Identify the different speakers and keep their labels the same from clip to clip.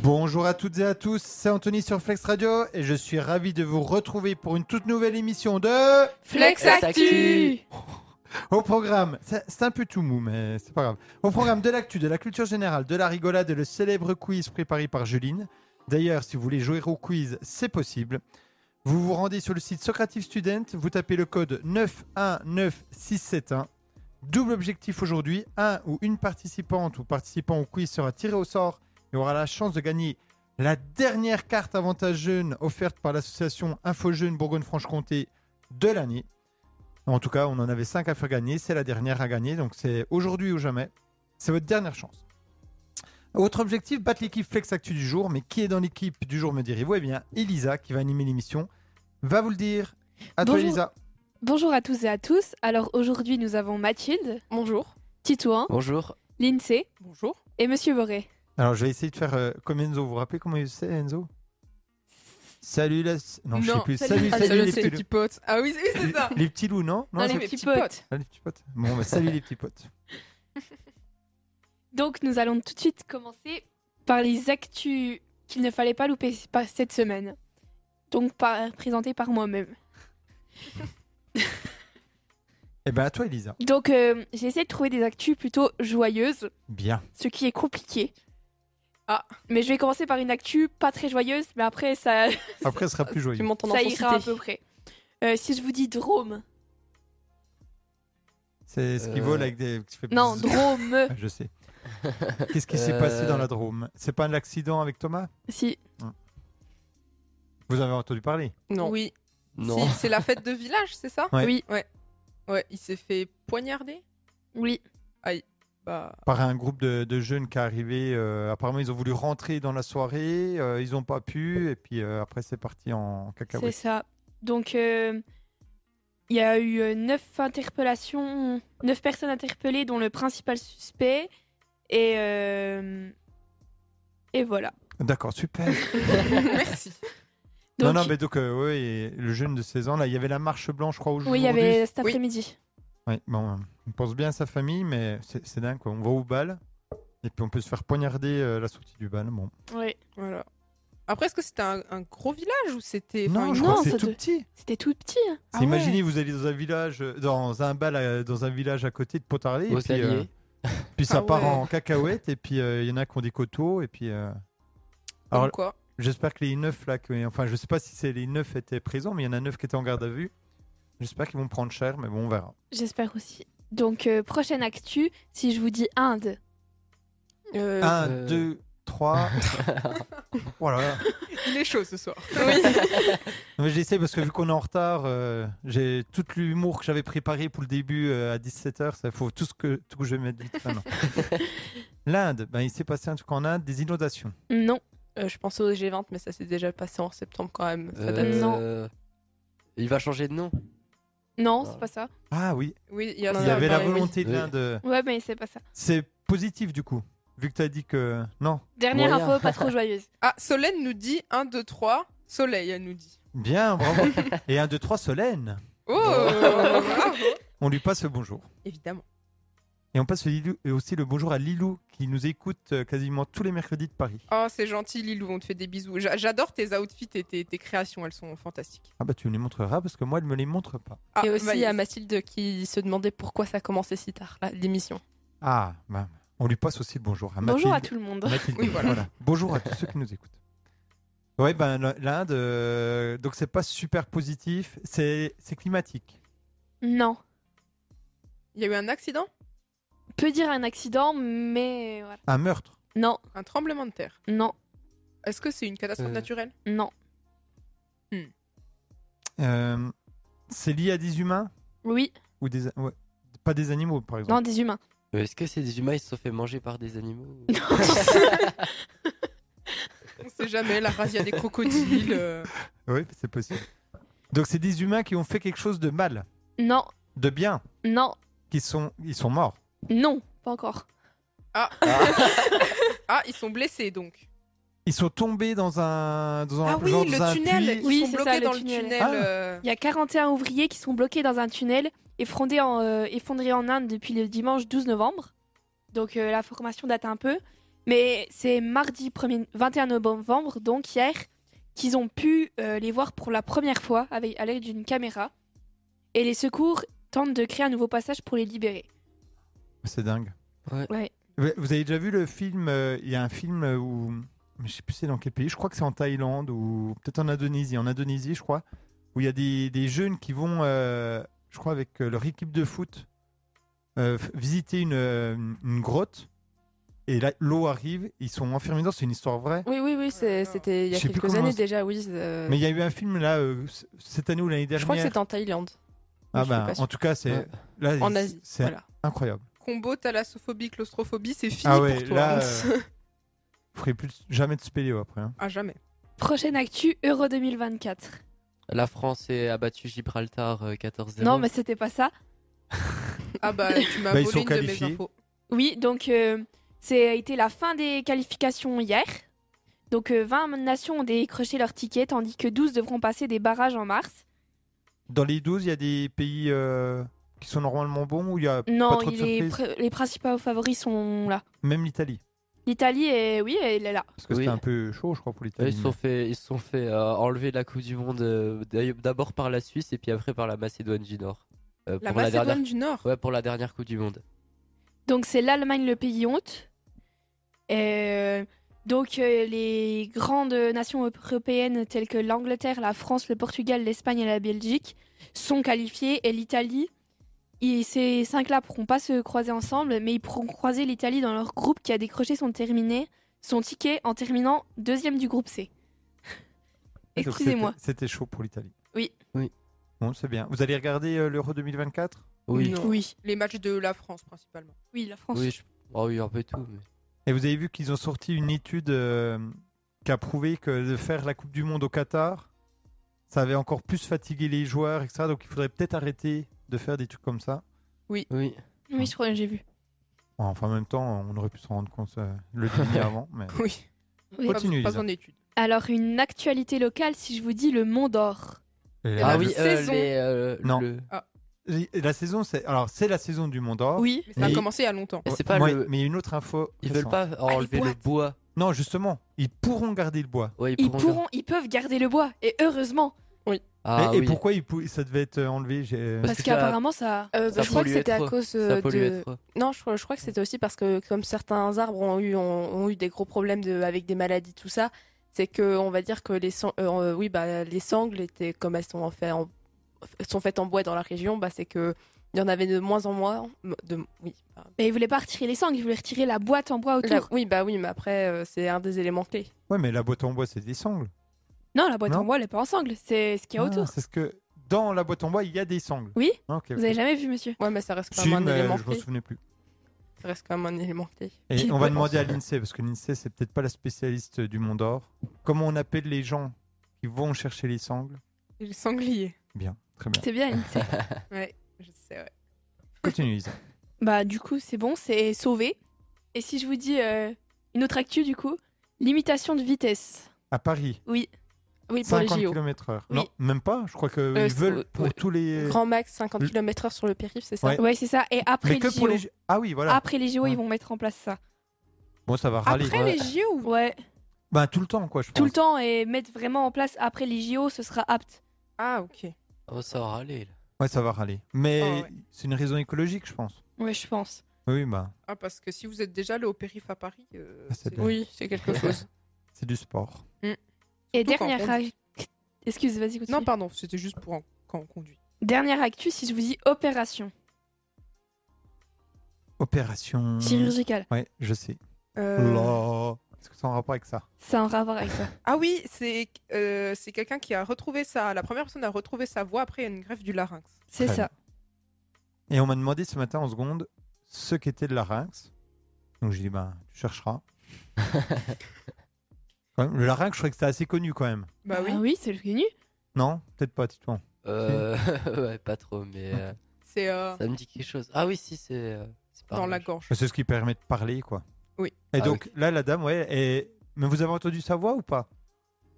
Speaker 1: Bonjour à toutes et à tous, c'est Anthony sur Flex Radio et je suis ravi de vous retrouver pour une toute nouvelle émission de...
Speaker 2: Flex Actu
Speaker 1: Au programme, c'est c'est un peu tout mou mais c'est pas grave. Au programme de l'actu, de la culture générale, de la rigolade et le célèbre quiz préparé par Juline. D'ailleurs, si vous voulez jouer au quiz, c'est possible. Vous vous rendez sur le site Socrative Student, vous tapez le code 919671. Double objectif aujourd'hui, un ou une participante ou participant au quiz sera tiré au sort et aura la chance de gagner la dernière carte avantage jeune offerte par l'association InfoJeune Bourgogne-Franche-Comté de l'année. En tout cas, on en avait 5 à faire gagner, c'est la dernière à gagner, donc c'est aujourd'hui ou jamais. C'est votre dernière chance. Autre objectif, battre l'équipe Flex Actu du jour, mais qui est dans l'équipe du jour, me direz-vous Eh bien, Elisa, qui va animer l'émission, va vous le dire. À toi,
Speaker 2: Bonjour.
Speaker 1: Elisa.
Speaker 2: Bonjour à tous et à tous. Alors aujourd'hui, nous avons Mathilde. Bonjour. Titouan,
Speaker 3: Bonjour.
Speaker 2: Lindsay
Speaker 4: Bonjour.
Speaker 2: et Monsieur Boré.
Speaker 1: Alors, je vais essayer de faire euh, comme Enzo. Vous vous rappelez comment il c'est, Enzo Salut, la... non, je sais plus. Salut,
Speaker 5: Ah,
Speaker 1: salut, les, petits...
Speaker 4: petits potes. Ah oui, oui, c'est ça.
Speaker 1: les petits loups, non,
Speaker 4: Non,
Speaker 1: c'est-
Speaker 4: les
Speaker 2: petits
Speaker 4: petits
Speaker 2: potes.
Speaker 4: potes.
Speaker 1: Ah, les petits potes. Bon, bah, salut les petits potes.
Speaker 2: Donc nous allons tout de suite commencer par les actus qu'il ne fallait pas louper pas cette semaine. Donc par, présenté par moi-même.
Speaker 1: Eh ben à toi, Elisa.
Speaker 2: Donc euh, j'ai essayé de trouver des actus plutôt joyeuses,
Speaker 1: Bien.
Speaker 2: ce qui est compliqué.
Speaker 4: Ah.
Speaker 2: Mais je vais commencer par une actu pas très joyeuse, mais après ça,
Speaker 1: Après, ce sera plus
Speaker 4: Tu
Speaker 1: joyeux.
Speaker 4: m'entends dans
Speaker 2: ça ira à peu près. Euh, si je vous dis drôme.
Speaker 1: C'est ce qui
Speaker 3: Euh,
Speaker 1: vole avec des. qui fait
Speaker 2: Non,
Speaker 1: bzzz.
Speaker 2: drôme.
Speaker 1: Ah, Je sais. Qu'est-ce qui s'est passé dans la Drôme C'est pas l'accident avec Thomas
Speaker 2: si.
Speaker 1: Vous avez entendu parler
Speaker 4: Non.
Speaker 5: Oui,
Speaker 3: Non.
Speaker 5: Si, c'est la fête de village, c'est ça
Speaker 1: Ouais.
Speaker 2: Oui.
Speaker 5: Ouais, il s'est fait poignarder.
Speaker 2: Oui.
Speaker 5: Bah,
Speaker 1: Par un groupe de, de jeunes qui est arrivé. euh, apparemment, ils ont voulu rentrer dans la soirée. euh, ils n'ont pas pu. Et puis euh, après, c'est parti en
Speaker 2: C'est
Speaker 1: cacahuète.
Speaker 2: ça. Donc, euh, il y a eu euh, neuf interpellations, neuf personnes interpellées, dont le principal suspect. Et, euh, et voilà.
Speaker 1: D'accord, super.
Speaker 5: merci.
Speaker 1: non,
Speaker 2: Donc,
Speaker 1: non, mais donc, euh, ouais, et le jeune de 16 ans, là, il y avait la marche blanche, je crois, aujourd'hui.
Speaker 2: oui, il y avait cet après-midi.
Speaker 1: Ouais, bon, on pense bien à sa famille, mais c'est c'est dingue. Quoi. On va au bal, et puis on peut se faire poignarder euh, la sortie du bal. Bon.
Speaker 2: Oui.
Speaker 5: Voilà. Après, est-ce que c'était un, un gros village ou c'était. enfin,
Speaker 1: Non,
Speaker 5: une-
Speaker 1: je
Speaker 2: non,
Speaker 1: crois que c'est
Speaker 2: ça
Speaker 1: tout
Speaker 2: doit-
Speaker 1: petit.
Speaker 2: C'était tout petit. hein.
Speaker 5: Ah
Speaker 1: C'est- Imaginez, vous allez dans un village, euh, dans un bal, à- dans un village à côté de Pontarlier, et
Speaker 3: Au
Speaker 1: puis,
Speaker 3: Salier.
Speaker 1: euh, puis ça
Speaker 5: Ah
Speaker 1: part
Speaker 5: ouais.
Speaker 1: en cacahuète, et puis euh, il y en a qui ont des coteaux, et puis. euh,
Speaker 5: Comme
Speaker 1: Alors-
Speaker 5: quoi
Speaker 1: J'espère que les neuf là, que- enfin, je sais pas si c'est les neuf étaient présents, mais il y en a neuf qui étaient en garde à vue. J'espère qu'ils vont prendre cher, mais bon, on verra.
Speaker 2: J'espère aussi. Donc, euh, prochaine actu, si je vous dis Inde.
Speaker 5: Euh,
Speaker 1: Un,
Speaker 3: euh,
Speaker 1: deux, trois. voilà.
Speaker 5: Il est chaud ce soir.
Speaker 1: Non, Mais j'essaie parce que vu qu'on est en retard, euh, j'ai tout l'humour que j'avais préparé pour le début euh, à 17h. Ça faut tout ce que, tout que je vais mettre vite maintenant. L'Inde, ben, il s'est passé un truc en Inde, des inondations.
Speaker 2: Non.
Speaker 5: Euh, je pensais au G20, mais ça s'est déjà passé en septembre quand même. Ça date.
Speaker 3: euh,
Speaker 2: Non.
Speaker 3: Il va changer de nom.
Speaker 2: Non,
Speaker 3: Ah.
Speaker 2: c'est pas ça.
Speaker 1: Ah oui,
Speaker 5: Oui, il y a
Speaker 1: il
Speaker 5: ça.
Speaker 1: y avait la
Speaker 5: pareil, oui.
Speaker 1: volonté de
Speaker 3: Oui.
Speaker 1: l'Inde.
Speaker 2: Ouais, mais c'est pas ça.
Speaker 1: C'est positif du coup, vu que tu as dit que non.
Speaker 2: Dernière
Speaker 3: Moyen.
Speaker 2: info, pas trop joyeuse.
Speaker 5: Ah, Solène nous dit 1, 2, 3. Soleil, elle nous dit.
Speaker 1: Bien, bravo. Et un, deux, trois, Solène.
Speaker 5: Oh bravo.
Speaker 1: On lui passe le bonjour.
Speaker 5: Évidemment.
Speaker 1: Et on passe le Lilou- et aussi le bonjour à Lilou qui nous écoute euh, quasiment tous les mercredis de Paris.
Speaker 5: Oh, c'est gentil, Lilou, on te fait des bisous. J'a- J'adore tes outfits et tes, tes créations, elles sont fantastiques.
Speaker 1: Ah bah tu me les montreras parce que moi elle me les montre pas.
Speaker 5: Ah,
Speaker 4: et
Speaker 2: bah,
Speaker 4: aussi
Speaker 5: Maïs.
Speaker 4: à Mathilde qui se demandait pourquoi ça commençait si tard, la- l'émission.
Speaker 1: Ah, bah, on lui passe aussi le bonjour à
Speaker 2: Bonjour à
Speaker 1: Mathilde.
Speaker 2: tout le monde.
Speaker 1: Mathilde,
Speaker 5: Oui, voilà.
Speaker 1: voilà. Bonjour à tous ceux qui nous écoutent. Ouais, ben l- l'Inde, euh, donc c'est pas super positif, c'est c'est climatique.
Speaker 2: Non.
Speaker 5: Il y a eu un accident
Speaker 2: Peut dire un accident, mais voilà.
Speaker 1: Un meurtre,
Speaker 2: Non,
Speaker 5: Un tremblement de terre.
Speaker 2: non,
Speaker 5: Est-ce que c'est une catastrophe
Speaker 3: Euh.
Speaker 5: naturelle
Speaker 2: non.
Speaker 1: euh, c'est lié à des humains
Speaker 2: Oui,
Speaker 1: ou des a- ouais, pas des animaux par exemple.
Speaker 2: non, des humains.
Speaker 3: Euh, Est-ce que c'est des humains qui se sont fait manger par des animaux
Speaker 5: On sait jamais, la razzia des crocodiles. euh.
Speaker 1: Oui, c'est possible. Donc c'est des humains qui ont fait quelque chose de mal,
Speaker 2: Non,
Speaker 1: de bien,
Speaker 2: non,
Speaker 1: qui sont ils sont morts.
Speaker 2: non, pas encore.
Speaker 5: Ah, ils sont blessés donc.
Speaker 1: Ils sont tombés dans un dans un
Speaker 5: Ah oui,
Speaker 1: genre dans un
Speaker 5: le tunnel. Ils
Speaker 1: puits.
Speaker 2: Oui,
Speaker 5: sont
Speaker 2: c'est
Speaker 5: bloqués
Speaker 2: ça, le
Speaker 5: dans le
Speaker 2: tunnel.
Speaker 5: tunnel.
Speaker 1: Ah.
Speaker 5: euh.
Speaker 2: Il y a 41 ouvriers qui sont bloqués dans un tunnel effondré en, euh, effondré en Inde depuis le dimanche 12 novembre. Donc euh, la formation date un peu. Mais c'est mardi 1er 21 novembre, donc hier, qu'ils ont pu euh, les voir pour la première fois avec, à l'aide d'une caméra. Et les secours tentent de créer un nouveau passage pour les libérer.
Speaker 1: C'est dingue.
Speaker 3: Ouais.
Speaker 2: Ouais.
Speaker 1: Vous vous avez déjà vu le film euh, Il y a un film euh, où. mais Je sais plus c'est dans quel pays. Je crois que c'est en Thaïlande ou peut-être en Indonésie. En Indonésie, je crois. Où il y a des, des jeunes qui vont, euh, je crois, avec euh, leur équipe de foot, euh, f- visiter une, euh, une grotte. Et là, l'eau arrive. Ils sont enfermés dedans. C'est une histoire vraie.
Speaker 4: Oui, oui, oui,
Speaker 5: euh,
Speaker 4: c'est- c'était il y a
Speaker 1: Je sais plus
Speaker 4: quelques
Speaker 1: comment
Speaker 4: années
Speaker 1: c'est-
Speaker 4: déjà, oui. euh,
Speaker 1: Mais il y a eu un film là, euh, c- cette année ou l'année dernière.
Speaker 4: je crois que c'était en Thaïlande.
Speaker 1: Ah
Speaker 4: je suis
Speaker 1: bah,
Speaker 4: pas sûre.
Speaker 1: en tout cas, c'est.
Speaker 3: Ouais.
Speaker 1: là,
Speaker 4: En
Speaker 1: c'est-
Speaker 4: Asie.
Speaker 1: C'est
Speaker 4: Voilà.
Speaker 1: incroyable.
Speaker 5: Combo thalassophobie, claustrophobie, c'est fini
Speaker 1: Ah ouais,
Speaker 5: pour toi.
Speaker 1: là,
Speaker 5: hein.
Speaker 1: euh, Vous ferez plus de- jamais de spéléo après. hein.
Speaker 5: À Ah, jamais.
Speaker 2: Prochaine actu, Euro 2024.
Speaker 3: La France est abattu Gibraltar euh, 14-0.
Speaker 2: Non, mais c'était pas ça.
Speaker 5: Ah bah, tu m'as
Speaker 1: Bah, ils
Speaker 5: volé
Speaker 1: sont
Speaker 5: une de mes
Speaker 1: qualifiés.
Speaker 5: infos.
Speaker 2: Oui, donc euh, c'est a été la fin des qualifications hier. Donc euh, 20 nations ont décroché leur ticket, tandis que 12 devront passer des barrages en mars.
Speaker 1: Dans les 12, il y a des pays euh, qui sont normalement bons ou il y a pas
Speaker 2: Non,
Speaker 1: trop de
Speaker 2: il est
Speaker 1: surprises
Speaker 2: pr- les principaux favoris sont là.
Speaker 1: Même l'Italie.
Speaker 2: L'Italie est oui, elle est là.
Speaker 1: Parce que
Speaker 3: Oui.
Speaker 1: c'était un peu chaud, je crois, pour
Speaker 3: Ouais,
Speaker 1: l'Italie.
Speaker 3: Ils se sont fait, ils se sont fait euh, enlever de la Coupe du Monde euh, d'ailleurs- d'abord par la Suisse et puis après par la Macédoine du Nord. euh,
Speaker 5: La
Speaker 3: pour la
Speaker 5: Macédoine
Speaker 3: dernière...
Speaker 5: du Nord.
Speaker 3: Ouais, pour la dernière Coupe du Monde.
Speaker 2: Donc c'est l'Allemagne le pays honte. Euh, donc euh, les grandes nations européennes telles que l'Angleterre, la France, le Portugal, l'Espagne et la Belgique sont qualifiées et l'Italie, ils- ces cinq-là pourront pas se croiser ensemble, mais ils pourront croiser l'Italie dans leur groupe qui a décroché son terminé, son ticket en terminant deuxième du groupe C.
Speaker 1: Ah, Donc,
Speaker 2: Excusez-moi.
Speaker 1: c'était- C'était chaud pour l'Italie.
Speaker 2: Oui.
Speaker 3: Oui.
Speaker 1: Bon, c'est bien. Vous allez regarder euh, l'Euro 2024
Speaker 3: Oui,
Speaker 5: Non.
Speaker 2: Oui,
Speaker 5: Les matchs de la France, principalement.
Speaker 2: oui, la France.
Speaker 3: oui, je- oh, oui, un peu tout. mais-
Speaker 1: Et vous avez vu qu'ils ont sorti une étude euh, qui a prouvé que de faire la Coupe du Monde au Qatar, ça avait encore plus fatigué les joueurs, etc. Donc il faudrait peut-être arrêter de faire des trucs comme ça.
Speaker 3: Oui.
Speaker 2: Oui, je crois, j'ai vu.
Speaker 1: Enfin, en même temps, on aurait pu se rendre compte euh, le demi avant. Mais...
Speaker 5: Oui.
Speaker 2: Oui.
Speaker 5: Pas-
Speaker 1: Continue,
Speaker 5: Pas,
Speaker 1: Lisa.
Speaker 5: en études.
Speaker 2: Alors une actualité locale, si je vous dis le Mont d'Or.
Speaker 5: Et
Speaker 3: Ah
Speaker 5: la
Speaker 3: oui, euh,
Speaker 5: saison.
Speaker 3: les, euh,
Speaker 1: Non.
Speaker 3: le-
Speaker 1: Oui, et La saison, c'est alors c'est la saison du Mont d'Or.
Speaker 2: Oui.
Speaker 5: Mais ça a
Speaker 3: Mais-
Speaker 5: commencé il y a longtemps.
Speaker 3: Et
Speaker 1: Ouais,
Speaker 3: c'est pas
Speaker 1: moi,
Speaker 3: le-
Speaker 1: Mais il y a une autre info.
Speaker 3: Ils veulent
Speaker 1: récente.
Speaker 3: pas enlever le
Speaker 2: boîtes.
Speaker 3: bois.
Speaker 1: Non, justement, ils pourront garder le bois.
Speaker 3: Ouais,
Speaker 2: Ils pourront, ils peuvent garder le bois et heureusement
Speaker 3: Ah,
Speaker 1: et et
Speaker 3: oui.
Speaker 1: pourquoi ils pou- ça devait être euh, enlevé j'ai-
Speaker 3: Parce
Speaker 2: parce,
Speaker 3: que ça-
Speaker 2: qu'apparemment ça
Speaker 4: Euh,
Speaker 3: Ça
Speaker 4: bah, je crois que
Speaker 3: polluait
Speaker 4: c'était à
Speaker 3: trop.
Speaker 4: cause euh,
Speaker 3: ça pollue
Speaker 4: de.
Speaker 3: trop.
Speaker 4: Non, je, crois- je crois que c'était aussi parce que comme certains arbres ont eu, ont, ont eu des gros problèmes de, avec des maladies, tout ça, c'est que on va dire que les, sang- euh, oui, bah, les sangles étaient comme elles sont, en fait en- sont faites en bois dans la région, bah, c'est que il y en avait de moins en moins. De, oui, bah,
Speaker 2: Mais ils voulaient pas retirer les sangles, ils voulaient retirer la boîte en bois autour.
Speaker 4: la- oui, bah oui, mais après euh, c'est un des éléments clés.
Speaker 1: Ouais, mais la boîte en bois, c'est des sangles.
Speaker 2: Non, la boîte
Speaker 1: Non.
Speaker 2: en bois, elle est pas en sangle, c'est ce qu'il y a
Speaker 1: Ah,
Speaker 2: autour.
Speaker 1: c'est ce que dans la boîte en bois, il y a des sangles.
Speaker 2: Oui.
Speaker 1: Ah, ok, ok.
Speaker 2: Vous avez jamais vu, monsieur
Speaker 4: Ouais, mais ça reste quand
Speaker 1: Si,
Speaker 4: même un
Speaker 1: mais
Speaker 4: élément
Speaker 1: je me
Speaker 4: clé.
Speaker 1: souvenais plus.
Speaker 4: Ça reste quand même un élément clé.
Speaker 1: Et
Speaker 2: Puis-
Speaker 1: on va
Speaker 2: Ouais.
Speaker 1: demander à l'INSEE parce que l'INSEE c'est peut-être pas la spécialiste euh, du Mont d'Or. Comment on appelle les gens qui vont chercher les sangles
Speaker 5: Et Les sangliers.
Speaker 1: Bien, très bien.
Speaker 2: C'est bien. Lindsay.
Speaker 5: Ouais, je sais, ouais.
Speaker 1: Continue, Isa.
Speaker 2: bah du coup, c'est bon, c'est sauvé. Et si je vous dis euh, une autre actu du coup, limitation de vitesse.
Speaker 1: À Paris,
Speaker 2: Oui.
Speaker 4: Oui, pour les
Speaker 1: 50
Speaker 4: JO.
Speaker 1: km/h.
Speaker 2: Oui.
Speaker 1: Non, même pas. Je crois qu'ils
Speaker 4: Euh, c'est-
Speaker 1: veulent
Speaker 4: euh,
Speaker 1: pour
Speaker 4: euh,
Speaker 1: tous les.
Speaker 4: Grand max 50
Speaker 1: Le-
Speaker 4: km/h sur le périph', c'est ça
Speaker 1: Ouais.
Speaker 2: Ouais, c'est ça. Et après
Speaker 1: Mais que
Speaker 2: les JO,
Speaker 1: pour les. J- Ah oui, voilà.
Speaker 2: après les JO,
Speaker 1: Ouais.
Speaker 2: ils vont mettre en place ça.
Speaker 1: Bon, ça va râler.
Speaker 5: Après les JO.
Speaker 2: Ouais.
Speaker 1: Bah, tout le temps, quoi, je pense.
Speaker 2: Tout le temps et mettre vraiment en place après les JO, ce sera apte.
Speaker 5: Ah, ok.
Speaker 3: Oh, ça va râler. là.
Speaker 1: Ouais, ça va râler. Mais
Speaker 5: Ah ouais.
Speaker 1: c'est une raison écologique, je pense.
Speaker 2: Ouais, je pense.
Speaker 1: Oui, bah,
Speaker 5: Ah, parce que si vous êtes déjà allé au périph' à Paris, euh,
Speaker 1: Ah, c'est
Speaker 5: c'est-
Speaker 1: bien.
Speaker 5: oui, c'est quelque chose.
Speaker 1: c'est du sport.
Speaker 2: Et
Speaker 5: Surtout quand
Speaker 2: dernière
Speaker 5: on conduit.
Speaker 2: ac- Excuse, vas-y, continue.
Speaker 5: Non, pardon, c'était juste pour en- quand on conduit.
Speaker 2: Dernière actu, si je vous dis opération
Speaker 1: Opération.
Speaker 2: chirurgicale,
Speaker 1: Ouais, je sais.
Speaker 5: Euh,
Speaker 1: Là. Est-ce que ça a un rapport avec ça
Speaker 2: ça a un rapport avec ça.
Speaker 5: Ah oui, c'est euh, c'est quelqu'un qui a retrouvé sa... La première personne à retrouver sa voix après une greffe du larynx.
Speaker 2: C'est
Speaker 1: Très
Speaker 2: ça.
Speaker 1: Et on m'a demandé ce matin en seconde ce qu'était de larynx. Donc j'ai dit, ben, tu chercheras. Quand même, le larynx, je croyais que c'était assez connu quand même.
Speaker 5: Bah oui,
Speaker 2: Ah oui, c'est le connu.
Speaker 1: Non Peut-être pas, Titouan.
Speaker 3: Euh, ouais, pas trop, mais euh,
Speaker 5: c'est euh,
Speaker 3: ça me dit quelque chose. Ah oui, si, c'est. euh, c'est pas
Speaker 5: dans la
Speaker 3: mal.
Speaker 5: gorge.
Speaker 1: Mais C'est ce qui permet de parler, quoi.
Speaker 5: Oui.
Speaker 1: Et
Speaker 3: Ah,
Speaker 1: donc là, la dame, ouais. Et... Mais vous avez entendu sa voix ou pas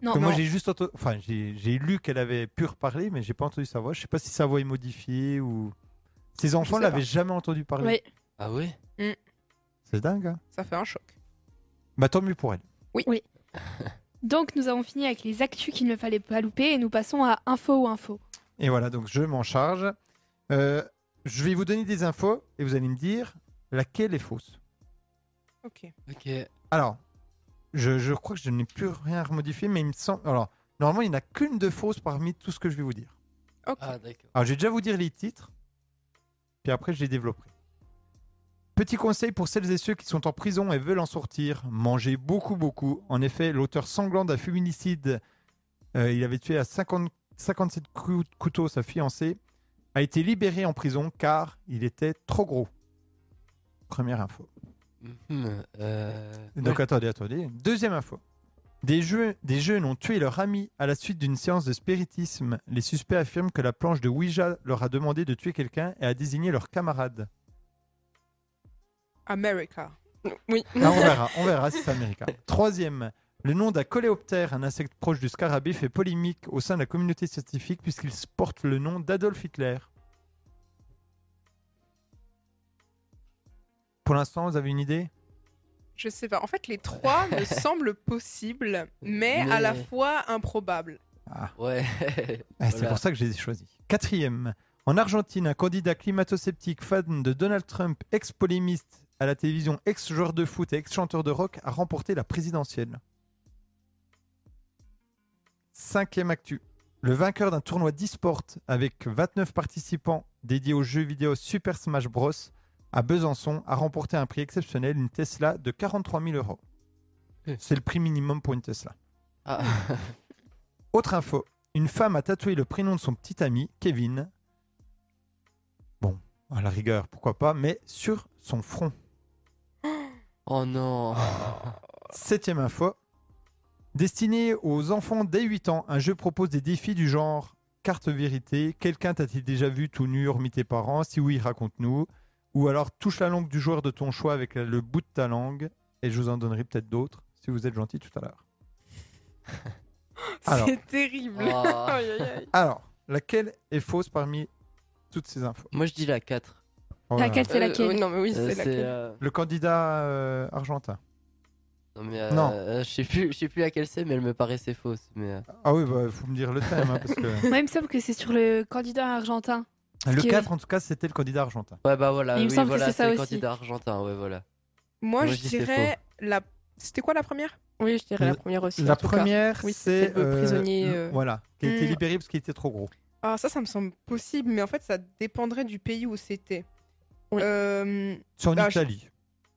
Speaker 2: Non,
Speaker 1: Parce que Moi,
Speaker 2: non.
Speaker 1: j'ai juste entendu. Enfin, j'ai j'ai lu qu'elle avait pu reparler, mais j'ai pas entendu sa voix. Je sais pas si sa voix est modifiée ou. Ses enfants
Speaker 5: sais
Speaker 1: l'avaient
Speaker 5: pas.
Speaker 1: jamais entendu parler.
Speaker 2: Ouais.
Speaker 3: Ah ouais
Speaker 1: C'est dingue. hein.
Speaker 5: Ça fait un choc.
Speaker 1: Bah tant mieux pour elle.
Speaker 2: Donc nous avons fini avec les actus qu'il ne fallait pas louper et nous passons à info ou info.
Speaker 1: Et voilà, donc je m'en charge. Euh, je vais vous donner des infos et vous allez me dire laquelle est fausse.
Speaker 5: Ok.
Speaker 3: Ok.
Speaker 1: Alors, je, je crois que je n'ai plus rien remodifié, mais il me semble. Alors, normalement, il n'y en a qu'une de fausse parmi tout ce que je vais vous dire.
Speaker 5: Ok.
Speaker 3: Ah, d'accord.
Speaker 1: Alors, je vais déjà vous dire les titres, puis après, je les développerai. Petit conseil pour celles et ceux qui sont en prison et veulent en sortir mangez beaucoup, beaucoup. En effet, l'auteur sanglant d'un féminicide, euh, il avait tué à 50 57 cou- couteaux sa fiancée, a été libéré en prison car il était trop gros. Première info.
Speaker 3: Mhm, euh,
Speaker 1: Donc attendez, attendez. Deuxième info. Des, jeux, des jeunes ont tué leur ami à la suite d'une séance de spiritisme. Les suspects affirment que la planche de Ouija leur a demandé de tuer quelqu'un et a désigné leur camarade.
Speaker 5: America.
Speaker 4: Oui.
Speaker 1: Ah, on verra, on verra si c'est américain. Troisième. Le nom d'un coléoptère, un insecte proche du scarabée, fait polémique au sein de la communauté scientifique puisqu'il porte le nom d'Adolf Hitler. Pour l'instant, vous avez une idée
Speaker 5: Je sais pas. En fait, les trois me semblent possibles, mais, à la
Speaker 3: Mais-
Speaker 5: fois improbables.
Speaker 3: Ouais.
Speaker 1: Ah, C'est
Speaker 3: Voilà.
Speaker 1: pour ça que je les ai choisis. Quatrième, en Argentine, un candidat climato-sceptique fan de Donald Trump, ex-polémiste à la télévision, ex-joueur de foot et ex-chanteur de rock, a remporté la présidentielle. Cinquième actu, le vainqueur d'un tournoi d'e-sport avec 29 participants dédiés au jeu vidéo Super Smash Bros. à Besançon a remporté un prix exceptionnel, une Tesla de 43 000 euros.
Speaker 3: Eh.
Speaker 1: C'est le prix minimum pour une Tesla.
Speaker 3: Ah,
Speaker 1: Autre info, une femme a tatoué le prénom de son petit ami, Kevin. Bon, à la rigueur, pourquoi pas, mais sur son front.
Speaker 3: oh non. Ah.
Speaker 1: Septième info, destiné aux enfants dès 8 ans, un jeu propose des défis du genre carte vérité, quelqu'un t'a-t-il déjà vu tout nu hormis tes parents Si oui, raconte-nous. Ou alors touche la langue du joueur de ton choix avec le bout de ta langue, et je vous en donnerai peut-être d'autres si vous êtes gentil tout à l'heure. Alors.
Speaker 5: C'est terrible.
Speaker 3: Oh.
Speaker 5: Aïe, aïe, aïe.
Speaker 1: Alors, laquelle est fausse parmi toutes ces infos
Speaker 3: Moi, je dis la 4.
Speaker 1: Oh là là.
Speaker 2: Laquelle c'est
Speaker 4: Euh,
Speaker 2: laquelle
Speaker 4: oui, Non, mais oui,
Speaker 3: Euh,
Speaker 4: c'est laquelle.
Speaker 3: euh,
Speaker 1: Le candidat euh, argentin.
Speaker 3: Non, mais euh,
Speaker 1: Non.
Speaker 3: euh, je sais plus, je sais plus laquelle c'est, mais elle me paraissait fausse. Mais euh,
Speaker 1: Ah oui, bah, faut me dire le thème. hein, parce que...
Speaker 2: Moi, il me semble que c'est sur le candidat argentin.
Speaker 1: Le
Speaker 2: que-
Speaker 1: 4, en tout cas, c'était le candidat argentin.
Speaker 3: ouais, bah voilà.
Speaker 2: Il me
Speaker 3: oui,
Speaker 2: semble que
Speaker 3: voilà,
Speaker 2: c'est ça
Speaker 3: le
Speaker 2: aussi.
Speaker 3: candidat argentin, ouais, voilà.
Speaker 5: Moi,
Speaker 3: Moi, je
Speaker 5: je
Speaker 3: dis c'est
Speaker 5: dirais la. C'était quoi la première
Speaker 4: Oui, je dirais la première aussi. en
Speaker 1: La
Speaker 4: tout cas.
Speaker 1: première,
Speaker 4: Oui,
Speaker 1: c'est
Speaker 4: c'était le prisonnier,
Speaker 1: le-
Speaker 4: euh,
Speaker 1: Voilà, qui a été
Speaker 5: Hmm.
Speaker 1: libéré parce qu'il était trop gros.
Speaker 5: Ah, ça, ça me semble possible, mais en fait, ça dépendrait du pays où c'était.
Speaker 4: Oui.
Speaker 5: Euh,
Speaker 1: C'est en
Speaker 5: Ah, je-
Speaker 1: Italie.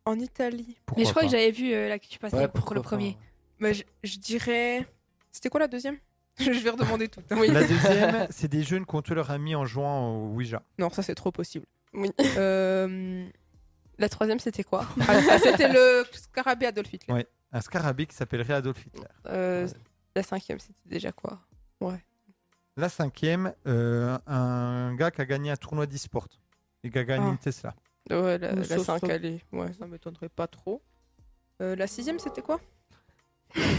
Speaker 5: en Italie.
Speaker 1: Pourquoi
Speaker 2: Mais je crois
Speaker 1: pas.
Speaker 2: que j'avais vu euh, l'actu passer
Speaker 3: Ouais,
Speaker 2: pour le
Speaker 3: pourquoi pas,
Speaker 2: premier.
Speaker 3: ouais.
Speaker 5: Bah, je, je dirais. C'était quoi la deuxième Je vais redemander tout. hein.
Speaker 1: La deuxième, c'est des jeunes qui ont tué leur ami en jouant au Ouija.
Speaker 5: Non, ça, c'est trop possible.
Speaker 4: Oui.
Speaker 5: Euh,
Speaker 4: La troisième, c'était quoi
Speaker 5: ah, ah, c'était le scarabée Adolf Hitler.
Speaker 1: Un scarabée qui s'appellerait Adolf Hitler.
Speaker 4: Euh,
Speaker 3: Ouais.
Speaker 4: La cinquième, c'était déjà quoi
Speaker 1: La cinquième, euh, un gars qui a gagné un tournoi d'e-sport et qui a gagné
Speaker 5: Ah.
Speaker 1: une Tesla.
Speaker 4: Ouais, la,
Speaker 5: Ou
Speaker 4: la
Speaker 5: sauf-
Speaker 4: cinq,
Speaker 5: sauf-
Speaker 4: elle est- Ouais.
Speaker 5: Ça m'étonnerait pas trop. Euh, la sixième, c'était quoi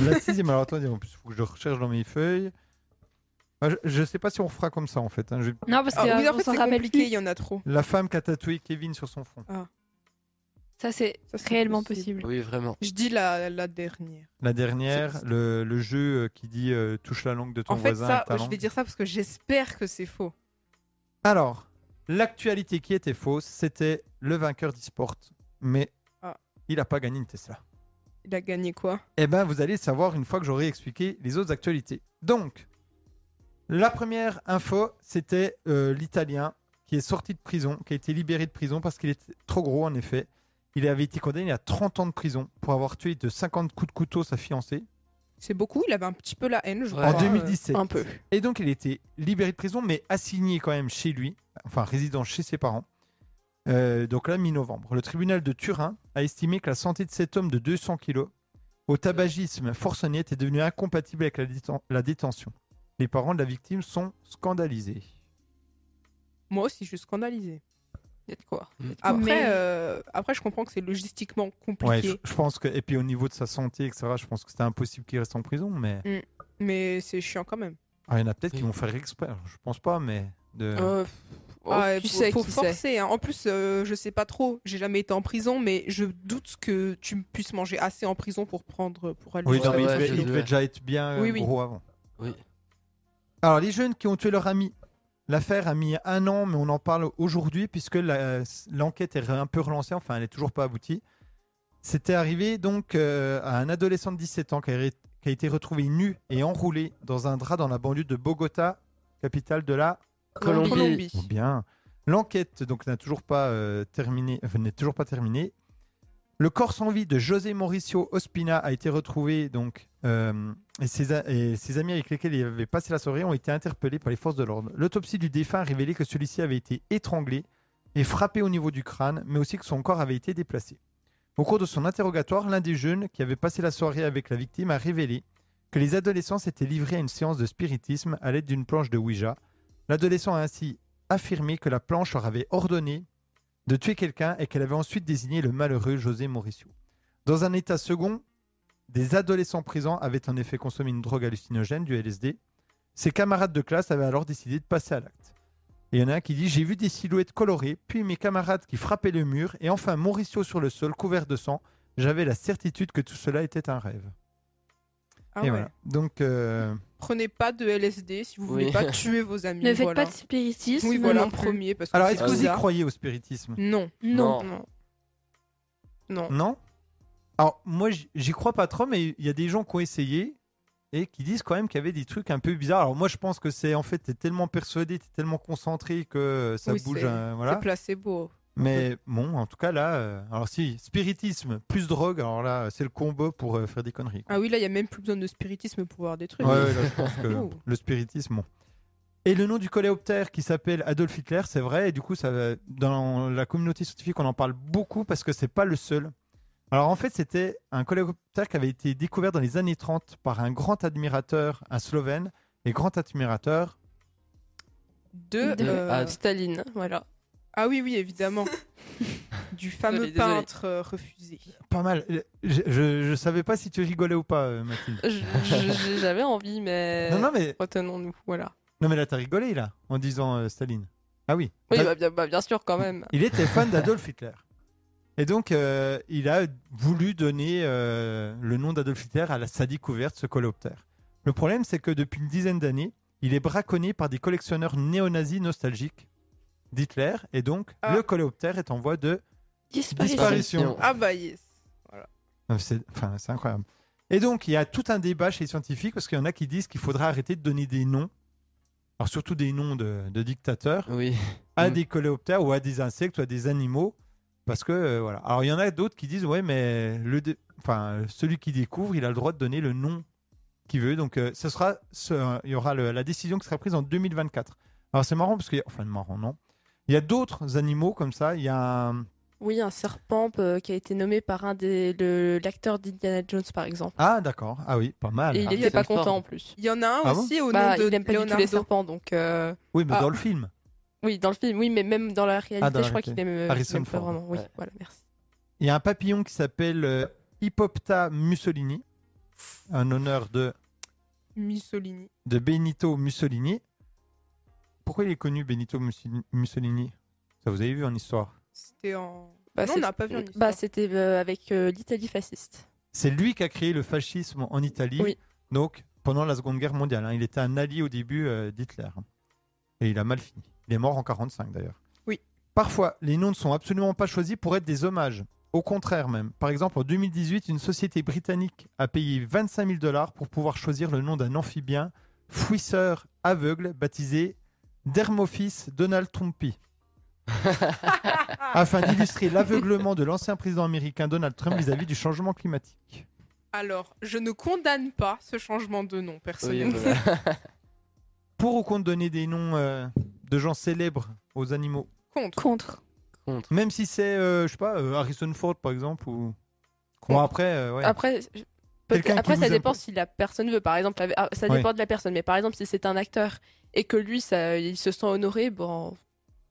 Speaker 1: La sixième, alors attendez, il faut que je recherche dans mes feuilles. Ah, je- Je ne sais pas si on fera comme ça en fait. hein, je-
Speaker 2: Non, parce
Speaker 5: Ah
Speaker 2: qu'on
Speaker 5: Oui, en fait,
Speaker 2: s'en
Speaker 5: c'est
Speaker 2: rappelle
Speaker 5: compliqué, il
Speaker 2: plus.
Speaker 5: y en a trop.
Speaker 1: La femme qui a tatoué Kevin sur son front.
Speaker 2: Ça, c'est
Speaker 5: Ça, c'est
Speaker 2: réellement
Speaker 5: possible.
Speaker 2: possible.
Speaker 3: Oui, vraiment.
Speaker 5: Je dis la, la dernière.
Speaker 1: La dernière,
Speaker 5: C'est-
Speaker 1: le, le jeu euh, qui dit euh, touche la langue de ton
Speaker 5: en fait,
Speaker 1: voisin
Speaker 5: ça,
Speaker 1: avec ta
Speaker 5: je
Speaker 1: langue.
Speaker 5: vais dire ça parce que j'espère que c'est faux.
Speaker 1: Alors, l'actualité qui était fausse, c'était le vainqueur d'e-sport, mais
Speaker 5: Ah.
Speaker 1: il n'a pas gagné une Tesla.
Speaker 5: Il a gagné quoi
Speaker 1: Eh bien, vous allez savoir une fois que j'aurai expliqué les autres actualités. Donc, la première info, c'était euh, l'Italien qui est sorti de prison, qui a été libéré de prison parce qu'il était trop gros en effet. Il avait été condamné à 30 ans de prison pour avoir tué de 50 coups de couteau sa fiancée
Speaker 5: C'est beaucoup, il avait un petit peu la haine, je
Speaker 3: Ouais.
Speaker 5: crois.
Speaker 1: en 2017.
Speaker 4: Un peu.
Speaker 1: Et donc, il était libéré de prison, mais assigné quand même chez lui, enfin résident chez ses parents. Euh, donc là, mi-novembre, le tribunal de Turin a estimé que la santé de cet homme de 200 kilos au tabagisme forcené était devenue incompatible avec la, déten- la détention. Les parents de la victime sont scandalisés.
Speaker 5: Moi aussi, je suis scandalisée.
Speaker 4: Il y a de quoi
Speaker 5: Après,
Speaker 2: Mais-
Speaker 5: euh, après, je comprends que c'est logistiquement compliqué,
Speaker 1: Ouais, je, je pense que et puis au niveau de sa santé, etc. Je pense que c'était impossible qu'il reste en prison, mais
Speaker 5: mais c'est chiant quand même.
Speaker 1: Alors, il y en a peut-être
Speaker 3: Oui.
Speaker 1: qui vont faire exprès. Alors, Je pense pas, mais de...
Speaker 4: Euh, pff,
Speaker 5: Ah, faut-
Speaker 4: tu sais
Speaker 5: faut
Speaker 4: qui c'est.
Speaker 5: forcer. hein. En plus, euh, je sais pas trop. J'ai jamais été en prison, mais je doute que tu me puisses manger assez en prison pour prendre pour aller.
Speaker 1: Oui,
Speaker 5: au
Speaker 1: non, mais il
Speaker 3: ouais,
Speaker 5: restaurant.
Speaker 1: devait,
Speaker 3: je
Speaker 1: il devait
Speaker 3: dois.
Speaker 1: déjà être bien euh,
Speaker 5: Oui, oui.
Speaker 1: gros avant.
Speaker 3: Oui.
Speaker 1: Alors, les jeunes qui ont tué leur ami, l'affaire a mis un an, mais on en parle aujourd'hui puisque la- l'enquête est un peu relancée, enfin, elle n'est toujours pas aboutie. C'était arrivé donc euh, à un adolescent de 17 ans qui a, ré- qui a été retrouvé nu et enroulé dans un drap dans la banlieue de Bogota, capitale de la
Speaker 3: Colombie.
Speaker 5: Colombie.
Speaker 1: Oh, Bien. L'enquête donc n'a toujours pas euh, terminé, enfin, n'est toujours pas terminée. Le corps sans vie de José Mauricio Ospina a été retrouvé donc euh, et, ses, a- et ses amis avec lesquels il avait passé la soirée ont été interpellés par les forces de l'ordre. L'autopsie du défunt a révélé que celui-ci avait été étranglé et frappé au niveau du crâne, mais aussi que son corps avait été déplacé. Au cours de son interrogatoire, l'un des jeunes qui avait passé la soirée avec la victime a révélé que les adolescents s'étaient livrés à une séance de spiritisme à l'aide d'une planche de Ouija. L'adolescent a ainsi affirmé que la planche leur avait ordonné de tuer quelqu'un et qu'elle avait ensuite désigné le malheureux José Mauricio. Dans un état second, des adolescents présents avaient en effet consommé une drogue hallucinogène, du LSD. Ses camarades de classe avaient alors décidé de passer à l'acte. Et il y en a un qui dit J'ai vu des silhouettes colorées, puis mes camarades qui frappaient le mur, et enfin Mauricio sur le sol couvert de sang. J'avais la certitude que tout cela était un rêve.
Speaker 5: Ah
Speaker 1: et
Speaker 5: ouais.
Speaker 1: voilà. Donc, euh,
Speaker 5: Prenez pas de LSD si vous
Speaker 3: Oui.
Speaker 5: voulez pas tuer vos amis.
Speaker 2: Ne faites
Speaker 5: voilà.
Speaker 2: pas de spiritisme.
Speaker 5: Oui, voilà,
Speaker 2: non plus.
Speaker 5: premier parce que
Speaker 1: alors
Speaker 5: c'est
Speaker 1: est-ce que vous y
Speaker 5: bizarre.
Speaker 1: croyez Oh. au spiritisme
Speaker 5: Non.
Speaker 2: Non.
Speaker 5: non.
Speaker 4: Non.
Speaker 1: Non Alors, moi, j- j'y crois pas trop, mais il y a des gens qui ont essayé et qui disent quand même qu'il y avait des trucs un peu bizarres. Alors, moi, je pense que c'est en fait, t'es tellement persuadé, t'es tellement concentré que euh, ça
Speaker 5: Oui,
Speaker 1: bouge.
Speaker 5: c'est-
Speaker 1: euh,
Speaker 5: C'est
Speaker 1: voilà.
Speaker 5: placebo.
Speaker 1: Mais bon, en tout cas, là, euh, alors si, spiritisme plus drogue, alors là, euh, c'est le combo pour euh, faire des conneries. quoi.
Speaker 5: Ah oui, là, il y a même plus besoin de spiritisme pour voir des trucs.
Speaker 1: Ouais, ouais, là, je pense que
Speaker 5: Ouh.
Speaker 1: le spiritisme. bon. Et le nom du coléoptère qui s'appelle Adolf Hitler, c'est vrai. Et du coup, ça, va- dans la communauté scientifique, on en parle beaucoup parce que c'est pas le seul. Alors en fait, c'était un coléoptère qui avait été découvert dans les années 30 par un grand admirateur, un Slovène, et grand admirateur.
Speaker 5: De,
Speaker 2: De-
Speaker 5: euh,
Speaker 3: Ah,
Speaker 4: Staline, voilà.
Speaker 5: Ah oui, oui, évidemment. du fameux
Speaker 4: Désolé, désolé.
Speaker 5: peintre euh, refusé.
Speaker 1: Pas mal. Euh, Je, je, je savais pas si tu rigolais ou pas, euh, Mathilde.
Speaker 4: Je- je- J'ai jamais envie, mais
Speaker 1: Non, non, mais,
Speaker 4: retenons-nous, voilà.
Speaker 1: non, mais là, t'as rigolé, là, en disant euh, Staline. Ah oui.
Speaker 4: Oui,
Speaker 1: T'as-
Speaker 4: bah, bien, bah, bien sûr, quand même.
Speaker 1: Il était fan d'Adolf Hitler. Et donc, euh, il a voulu donner euh, le nom d'Adolf Hitler à la, sa découverte, ce coléoptère. Le problème, c'est que depuis une dizaine d'années, il est braconné par des collectionneurs néo-nazis nostalgiques d'Hitler. Et donc,
Speaker 5: Ah.
Speaker 1: le coléoptère est en voie de
Speaker 2: Disparition.
Speaker 1: disparition.
Speaker 5: Ah bah yes.
Speaker 1: Euh, C'est enfin, c'est incroyable. Et donc, il y a tout un débat chez les scientifiques parce qu'il y en a qui disent qu'il faudra arrêter de donner des noms, alors surtout des noms de- de dictateurs,
Speaker 3: Oui.
Speaker 1: à
Speaker 3: Mm.
Speaker 1: des coléoptères ou à des insectes ou à des animaux parce que euh, voilà. Alors il y en a d'autres qui disent ouais mais le dé- enfin celui qui découvre, il a le droit de donner le nom qu'il veut. Donc euh, ce sera ce- il y aura le- la décision qui sera prise en 2024. Alors c'est marrant parce que enfin marrant non. Il y a d'autres animaux comme ça, il y a un-
Speaker 4: Oui, un serpent euh, qui a été nommé par un des le- l'acteur d'Indiana Jones, par exemple.
Speaker 1: Ah d'accord. Ah oui, pas mal.
Speaker 4: Et il
Speaker 1: Ah,
Speaker 3: est-
Speaker 4: n'était
Speaker 3: Harrison
Speaker 4: pas content
Speaker 3: Ford.
Speaker 4: en plus.
Speaker 5: Il y en a un
Speaker 1: Ah bon
Speaker 5: aussi au
Speaker 4: Bah,
Speaker 5: nom de
Speaker 4: il n'aime pas du tout les
Speaker 5: Leonardo.
Speaker 4: serpents, donc. euh,
Speaker 1: Oui, mais
Speaker 4: Ah.
Speaker 1: dans le film. Ah,
Speaker 4: Oui, dans le film, oui, mais même dans la réalité,
Speaker 1: dans la
Speaker 4: je crois
Speaker 1: réalité.
Speaker 4: qu'il aime, euh,
Speaker 1: Harrison
Speaker 4: il aime pas
Speaker 1: Ford.
Speaker 4: vraiment. Oui,
Speaker 3: Ouais.
Speaker 4: voilà, merci.
Speaker 1: Il y a un papillon qui s'appelle euh, Hippopta Mussolini en honneur de
Speaker 5: Mussolini.
Speaker 1: de Benito Mussolini. Pourquoi il est connu Benito Mussi- Mussolini Ça vous avez vu en histoire.
Speaker 5: C'était en.
Speaker 4: Bah,
Speaker 5: non, on
Speaker 4: c'est-
Speaker 5: n'a pas vu en histoire.
Speaker 4: Bah, c'était euh, avec euh, l'Italie fasciste.
Speaker 1: C'est lui qui a créé le fascisme en Italie.
Speaker 4: Oui.
Speaker 1: Donc pendant la Seconde Guerre mondiale, hein. il était un allié au début euh, d'Hitler et il a mal fini. Il est mort en 45 d'ailleurs.
Speaker 5: Oui.
Speaker 1: Parfois, les noms ne sont absolument pas choisis pour être des hommages. Au contraire même. Par exemple, en 2018, une société britannique a payé 25 000 dollars pour pouvoir choisir le nom d'un amphibien fouisseur aveugle baptisé Dermophis Donald Trumpy. afin d'illustrer l'aveuglement de l'ancien président américain Donald Trump vis-à-vis du changement climatique.
Speaker 5: Alors, je ne condamne pas ce changement de nom,
Speaker 3: Oui,
Speaker 5: personnellement.
Speaker 3: voilà.
Speaker 1: Pour ou contre donner des noms euh, de gens célèbres aux animaux
Speaker 5: Contre.
Speaker 2: Contre.
Speaker 3: Contre.
Speaker 1: Même si c'est, euh, je sais pas, euh, Harrison Ford par exemple ou. Bon
Speaker 4: Contre.
Speaker 1: après, euh, ouais.
Speaker 4: Après, je- peut-être-
Speaker 1: Quelqu'un qui
Speaker 4: après
Speaker 1: vous
Speaker 4: ça
Speaker 1: aime
Speaker 4: dépend
Speaker 1: pas.
Speaker 4: si la personne veut. Par exemple, la- ah, ça
Speaker 1: Ouais.
Speaker 4: dépend de la personne, mais par exemple, si c'est un acteur et que lui, ça, il se sent honoré, bon,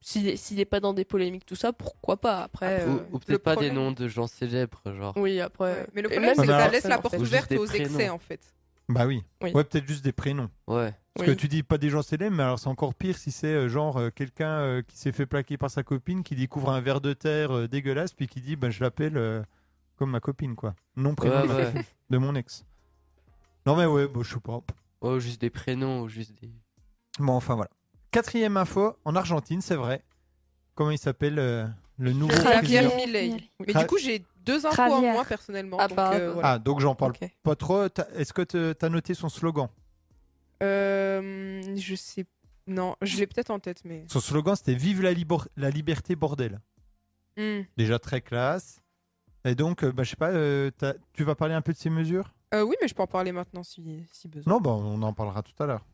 Speaker 4: s'il s'il est pas dans des polémiques, tout ça, pourquoi pas Après,
Speaker 3: Ou,
Speaker 4: euh,
Speaker 3: ou
Speaker 5: le
Speaker 3: peut-être pas des
Speaker 5: problème-
Speaker 3: noms de gens célèbres, genre.
Speaker 4: oui, après.
Speaker 5: Ouais. Mais le
Speaker 4: Et
Speaker 5: problème,
Speaker 4: même
Speaker 5: c'est que
Speaker 1: si
Speaker 5: ça
Speaker 1: c'est
Speaker 5: laisse
Speaker 4: personne,
Speaker 5: la
Speaker 4: en
Speaker 5: porte
Speaker 4: fait.
Speaker 3: Ou juste
Speaker 5: ouverte
Speaker 3: des
Speaker 5: aux
Speaker 3: prénoms.
Speaker 5: excès, en fait.
Speaker 1: Bah oui.
Speaker 4: Oui.
Speaker 1: Ouais, peut-être juste des prénoms.
Speaker 3: Ouais.
Speaker 1: Parce que tu dis pas des gens célèbres, mais alors c'est encore pire si c'est euh, genre euh, quelqu'un euh, qui s'est fait plaquer par sa copine, qui découvre un verre de terre euh, dégueulasse, puis qui dit ben je l'appelle euh, comme ma copine, quoi. Non prénom
Speaker 3: Ouais,
Speaker 1: de ma
Speaker 3: ouais.
Speaker 1: copine, de mon ex. Non mais ouais, bon, je sais pas.
Speaker 3: Ouais, ou Oh, juste des prénoms, ou juste des.
Speaker 1: Bon, enfin voilà. Quatrième info, en Argentine, c'est vrai. Comment il s'appelle euh, le nouveau
Speaker 2: Javier
Speaker 5: Javier
Speaker 1: président
Speaker 5: Milei.
Speaker 2: Milei.
Speaker 5: Mais
Speaker 1: Tra-
Speaker 5: du coup, j'ai deux infos en
Speaker 2: Travière.
Speaker 5: moins personnellement.
Speaker 4: Ah
Speaker 5: donc,
Speaker 4: bah,
Speaker 5: euh,
Speaker 4: euh,
Speaker 5: voilà.
Speaker 1: Ah, donc j'en parle
Speaker 4: Ok.
Speaker 1: pas trop. T'as- Est-ce que te- t'as noté son slogan
Speaker 5: Euh, je sais. Non, je l'ai peut-être en tête, mais.
Speaker 1: Son slogan, c'était Vive la, libor- la liberté, bordel.
Speaker 5: Hmm.
Speaker 1: Déjà très classe. Et donc, euh, bah, je sais pas, euh, t'as- tu vas parler un peu de ces mesures
Speaker 5: Euh, oui, mais je peux en parler maintenant si, si besoin.
Speaker 1: Non, bah, on en parlera tout à l'heure.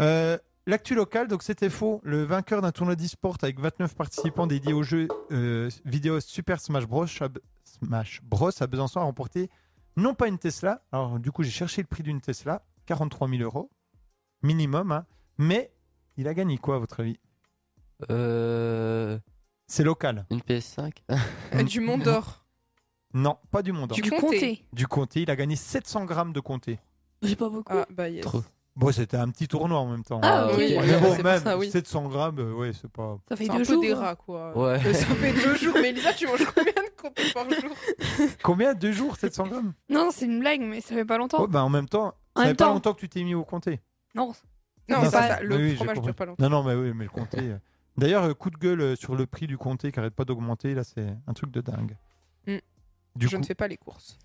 Speaker 1: Euh, L'actu locale, donc c'était faux. Le vainqueur d'un tournoi d'e-sport avec 29 participants dédiés au jeu euh, vidéo Super Smash Bros. à, Be- Smash Bros à Besançon a remporté non pas une Tesla, alors du coup j'ai cherché le prix d'une Tesla, 43 000 euros minimum, hein. mais il a gagné quoi à votre avis
Speaker 3: Euh.
Speaker 1: C'est local.
Speaker 3: Une PS5
Speaker 1: Ah,
Speaker 5: Euh, du Mont d'Or.
Speaker 1: Non, pas du monde. hein.
Speaker 5: Du
Speaker 2: Du
Speaker 5: comté.
Speaker 2: comté.
Speaker 1: Du comté, il a gagné 700 grammes de comté.
Speaker 2: J'ai pas beaucoup.
Speaker 5: Ah, bah yes.
Speaker 3: Trop.
Speaker 1: Bon, c'était un petit tournoi en même temps. hein.
Speaker 2: Ah,
Speaker 3: Ah,
Speaker 2: ok.
Speaker 3: oui.
Speaker 1: Mais bon,
Speaker 4: c'est pour
Speaker 1: même
Speaker 4: ça, oui.
Speaker 1: 700 grammes, euh, ouais, c'est pas.
Speaker 2: Ça fait
Speaker 5: C'est
Speaker 2: deux
Speaker 5: un
Speaker 2: jours.
Speaker 5: peu des rats, quoi.
Speaker 3: Ouais.
Speaker 5: Euh, Ça fait deux jours. Mais Elisa, tu manges combien de comptes par jour
Speaker 1: Combien Deux jours, 700 grammes
Speaker 2: Non, c'est une blague, mais ça fait pas longtemps.
Speaker 1: Oh, bah, en même temps,
Speaker 2: En
Speaker 1: ça
Speaker 2: même
Speaker 1: fait pas
Speaker 2: temps.
Speaker 1: longtemps que tu t'es mis au comté.
Speaker 2: Non.
Speaker 1: Non,
Speaker 5: Non, c'est
Speaker 1: ça-
Speaker 5: pas ça. Le
Speaker 1: oui, oui, j'ai
Speaker 5: fromage
Speaker 1: compris.
Speaker 5: dure pas longtemps.
Speaker 1: Non, non, mais oui, mais le comté. euh. D'ailleurs, euh, coup de gueule euh, sur le prix du comté qui arrête pas d'augmenter. Là, c'est un truc de dingue.
Speaker 5: Mm.
Speaker 1: Du
Speaker 5: je
Speaker 1: coup,
Speaker 5: ne fais pas les courses.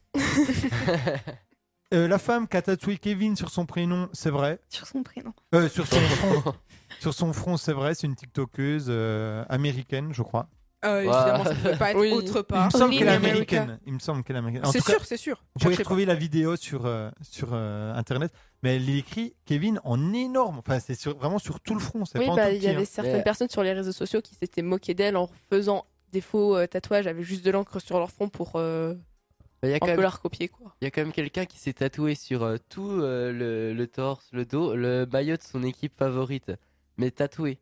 Speaker 1: euh, la femme qui a tatoué Kevin sur son prénom, c'est vrai.
Speaker 2: Sur son prénom.
Speaker 1: Euh, sur son front, sur son front, c'est vrai. C'est une TikTokeuse euh, américaine, je crois.
Speaker 5: Euh,
Speaker 3: Ouais.
Speaker 5: Évidemment, ça ne peut pas être
Speaker 4: Oui.
Speaker 5: autre
Speaker 1: Il me
Speaker 5: part.
Speaker 1: semble
Speaker 2: Only
Speaker 1: qu'elle est
Speaker 2: in America.
Speaker 1: américaine. Il me semble qu'elle est américaine. En
Speaker 5: C'est
Speaker 1: tout cas,
Speaker 5: sûr, c'est sûr.
Speaker 1: Vous pouvez
Speaker 5: Cherchez pas.
Speaker 1: retrouver la vidéo sur, euh, sur euh, internet, mais elle écrit Kevin en énorme. Enfin, c'est sur- vraiment sur tout le front. C'est
Speaker 4: Oui,
Speaker 1: pas en
Speaker 4: bah,
Speaker 1: tout
Speaker 4: il y
Speaker 1: petit,
Speaker 4: avait
Speaker 1: hein.
Speaker 4: certaines
Speaker 3: Mais-
Speaker 4: personnes sur les réseaux sociaux qui s'étaient moquées d'elle en faisant des faux euh, tatouages avec juste de l'encre sur leur front pour euh,
Speaker 3: Il y a
Speaker 4: un
Speaker 3: quand
Speaker 4: peu
Speaker 3: même,
Speaker 4: la recopier quoi.
Speaker 3: il y a quand même quelqu'un qui s'est tatoué sur euh, tout euh, le, le torse, le dos, le maillot de son équipe favorite. Mais tatoué.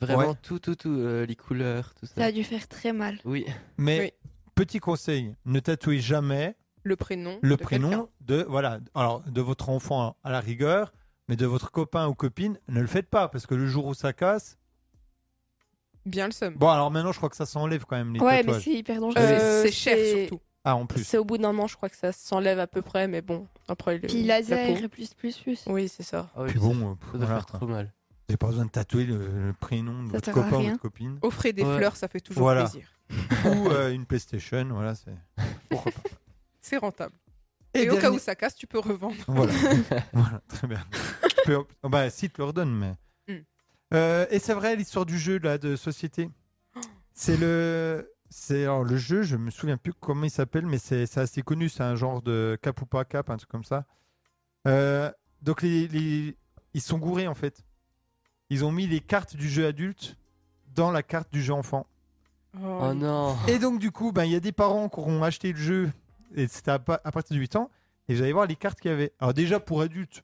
Speaker 3: Vraiment
Speaker 1: Ouais.
Speaker 3: tout, tout, tout. euh, les couleurs, tout
Speaker 2: Ça
Speaker 3: ça.
Speaker 2: a dû faire très mal.
Speaker 3: Oui.
Speaker 1: Mais
Speaker 5: Oui.
Speaker 1: petit conseil, ne tatouez jamais
Speaker 5: le prénom.
Speaker 1: le
Speaker 5: de quelqu'un.
Speaker 1: prénom de voilà, alors de votre enfant à la rigueur, mais de votre copain ou copine, ne le faites pas parce que le jour où ça casse,
Speaker 5: Bien le seum.
Speaker 1: bon alors maintenant je crois que ça s'enlève quand même les
Speaker 2: Ouais, mais
Speaker 1: tatouages.
Speaker 2: c'est hyper dangereux.
Speaker 5: C'est-
Speaker 4: Euh,
Speaker 5: c'est cher
Speaker 4: c'est-
Speaker 5: surtout.
Speaker 1: Ah en plus.
Speaker 4: C'est au bout d'un an, je crois que ça s'enlève à peu près, mais bon, après le.
Speaker 2: Puis
Speaker 4: la
Speaker 2: laser
Speaker 4: peau.
Speaker 2: et plus, plus, plus.
Speaker 4: Oui, c'est ça.
Speaker 3: Ah oui,
Speaker 1: Puis
Speaker 3: ça-
Speaker 1: bon, euh, pff,
Speaker 3: Ça doit
Speaker 1: voilà,
Speaker 3: faire
Speaker 1: quoi.
Speaker 3: trop mal.
Speaker 1: vous n'avez pas besoin de tatouer le, le prénom de
Speaker 2: Ça
Speaker 1: votre
Speaker 2: sert à
Speaker 1: copain ou
Speaker 2: rien.
Speaker 1: votre copine
Speaker 5: Offrez des
Speaker 3: Ouais.
Speaker 5: fleurs, ça fait toujours
Speaker 1: Voilà.
Speaker 5: plaisir.
Speaker 1: ou euh, une PlayStation, voilà c'est. Pourquoi pas.
Speaker 5: C'est rentable.
Speaker 1: Et
Speaker 5: Et, au cas
Speaker 1: dernier-
Speaker 5: où ça casse, tu peux revendre.
Speaker 1: Voilà. Voilà, très bien. Tu peux- oh, bah, si, te le redonne, mais.
Speaker 5: Mm.
Speaker 1: Euh, et c'est vrai, l'histoire du jeu là, de société. C'est le. C'est alors, le jeu, je me souviens plus comment il s'appelle, mais c'est c'est assez connu. C'est un genre de cap ou pas cap, un truc comme ça. Euh, donc, les, les- ils sont gourés en fait. Ils ont mis les cartes du jeu adulte dans la carte du jeu enfant.
Speaker 3: Oh non.
Speaker 1: Et donc, du coup, ben, il y a des parents qui auront acheté le jeu, et c'était à, pa- à partir de 8 ans, et vous allez voir les cartes qu'il y avait. Alors, déjà, pour adultes,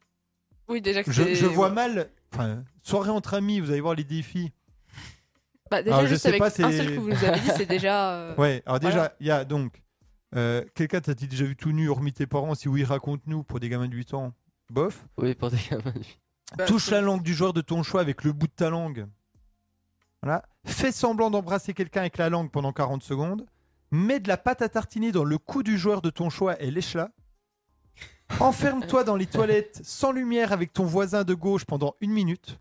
Speaker 4: Oui, déjà que
Speaker 1: je,
Speaker 4: c'est-
Speaker 1: je vois mal. Enfin, soirée entre amis, vous allez voir les défis.
Speaker 4: Bah, déjà,
Speaker 1: Alors, Ah, je
Speaker 4: juste
Speaker 1: sais
Speaker 4: avec
Speaker 1: pas,
Speaker 4: un
Speaker 1: c'est-
Speaker 4: seul que vous nous avez dit, c'est déjà. euh,
Speaker 1: Ouais, alors déjà, il
Speaker 4: Voilà.
Speaker 1: y a donc. euh, Quelqu'un t'a-t-il déjà vu tout nu, hormis tes parents Si oui, raconte-nous pour des gamins de 8 ans.
Speaker 4: Euh,
Speaker 1: Bof.
Speaker 3: Oui, pour des gamins.
Speaker 5: Bah,
Speaker 1: Touche
Speaker 5: c'est-
Speaker 1: la langue du joueur de ton choix avec le bout de ta langue. Voilà. Fais semblant d'embrasser quelqu'un avec la langue pendant 40 secondes. Mets de la pâte à tartiner dans le cou du joueur de ton choix et lèche-la. Enferme-toi dans les toilettes sans lumière avec ton voisin de gauche pendant une minute.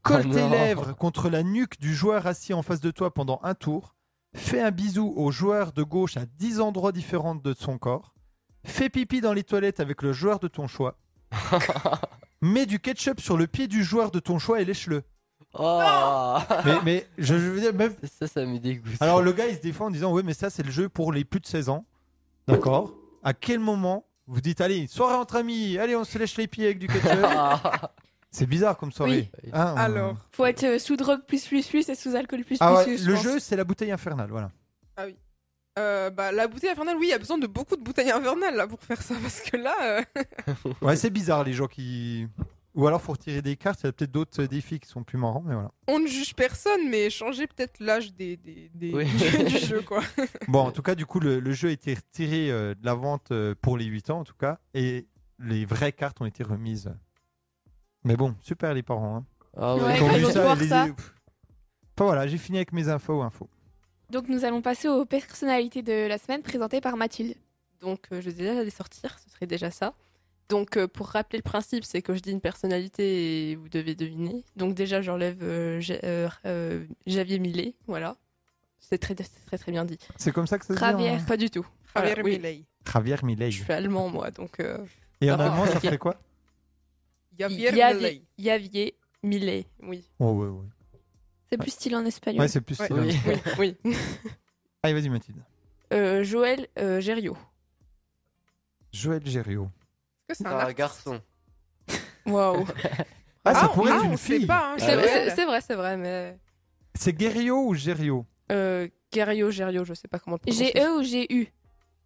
Speaker 1: Colle
Speaker 3: Ah
Speaker 1: tes
Speaker 3: non.
Speaker 1: lèvres contre la nuque du joueur assis en face de toi pendant un tour. Fais un bisou au joueur de gauche à 10 endroits différents de son corps. Fais pipi dans les toilettes avec le joueur de ton choix. Mets du ketchup sur le pied du joueur de ton choix et lèche-le.
Speaker 3: Oh
Speaker 1: Mais, mais je, je veux dire, même.
Speaker 3: Ça, ça me dégoûte.
Speaker 1: Alors le gars, il se défend en disant Oui, mais ça, c'est le jeu pour les plus de 16 ans. D'accord À quel moment vous dites Allez, soirée entre amis, allez, on se lèche les pieds avec du ketchup
Speaker 3: Ah.
Speaker 1: C'est bizarre comme soirée.
Speaker 3: Oui.
Speaker 1: Hein, on-
Speaker 5: Alors.
Speaker 2: Faut être euh, sous drogue, plus, plus, plus et sous alcool, plus,
Speaker 1: Ah ouais,
Speaker 2: plus, plus. je
Speaker 1: le
Speaker 2: pense.
Speaker 1: jeu, c'est la bouteille infernale, voilà.
Speaker 5: Euh, bah, la bouteille infernale, oui, il y a besoin de beaucoup de bouteilles infernales là, pour faire ça. Parce que là, euh,
Speaker 1: Ouais, c'est bizarre les gens qui. Ou alors faut retirer des cartes, il y a peut-être d'autres euh, défis qui sont plus marrants, mais voilà.
Speaker 5: on ne juge personne, mais changez peut-être l'âge des, des, des-
Speaker 3: Oui.
Speaker 5: du jeu. quoi.
Speaker 1: Bon, en tout cas, du coup, le, le jeu a été retiré euh, de la vente euh, pour les 8 ans, en tout cas, et les vraies cartes ont été remises. Mais bon, super les parents. Hein.
Speaker 3: Ah ouais.
Speaker 2: Ouais,
Speaker 1: Ils ont
Speaker 2: quand
Speaker 1: vu
Speaker 2: ils ont dû voir
Speaker 1: ils les-
Speaker 2: ça.
Speaker 1: Pff. Enfin, voilà, j'ai fini avec mes infos. infos.
Speaker 2: Donc nous allons passer aux personnalités de la semaine présentées par Mathilde.
Speaker 4: Donc, euh, je vais déjà les sortir, ce serait déjà ça. Donc, euh, pour rappeler le principe, c'est que je dis une personnalité et vous devez deviner. Donc, déjà, j'enlève euh, Ja- euh, euh, Javier Millet, voilà. C'est très, c'est très, très bien dit.
Speaker 1: C'est comme ça que ça se dit.
Speaker 2: Javier.
Speaker 1: hein.
Speaker 4: Pas du tout. Voilà,
Speaker 5: Javier
Speaker 4: oui.
Speaker 5: Milei.
Speaker 1: Javier Milei.
Speaker 4: Je suis allemand, moi, donc. euh,
Speaker 1: Et en
Speaker 4: Ah,
Speaker 1: allemand, ça
Speaker 4: ok.
Speaker 1: ferait quoi
Speaker 5: Javier
Speaker 4: Javier
Speaker 5: Milei.
Speaker 4: Javier Millet, oui.
Speaker 1: Oh, ouais, ouais.
Speaker 2: C'est plus stylé en espagnol.
Speaker 1: Ouais, c'est plus.
Speaker 5: Ouais.
Speaker 1: c'est-
Speaker 3: Oui.
Speaker 4: Oui, oui.
Speaker 1: Allez, vas-y, Mathilde.
Speaker 4: Euh, Joël euh, Gériot.
Speaker 1: Joël Gériot.
Speaker 5: Est-ce que c'est
Speaker 3: C'est
Speaker 5: un
Speaker 3: un
Speaker 5: artiste
Speaker 3: Ah, garçon.
Speaker 4: Waouh.
Speaker 1: Ah, ça
Speaker 5: on-
Speaker 1: pourrait
Speaker 5: ah,
Speaker 1: être
Speaker 5: on
Speaker 1: une
Speaker 5: sait
Speaker 1: fille.
Speaker 5: pas, hein,
Speaker 4: C'est
Speaker 5: Joël.
Speaker 4: c'est- c'est vrai, c'est vrai, mais.
Speaker 1: C'est Guerriot ou Gériot
Speaker 4: Euh, Gériot, Gériot, je sais pas comment le prononcer.
Speaker 2: GE E ou GU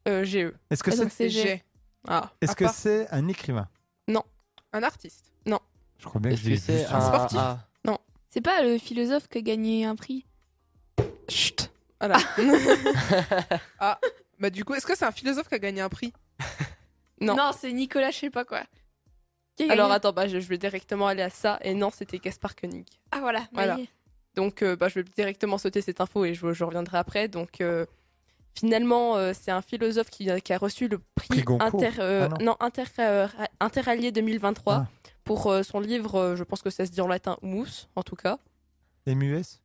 Speaker 4: Euh, GE.
Speaker 1: Est-ce que
Speaker 2: Ah,
Speaker 1: c'est
Speaker 2: donc c'est G.
Speaker 5: J'ai
Speaker 4: Ah.
Speaker 1: est
Speaker 5: à
Speaker 1: -ce que
Speaker 5: part.
Speaker 1: c'est un écrivain
Speaker 5: un artiste.
Speaker 1: Je crois bien que
Speaker 3: Est-ce
Speaker 1: j'ai
Speaker 3: que
Speaker 1: juste
Speaker 3: c'est
Speaker 1: un-
Speaker 3: un
Speaker 5: sportif
Speaker 3: ah,
Speaker 2: C'est pas le philosophe qui a gagné un prix
Speaker 4: Chut. Voilà.
Speaker 5: Bah du coup, est-ce que c'est un philosophe qui a gagné un prix
Speaker 4: Non.
Speaker 2: c'est Nicolas, je sais pas quoi. Qui a
Speaker 4: Alors
Speaker 2: gagné-
Speaker 4: attends, bah, je, je vais directement aller à ça. Et non, c'était Gaspard Koenig.
Speaker 2: ah voilà,
Speaker 4: voilà.
Speaker 2: voyez.
Speaker 4: Donc euh, bah, je vais directement sauter cette info et je, je reviendrai après. Donc euh, finalement, euh, c'est un philosophe qui, a- qui a reçu le prix,
Speaker 1: Prix Goncourt.
Speaker 4: inter, euh,
Speaker 1: Ah non. Ah.
Speaker 4: non, inter, euh, ra- interallié 2023 pour euh, son livre, euh, je pense que ça se dit en latin, Humus en tout cas.
Speaker 1: MUS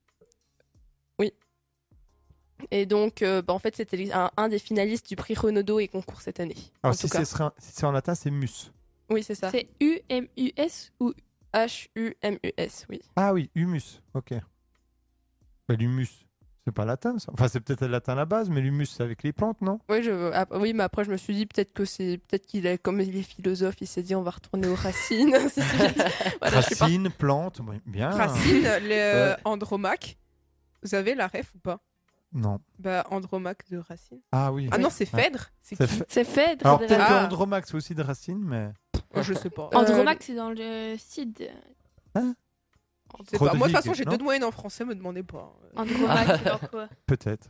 Speaker 4: Et donc, euh, bah, en fait, c'était un, un des finalistes du prix Renaudot et concours cette année. en
Speaker 1: Alors,
Speaker 4: tout
Speaker 1: Ah, si
Speaker 4: cas.
Speaker 1: c'est serin- si c'est en latin, c'est mus.
Speaker 4: Oui, c'est ça.
Speaker 2: C'est U-M-U-S ou
Speaker 4: H-U-M-U-S, oui.
Speaker 1: Ah oui, humus. Ok. Bah, l'humus, c'est pas latin, ça. Enfin, c'est peut-être latin à la base, mais l'humus, c'est avec les plantes, non
Speaker 4: Oui, je... ah, oui, mais après, je me suis dit peut-être que c'est peut-être qu'il est comme il est philosophe, il s'est dit on va retourner aux racines. ainsi de suite. Voilà, je suis pas-
Speaker 1: Racine, plante, oui, bien.
Speaker 5: Racine, le
Speaker 3: Ouais.
Speaker 5: Andromaque. Vous avez la ref ou pas
Speaker 1: Non.
Speaker 5: Bah Andromaque de Racine.
Speaker 1: Ah oui.
Speaker 5: Ah non, c'est
Speaker 1: Ouais.
Speaker 5: Phèdre. C'est
Speaker 1: Ça
Speaker 5: qui
Speaker 1: fait-
Speaker 2: c'est Phèdre.
Speaker 1: Alors,
Speaker 2: de
Speaker 1: peut-être
Speaker 5: Ah.
Speaker 1: que Andromaque, c'est aussi de racine, mais.
Speaker 5: Oh, Je sais pas.
Speaker 4: Euh,
Speaker 2: Andromaque, c'est dans le Cid.
Speaker 5: Je sais pas. Moi de toute
Speaker 1: Rodrigue,
Speaker 5: façon, j'ai
Speaker 1: non
Speaker 5: deux moyens en français, me demandez pas.
Speaker 2: Ah, Andromaque, c'est dans quoi
Speaker 1: Peut-être.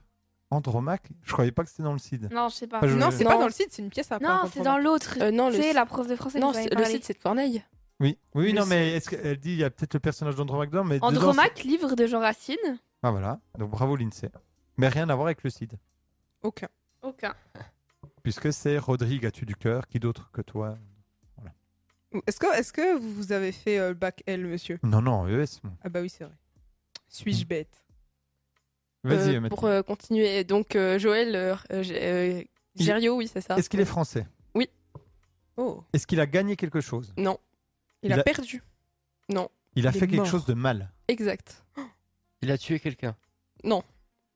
Speaker 1: Andromaque Je croyais pas que c'était dans le Cid.
Speaker 2: Non, je sais pas.
Speaker 1: Pas joli.
Speaker 5: Non, c'est
Speaker 4: Non.
Speaker 5: pas dans le site, c'est une pièce à part.
Speaker 2: Non, c'est dans l'autre.
Speaker 4: Euh, non, le,
Speaker 2: C'est la prof de français.
Speaker 4: non,
Speaker 2: dont vous avez
Speaker 4: c'est- le
Speaker 2: parlé.
Speaker 4: site, c'est de Corneille.
Speaker 1: Oui, oui, oui,
Speaker 4: Le
Speaker 1: non, mais est-ce qu'elle dit il y a peut-être le personnage d'Andromaque dedans mais dedans,
Speaker 2: Andromaque, livre de Jean Racine.
Speaker 1: c'est- Ah voilà, donc bravo l'INSEE. Mais rien à voir avec le Cid,
Speaker 5: Aucun.
Speaker 2: Aucun.
Speaker 1: puisque c'est Rodrigue as-tu du cœur, qui d'autre que toi
Speaker 5: Est-ce que, est-ce que vous vous avez fait euh, le bac L, monsieur
Speaker 1: Non, non, ES. moi.
Speaker 5: Ah bah oui, c'est vrai. Suis-je bête
Speaker 1: Vas-y,
Speaker 4: Euh,
Speaker 1: Mathilde.
Speaker 4: pour euh, continuer, donc euh, Joël euh, euh, G- euh,
Speaker 1: Il-
Speaker 4: Gériot, oui, c'est ça.
Speaker 1: Est-ce qu'il est français
Speaker 5: Oh,
Speaker 1: Est-ce qu'il a gagné quelque chose
Speaker 4: Non,
Speaker 5: il,
Speaker 1: Il
Speaker 5: a,
Speaker 1: a-
Speaker 5: perdu.
Speaker 1: Il a
Speaker 5: Il est
Speaker 1: fait quelque
Speaker 5: mort.
Speaker 1: chose de mal
Speaker 4: exact.
Speaker 3: Il a tué quelqu'un.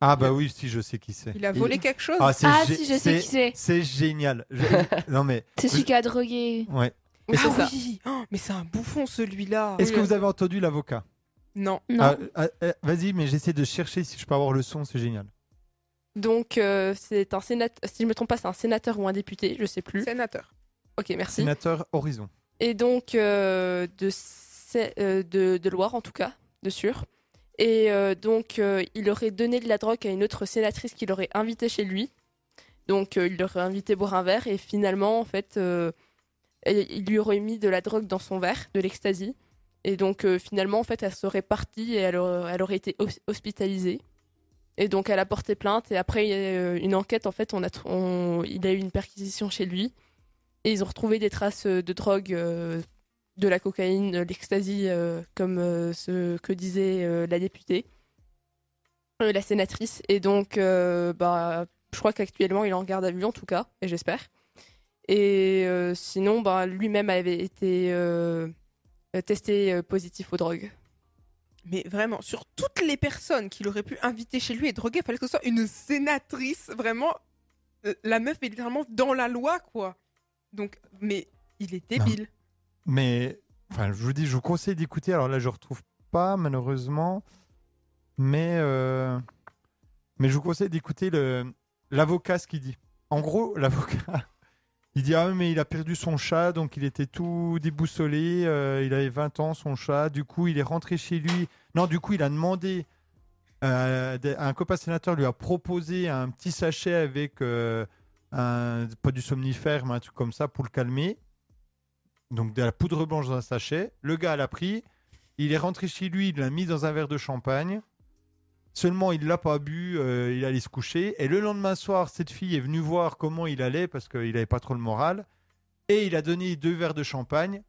Speaker 1: Ah bah oui, si, je sais qui c'est.
Speaker 5: Il a volé quelque chose
Speaker 1: Ah, c'est
Speaker 2: Ah
Speaker 1: gé-
Speaker 2: si, je sais qui
Speaker 1: c'est-
Speaker 2: c'est.
Speaker 1: C'est génial. Je- non mais,
Speaker 2: C'est celui qui a drogué.
Speaker 1: ouais.
Speaker 4: Oui,
Speaker 5: Ah
Speaker 4: c'est ça.
Speaker 5: oui Oh, Mais c'est un bouffon, celui-là
Speaker 1: Est-ce que vous avez entendu l'avocat
Speaker 5: Non.
Speaker 2: Non.
Speaker 1: Ah, ah, ah, Vas-y, mais j'essaie de chercher si je peux avoir le son, c'est génial.
Speaker 4: Donc, euh, c'est un sénateur, si je me trompe pas, c'est un sénateur ou un député, je sais plus.
Speaker 5: Sénateur.
Speaker 4: Ok, merci.
Speaker 1: Sénateur Horizon.
Speaker 4: Et donc, euh, de, Sé- euh, de, de Loire en tout cas, de sûr. Et euh, donc, euh, il aurait donné de la drogue à une autre sénatrice qu'il aurait invitée chez lui. Donc, euh, il l'aurait invité boire un verre et finalement, en fait, euh, et- il lui aurait mis de la drogue dans son verre, de l'ecstasy. Et donc, euh, finalement, en fait, elle serait partie et elle, aurait- elle aurait été hos- hospitalisée. Et donc, elle a porté plainte et après, il y a euh, une enquête, en fait, on a, tr- on- il a eu une perquisition chez lui. Et ils ont retrouvé des traces euh, de drogue, euh, de la cocaïne, de l'ecstasy, euh, comme euh, ce que disait euh, la députée, euh, la sénatrice. Et donc, euh, bah, je crois qu'actuellement, il est en garde à vue, en tout cas, et j'espère. Et euh, sinon, bah, lui-même avait été euh, euh, testé euh, positif aux drogues.
Speaker 5: Mais vraiment, sur toutes les personnes qu'il aurait pu inviter chez lui et droguer, il fallait que ce soit une sénatrice. Vraiment, euh, la meuf est littéralement dans la loi, quoi. Donc, mais il est
Speaker 1: Non.
Speaker 5: débile.
Speaker 1: Mais enfin, je vous dis, je vous conseille d'écouter. Alors là, je retrouve pas malheureusement, mais euh, mais je vous conseille d'écouter le l'avocat ce qu'il dit. En gros, l'avocat, il dit ah mais il a perdu son chat, donc il était tout déboussolé. euh, il avait 20 ans, son chat. Du coup, il est rentré chez lui. Non, du coup, il a demandé. euh, des- un copain sénateur lui a proposé un petit sachet avec euh, un, pas du somnifère, mais un truc comme ça pour le calmer. donc de la poudre blanche dans un sachet. Le gars l'a pris, il est rentré chez lui, il l'a mis dans un verre de champagne. Seulement, il l'a pas bu, euh, il allait se coucher. Et le lendemain soir, cette fille est venue voir comment il allait parce qu'il n'avait pas trop le moral. Et il a donné deux verres de champagne.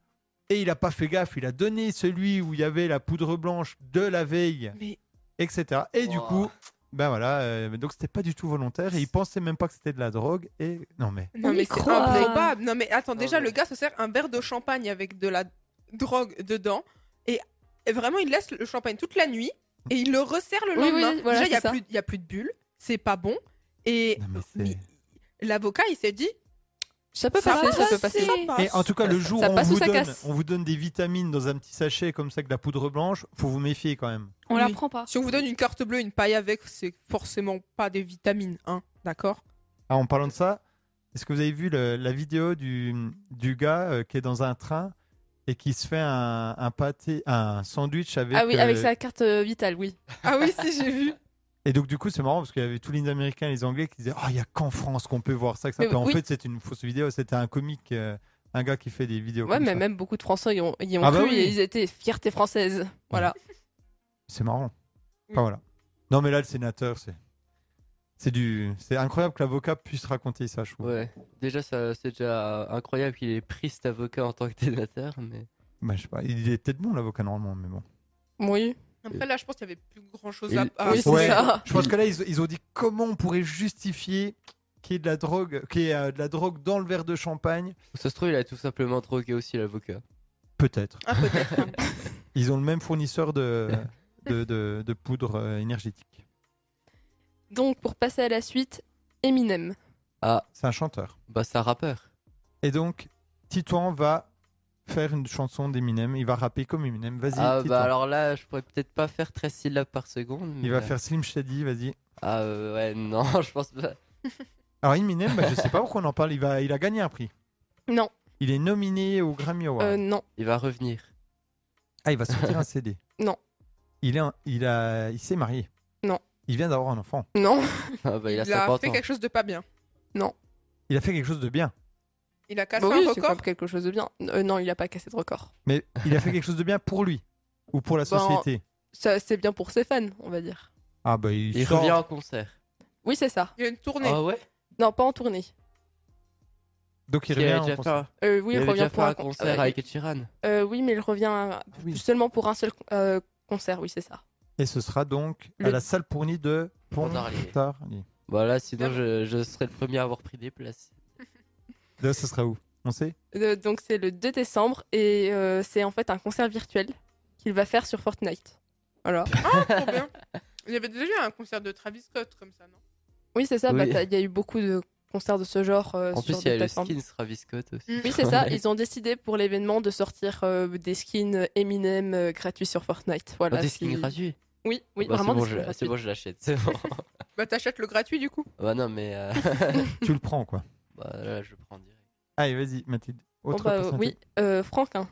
Speaker 1: Et il n'a pas fait gaffe, il a donné celui où il y avait la poudre blanche de la veille,
Speaker 5: Mais-
Speaker 1: etc. Et du
Speaker 3: Wow.
Speaker 1: coup, ben voilà, euh, donc c'était pas du tout volontaire et il pensait même pas que c'était de la drogue. Et non, mais
Speaker 5: Non,
Speaker 2: On y
Speaker 5: mais c'est
Speaker 2: croit.
Speaker 5: improbable. Non, mais attends,
Speaker 3: Non,
Speaker 5: déjà,
Speaker 3: mais-
Speaker 5: le gars se sert un verre de champagne avec de la drogue dedans. Et, et vraiment, il laisse le champagne toute la nuit. Et il le resserre le
Speaker 4: Oui,
Speaker 5: lendemain.
Speaker 4: oui, voilà,
Speaker 5: déjà, il n'y
Speaker 4: c'est ça.
Speaker 5: a, plus- il y a plus de bulles. C'est pas bon. Et
Speaker 1: Non, mais
Speaker 5: mais
Speaker 1: c'est-
Speaker 5: l'avocat, il s'est dit
Speaker 4: Ça peut
Speaker 5: ça,
Speaker 4: passer, ça peut
Speaker 5: passe,
Speaker 4: passer.
Speaker 5: ça passe.
Speaker 1: Et en tout cas, le jour où
Speaker 4: ça
Speaker 1: on
Speaker 4: passe ou
Speaker 1: vous,
Speaker 4: ça
Speaker 1: donne,
Speaker 4: casse
Speaker 1: on vous donne des vitamines dans un petit sachet comme ça avec de la poudre blanche, faut vous méfier quand même.
Speaker 2: On
Speaker 5: Oui.
Speaker 2: la prend pas.
Speaker 5: Si on vous donne une carte bleue, une paille avec, c'est forcément pas des vitamines, hein, d'accord
Speaker 1: Ah, en parlant de ça, est-ce que vous avez vu le- la vidéo du, du gars euh, qui est dans un train et qui se fait un, un pâté, un sandwich avec.
Speaker 4: Ah oui, avec
Speaker 1: euh,
Speaker 4: sa carte euh, vitale, oui.
Speaker 5: Ah oui, si, j'ai vu.
Speaker 1: Et donc du coup, c'est marrant parce qu'il y avait tous les Américains et les Anglais qui disaient, ah, il y a qu'en France qu'on peut voir ça. Que ça.
Speaker 4: Mais
Speaker 1: Puis en
Speaker 4: oui.
Speaker 1: fait, c'est une fausse vidéo. C'était un comique, euh, un gars qui fait des vidéos.
Speaker 4: Ouais,
Speaker 1: comme
Speaker 4: mais
Speaker 1: ça.
Speaker 4: même beaucoup de Français y ont, y ont
Speaker 1: Ah bah
Speaker 4: cru
Speaker 1: oui.
Speaker 4: et ils étaient fierté française. Voilà.
Speaker 1: C'est marrant.
Speaker 5: Oui.
Speaker 3: Mm.
Speaker 1: Enfin, voilà. Non, mais là, le sénateur, c'est. C'est du... c'est incroyable que l'avocat puisse raconter ça, je trouve.
Speaker 3: Ouais. Déjà, ça, c'est déjà incroyable qu'il ait pris cet avocat en tant que dénateur, mais.
Speaker 1: Bah, je sais pas, il est peut-être bon l'avocat normalement, mais bon.
Speaker 4: Oui,
Speaker 5: Après, là, je pense qu'il y avait plus grand chose
Speaker 3: Et-
Speaker 5: à. à-
Speaker 4: oui c'est
Speaker 1: Ah bah ouais.
Speaker 4: ça.
Speaker 1: Je pense que là, ils, ils ont dit comment on pourrait justifier qu'il y ait de la drogue, qu'il y ait, euh, de la drogue dans le verre de champagne.
Speaker 3: Ça se trouve, il a tout simplement drogué aussi l'avocat.
Speaker 1: Peut-être.
Speaker 5: Ah, peut-être. hein.
Speaker 1: Ils ont le même fournisseur de, de, de- de poudre euh, énergétique.
Speaker 4: Donc, pour passer à la suite, Eminem.
Speaker 3: Ah,
Speaker 1: C'est un chanteur.
Speaker 3: bah, c'est un rappeur.
Speaker 1: Et donc, Titouan va faire une chanson d'Eminem. Il va rapper comme Eminem. Vas-y,
Speaker 3: Ah,
Speaker 1: Titouan.
Speaker 3: bah, alors là, je pourrais peut-être pas faire 13 syllabes par seconde. mais-
Speaker 1: Il va faire Slim Shady, vas-y.
Speaker 3: Ah, euh, ouais, non, je pense pas.
Speaker 1: Alors, Eminem, bah, je sais pas pourquoi on en parle. Il, va, il a gagné un prix.
Speaker 4: Non,
Speaker 1: Il est nominé au Grammy Award.
Speaker 4: euh, non.
Speaker 3: Il va revenir.
Speaker 1: Ah, il va sortir un CD.
Speaker 4: Non.
Speaker 1: Il est, en- il a, il s'est marié.
Speaker 4: Non.
Speaker 1: Il vient d'avoir un enfant.
Speaker 4: Non,
Speaker 3: Ah, bah, il a
Speaker 5: Il a
Speaker 3: 50
Speaker 5: fait
Speaker 3: ans.
Speaker 5: quelque chose de pas bien.
Speaker 1: Il a fait quelque chose de bien.
Speaker 5: Il a cassé
Speaker 4: bah oui,
Speaker 5: un
Speaker 4: c'est quand
Speaker 5: record.
Speaker 4: même quelque chose de bien. Euh, non, il a pas cassé de record.
Speaker 1: Mais il a fait quelque chose de bien pour lui ou pour la
Speaker 4: Ben,
Speaker 1: société.
Speaker 4: Ça, c'est bien pour ses fans, on va dire.
Speaker 1: ah bah il,
Speaker 3: Il
Speaker 1: sort.
Speaker 3: revient en concert.
Speaker 4: Oui, c'est ça.
Speaker 5: Il y a une tournée.
Speaker 3: Ah, ouais
Speaker 4: Non, pas en tournée.
Speaker 1: Donc il
Speaker 3: Il
Speaker 1: revient.
Speaker 3: avait
Speaker 1: en
Speaker 3: déjà fait
Speaker 1: concert.
Speaker 3: un-
Speaker 4: Euh,
Speaker 3: il
Speaker 4: oui, il,
Speaker 3: avait
Speaker 4: revient
Speaker 3: déjà fait
Speaker 4: pour
Speaker 3: un
Speaker 4: con-
Speaker 3: concert
Speaker 4: euh,
Speaker 3: avec Ed Sheeran.
Speaker 4: euh, oui, mais il revient
Speaker 3: oui.
Speaker 4: seulement pour un seul euh, concert, oui, c'est ça.
Speaker 1: Et ce sera donc à
Speaker 4: Le-
Speaker 1: la salle pournie de
Speaker 3: Pontarlier.
Speaker 1: Pontarlier.
Speaker 3: Voilà, Bah, sinon, je, je serais le premier à avoir pris des places.
Speaker 1: Là, ce sera où On sait
Speaker 4: Euh, donc c'est le 2 décembre et euh, c'est en fait un concert virtuel qu'il va faire sur Fortnite. Voilà.
Speaker 5: Ah, trop bien. Il y avait déjà eu un concert de Travis Scott comme ça, non
Speaker 4: Oui, c'est ça.
Speaker 3: Oui.
Speaker 4: bah, t'as- Il y a eu beaucoup de concerts de ce genre euh,
Speaker 3: En
Speaker 4: sur
Speaker 3: plus, il y
Speaker 4: des
Speaker 3: a le
Speaker 4: plateformes.
Speaker 3: skin Travis Scott aussi.
Speaker 5: Mm.
Speaker 4: Oui, c'est ça.
Speaker 3: Ouais.
Speaker 4: Ils ont décidé pour l'événement de sortir euh, des skins Eminem euh, gratuits sur Fortnite. Voilà.
Speaker 3: Ah, des
Speaker 4: si-
Speaker 3: skins gratuits.
Speaker 4: Oui, oui,
Speaker 3: Bah, c'est
Speaker 4: vraiment
Speaker 3: bon,
Speaker 4: des
Speaker 3: je-
Speaker 4: skins
Speaker 3: C'est
Speaker 4: gratuits.
Speaker 3: bon, je l'achète. C'est bon.
Speaker 5: Bah, t'achètes le gratuit du coup.
Speaker 3: bah, non, mais. euh,
Speaker 1: Tu le prends quoi
Speaker 3: bah, là, je prends direct.
Speaker 1: Allez, vas-y, Mathilde.
Speaker 4: Bon,
Speaker 1: Autre
Speaker 4: bah,
Speaker 1: personnalité.
Speaker 4: oui, euh, Franquin.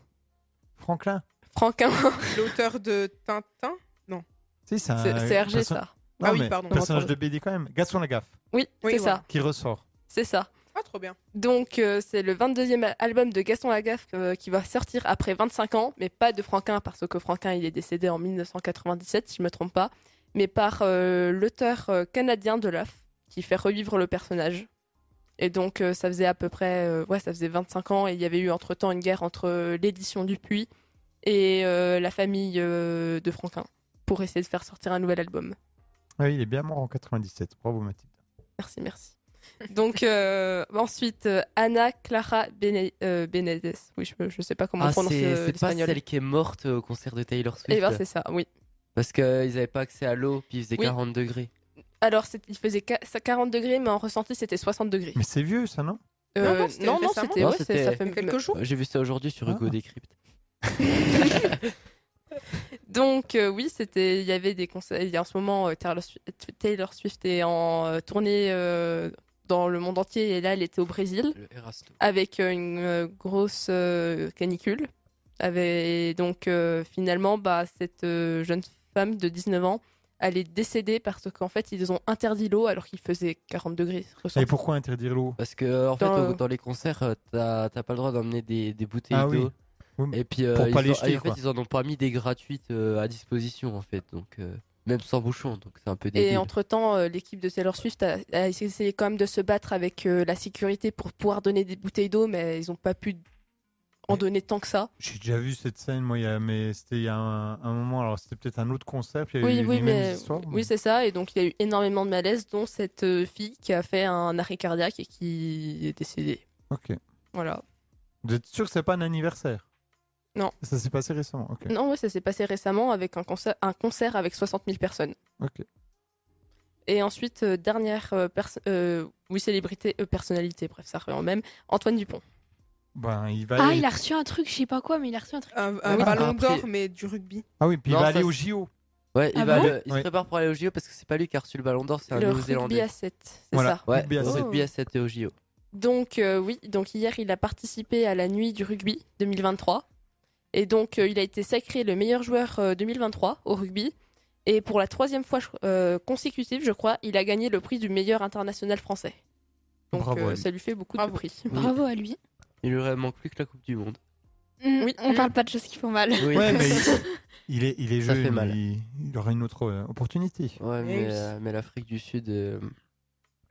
Speaker 1: Franklin.
Speaker 4: Franquin,
Speaker 5: L'auteur de Tintin.
Speaker 1: Si, c'est un.
Speaker 4: c'est c'est RG
Speaker 1: perso-
Speaker 4: ça.
Speaker 1: Non,
Speaker 5: Ah oui,
Speaker 1: mais
Speaker 5: pardon.
Speaker 1: Personnage de BD quand même. Gaston Lagaffe
Speaker 4: Oui,
Speaker 5: Oui,
Speaker 4: c'est
Speaker 5: voilà.
Speaker 4: ça,
Speaker 1: qui ressort.
Speaker 4: c'est ça.
Speaker 5: Ah, trop bien.
Speaker 4: Donc euh, c'est le 22e al- album de Gaston Lagaffe euh, qui va sortir après 25 ans, mais pas de Franquin parce que Franquin il est décédé en 1997 si je me trompe pas, mais par euh, l'auteur euh, canadien de l'œuf qui fait revivre le personnage. Et donc euh, ça faisait à peu près euh, ouais, ça faisait 25 ans et il y avait eu entre-temps une guerre entre euh, l'édition Dupuis et euh, la famille euh, de Franquin pour essayer de faire sortir un nouvel album.
Speaker 1: Ah Oui, il est bien mort en 97. Bravo Mathilde.
Speaker 4: Merci, merci. Donc euh, ensuite, euh, Anna Clara Bene- euh, Benedes. Oui, je, je sais pas comment
Speaker 3: Ah,
Speaker 4: on prononce
Speaker 3: c'est
Speaker 4: euh,
Speaker 3: c'est pas
Speaker 4: l'espagnol.
Speaker 3: celle qui est morte euh, au concert de Taylor Swift.
Speaker 4: Eh ben, c'est ça, oui.
Speaker 3: Parce qu'ils avaient pas accès à l'eau, puis il faisait
Speaker 4: Oui.
Speaker 3: 40 degrés.
Speaker 4: Alors, c'est- il faisait qua- ça 40 degrés, mais en ressenti, c'était 60 degrés.
Speaker 1: Mais c'est vieux ça, non
Speaker 4: Euh,
Speaker 5: non, c'était récemment.
Speaker 4: c'était.
Speaker 3: Non,
Speaker 4: ouais, c'est-
Speaker 3: c'était-
Speaker 4: ça fait
Speaker 5: Il y a quelques jours.
Speaker 3: Euh, J'ai vu ça aujourd'hui sur Hugo
Speaker 1: Ah.
Speaker 3: Décrypte.
Speaker 4: Donc, euh, oui, c'était. Il y avait des concerts. Il y a en ce moment, euh, Taylor, Swi- Taylor Swift est en euh, tournée euh, dans le monde entier, et là, elle était au Brésil.
Speaker 3: Le Erasto.
Speaker 4: avec euh, une euh, grosse euh, canicule. Avait, donc euh, finalement, bah, cette euh, jeune femme de 19 ans elle est décédée parce qu'en fait, ils ont interdit l'eau alors qu'il faisait 40 degrés.
Speaker 1: Et
Speaker 4: ressenti.
Speaker 1: pourquoi interdire l'eau
Speaker 3: Parce que euh, en fait,
Speaker 4: Dans,
Speaker 3: au-
Speaker 4: euh,
Speaker 3: dans les concerts, euh, t'as t'as pas le droit d'emmener des, des bouteilles
Speaker 1: Ah oui.
Speaker 3: d'eau.
Speaker 1: Oui, mais
Speaker 3: Et puis, euh,
Speaker 1: pour
Speaker 3: ils
Speaker 1: pas les
Speaker 3: ont-
Speaker 1: jeter,
Speaker 3: et en
Speaker 1: quoi.
Speaker 3: fait, ils en ont pas mis des gratuites euh, à disposition, en fait. Donc, euh, même sans bouchon, donc c'est un peu débile.
Speaker 4: Et entre-temps, euh, l'équipe de Taylor Swift a, a essayé quand même de se battre avec euh, la sécurité pour pouvoir donner des bouteilles d'eau, mais ils n'ont pas pu en
Speaker 1: Mais-
Speaker 4: donner tant que ça.
Speaker 1: J'ai déjà vu cette scène, moi, il y a- mais c'était il y a un, un moment, alors c'était peut-être un autre concept, il y a
Speaker 4: Oui,
Speaker 1: eu
Speaker 4: oui,
Speaker 1: les mêmes
Speaker 4: mais
Speaker 1: histoires, mais-
Speaker 4: oui, c'est ça. Et donc, il y a eu énormément de malaise, dont cette euh, fille qui a fait un arrêt cardiaque et qui est décédée.
Speaker 1: Ok.
Speaker 4: Voilà.
Speaker 1: Vous êtes sûr que c'est pas un anniversaire
Speaker 4: Non. Mm.
Speaker 1: Ça s'est passé récemment, ok.
Speaker 4: Non, ouais, ça s'est passé récemment avec un concert, un concert avec 60 000 personnes.
Speaker 1: Ok.
Speaker 4: Et ensuite, euh, dernière euh, perso- euh, oui, célébrité, euh, personnalité, bref, ça revient au même, Antoine Dupont.
Speaker 1: Ben, il va
Speaker 2: Ah,
Speaker 1: aller-
Speaker 2: il a reçu un truc, je sais pas quoi, mais il a reçu un truc.
Speaker 5: Ah, Un, un
Speaker 3: Ah oui.
Speaker 5: ballon
Speaker 3: Après-
Speaker 5: d'or, mais du rugby.
Speaker 1: Ah oui, puis il
Speaker 3: Non,
Speaker 1: va
Speaker 3: ça,
Speaker 1: aller au
Speaker 3: c'est-
Speaker 1: JO.
Speaker 3: Ouais, il,
Speaker 2: Ah
Speaker 3: va,
Speaker 2: bon
Speaker 3: le- il
Speaker 1: Ouais.
Speaker 3: se prépare pour aller au JO parce que c'est pas lui qui a reçu le ballon d'or, c'est un
Speaker 4: Le rugby
Speaker 3: néo-zélandais.
Speaker 4: à 7, c'est
Speaker 1: Voilà.
Speaker 4: ça.
Speaker 3: Ouais,
Speaker 1: Rugby à
Speaker 3: le
Speaker 1: sept.
Speaker 3: rugby à 7 et au JO.
Speaker 4: Donc, euh, oui, donc hier, il a participé à la nuit du rugby 2023. Et donc, euh, il a été sacré le meilleur joueur euh, 2023 au rugby. Et pour la troisième fois je- euh, consécutive, je crois, il a gagné le prix du meilleur international français. Donc,
Speaker 1: Bravo à
Speaker 4: euh,
Speaker 1: lui.
Speaker 4: ça lui fait beaucoup
Speaker 5: Bravo.
Speaker 4: de prix.
Speaker 2: Bravo à lui.
Speaker 3: Il lui aurait manque plus que la Coupe du Monde.
Speaker 2: Oui, on
Speaker 4: Mm.
Speaker 2: parle pas de choses qui font mal.
Speaker 3: Oui.
Speaker 1: Ouais, mais il est, il est
Speaker 3: Ça
Speaker 1: jeune,
Speaker 3: fait mal.
Speaker 1: Il, il aura une autre euh, opportunité.
Speaker 3: Ouais,
Speaker 5: oui.
Speaker 3: mais, euh, mais l'Afrique du Sud. euh,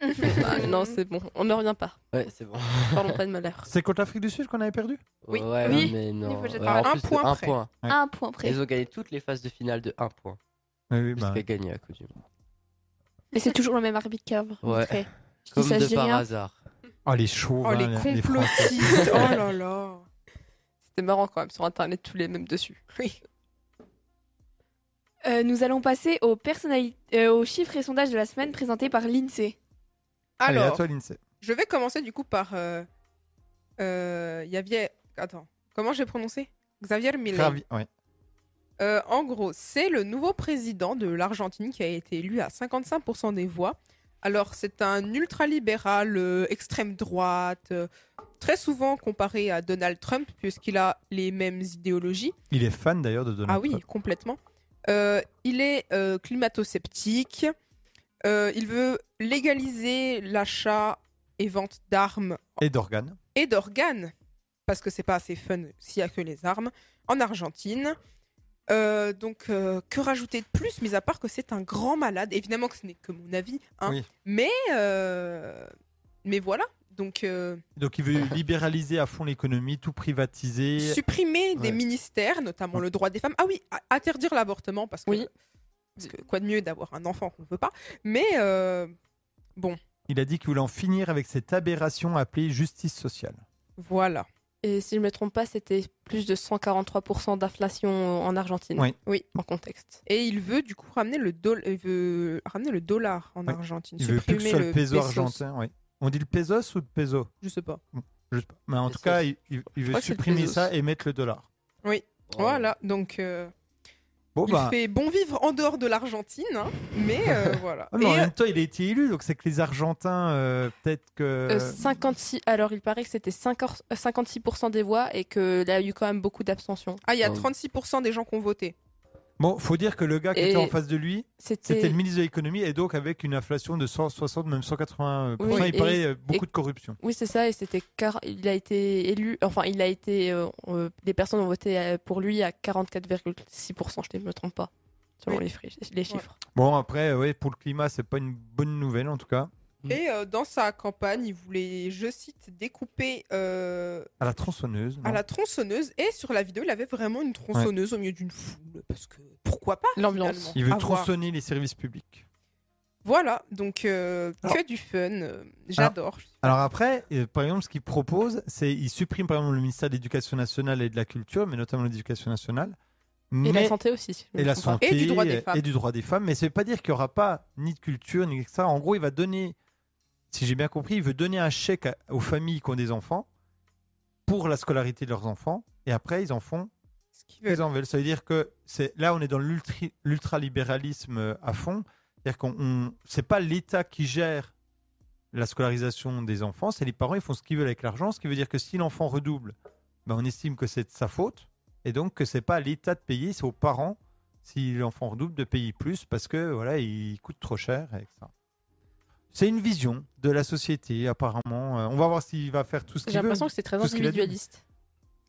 Speaker 4: Ah, non, c'est bon, on ne revient pas.
Speaker 3: Ouais, c'est bon.
Speaker 4: Parlons pas de malheur.
Speaker 1: C'est contre l'Afrique du Sud qu'on avait perdu
Speaker 5: Oui.
Speaker 3: Ouais,
Speaker 2: Oui.
Speaker 3: mais non.
Speaker 2: faut jeter
Speaker 3: Ouais,
Speaker 5: un
Speaker 3: en plus,
Speaker 5: point
Speaker 3: un
Speaker 5: près.
Speaker 3: point.
Speaker 1: Ouais.
Speaker 2: Un point près.
Speaker 3: Ils ont gagné toutes les phases de finale de 1 point.
Speaker 1: Ah oui,
Speaker 3: Jusqu'à
Speaker 1: ben,
Speaker 3: gagner la Coupe du Monde.
Speaker 2: Mais c'est toujours le même arbitre qui a arbitré. Je dis
Speaker 3: Comme
Speaker 2: ça, je
Speaker 3: de
Speaker 2: dis
Speaker 3: par
Speaker 2: rien.
Speaker 3: hasard.
Speaker 1: Oh, les chauds.
Speaker 5: Oh, les complotistes. oh là là.
Speaker 4: C'était marrant quand même, sur Internet, tous les mêmes dessus.
Speaker 5: Oui.
Speaker 2: Euh, nous allons passer aux, personnali- euh, aux chiffres et sondages de la semaine présentés par l'INSEE.
Speaker 1: Alors... Allez, à
Speaker 5: Alors,
Speaker 1: toi, Lindsay.
Speaker 5: je vais commencer du coup par. Euh, euh, il y avait- Attends, comment j'ai prononcé Xavier Milei.
Speaker 1: Ravi- ouais.
Speaker 5: Euh, en gros, c'est le nouveau président de l'Argentine qui a été élu à 55% des voix. Alors, c'est un ultralibéral, euh, extrême droite, euh, très souvent comparé à Donald Trump, puisqu'il a les mêmes idéologies.
Speaker 1: Il est fan d'ailleurs de Donald
Speaker 5: ah oui,
Speaker 1: Trump.
Speaker 5: complètement. Euh, il est euh, climato-sceptique. Euh, il veut légaliser l'achat et vente d'armes
Speaker 1: Et d'organes.
Speaker 5: et d'organes, parce que c'est pas assez fun s'il y a que les armes, en Argentine. Euh, donc, euh, que rajouter de plus, mis à part que c'est un grand malade Évidemment que ce n'est que mon avis, hein.
Speaker 1: Oui.
Speaker 5: mais, euh, mais voilà. Donc, euh,
Speaker 1: Donc il veut libéraliser à fond l'économie, tout privatiser.
Speaker 5: supprimer des
Speaker 1: ouais.
Speaker 5: ministères, notamment le droit des femmes. Ah oui, a- interdire l'avortement, parce que,
Speaker 4: Oui.
Speaker 5: parce que quoi de mieux d'avoir un enfant qu'on ne veut pas. Mais euh,
Speaker 1: Il a dit qu'il voulait en finir avec cette aberration appelée justice sociale.
Speaker 5: voilà.
Speaker 4: Et si je ne me trompe pas, c'était plus de 143% d'inflation euh, en Argentine.
Speaker 1: Oui.
Speaker 5: Oui.
Speaker 4: En contexte.
Speaker 5: Et il veut du coup ramener le, dol- il veut ramener le dollar en
Speaker 1: Ouais.
Speaker 5: Argentine.
Speaker 1: Il veut plus que ce soit le peso
Speaker 5: pesos.
Speaker 1: argentin. ouais. On dit le pesos ou le peso
Speaker 5: Je sais pas.
Speaker 1: Je sais pas. Mais en tout
Speaker 3: Pesos.
Speaker 1: cas, il, il- il veut
Speaker 4: crois que c'est le
Speaker 1: supprimer
Speaker 4: pesos.
Speaker 1: ça et mettre le dollar.
Speaker 5: Voilà, donc euh,
Speaker 1: Bon,
Speaker 5: il
Speaker 1: bah.
Speaker 5: fait bon vivre en dehors de l'Argentine, hein, mais euh, voilà.
Speaker 1: ah, mais en
Speaker 5: Et, euh,
Speaker 1: même temps, il a été élu, donc c'est que les Argentins, euh, peut-être que.
Speaker 4: Euh, 56, alors il paraît que c'était 50 euh, 56% des voix et que là, il y a eu quand même beaucoup d'abstentions.
Speaker 5: ah, il y a
Speaker 3: Oh.
Speaker 5: 36% des gens qui ont voté.
Speaker 1: Bon, faut dire que le gars qui
Speaker 4: Et-
Speaker 1: était en face de lui, c'était
Speaker 4: C'était
Speaker 1: le ministre de l'économie, et donc avec une inflation de 160, même 180%,
Speaker 4: Oui,
Speaker 1: il
Speaker 4: et-
Speaker 1: paraît euh, beaucoup
Speaker 4: et-
Speaker 1: de corruption.
Speaker 4: Oui, c'est ça et c'était car il a été élu enfin, il a été euh, euh, les personnes ont voté euh, pour lui à 44,6%, je ne me trompe pas selon
Speaker 5: Oui.
Speaker 4: les, fri- les chiffres.
Speaker 1: Bon, après, ouais, pour le climat, c'est pas une bonne nouvelle en tout cas.
Speaker 3: Mm.
Speaker 5: Et euh, dans sa campagne, il voulait, je cite, découper euh,
Speaker 1: À la tronçonneuse.
Speaker 5: à
Speaker 1: non
Speaker 5: la tronçonneuse. Et sur la vidéo, il avait vraiment une tronçonneuse au milieu d'une foule. Parce que pourquoi pas
Speaker 4: L'ambiance.
Speaker 1: Il veut
Speaker 5: à voir.
Speaker 1: tronçonner les services publics.
Speaker 5: Voilà, donc euh, que
Speaker 1: Alors-
Speaker 5: du fun. euh, J'adore.
Speaker 1: Alors après, euh, par exemple, ce qu'il propose, c'est il supprime par exemple le ministère de l'Éducation nationale et de la culture, mais notamment l'éducation nationale. Mais...
Speaker 4: Et la santé aussi. si je me
Speaker 1: et la
Speaker 4: trompe pas.
Speaker 1: santé euh,
Speaker 5: Et du droit des
Speaker 1: et-
Speaker 5: femmes.
Speaker 1: et du droit des femmes. Mais ça veut pas dire qu'il y aura pas ni de culture ni ça. En gros, il va donner, si j'ai bien compris, il veut donner un chèque à- aux familles qui ont des enfants pour la scolarité de leurs enfants. Et après, ils en font
Speaker 5: Ce
Speaker 1: ce
Speaker 5: qu'ils
Speaker 1: qu'ils
Speaker 5: veulent.
Speaker 1: en veulent. Ça veut dire que c'est là, on est dans l'ultri- l'ultralibéralisme euh, à fond. C'est-à-dire qu'on on- c'est pas l'État qui gère la scolarisation des enfants, c'est les parents. Ils font ce qu'ils veulent avec l'argent. Ce qui veut dire que si l'enfant redouble, ben, on estime que c'est de sa faute et donc que c'est pas à l'État de payer, c'est aux parents si l'enfant redouble, de payer plus parce que voilà, il coûte trop cher. et que ça. C'est une vision de la société, apparemment. Euh, on va voir s'il va faire tout ce
Speaker 4: J'ai
Speaker 1: qu'il veut.
Speaker 4: l'impression que c'est très
Speaker 1: Tout ce qu'il a dit.
Speaker 4: individualiste.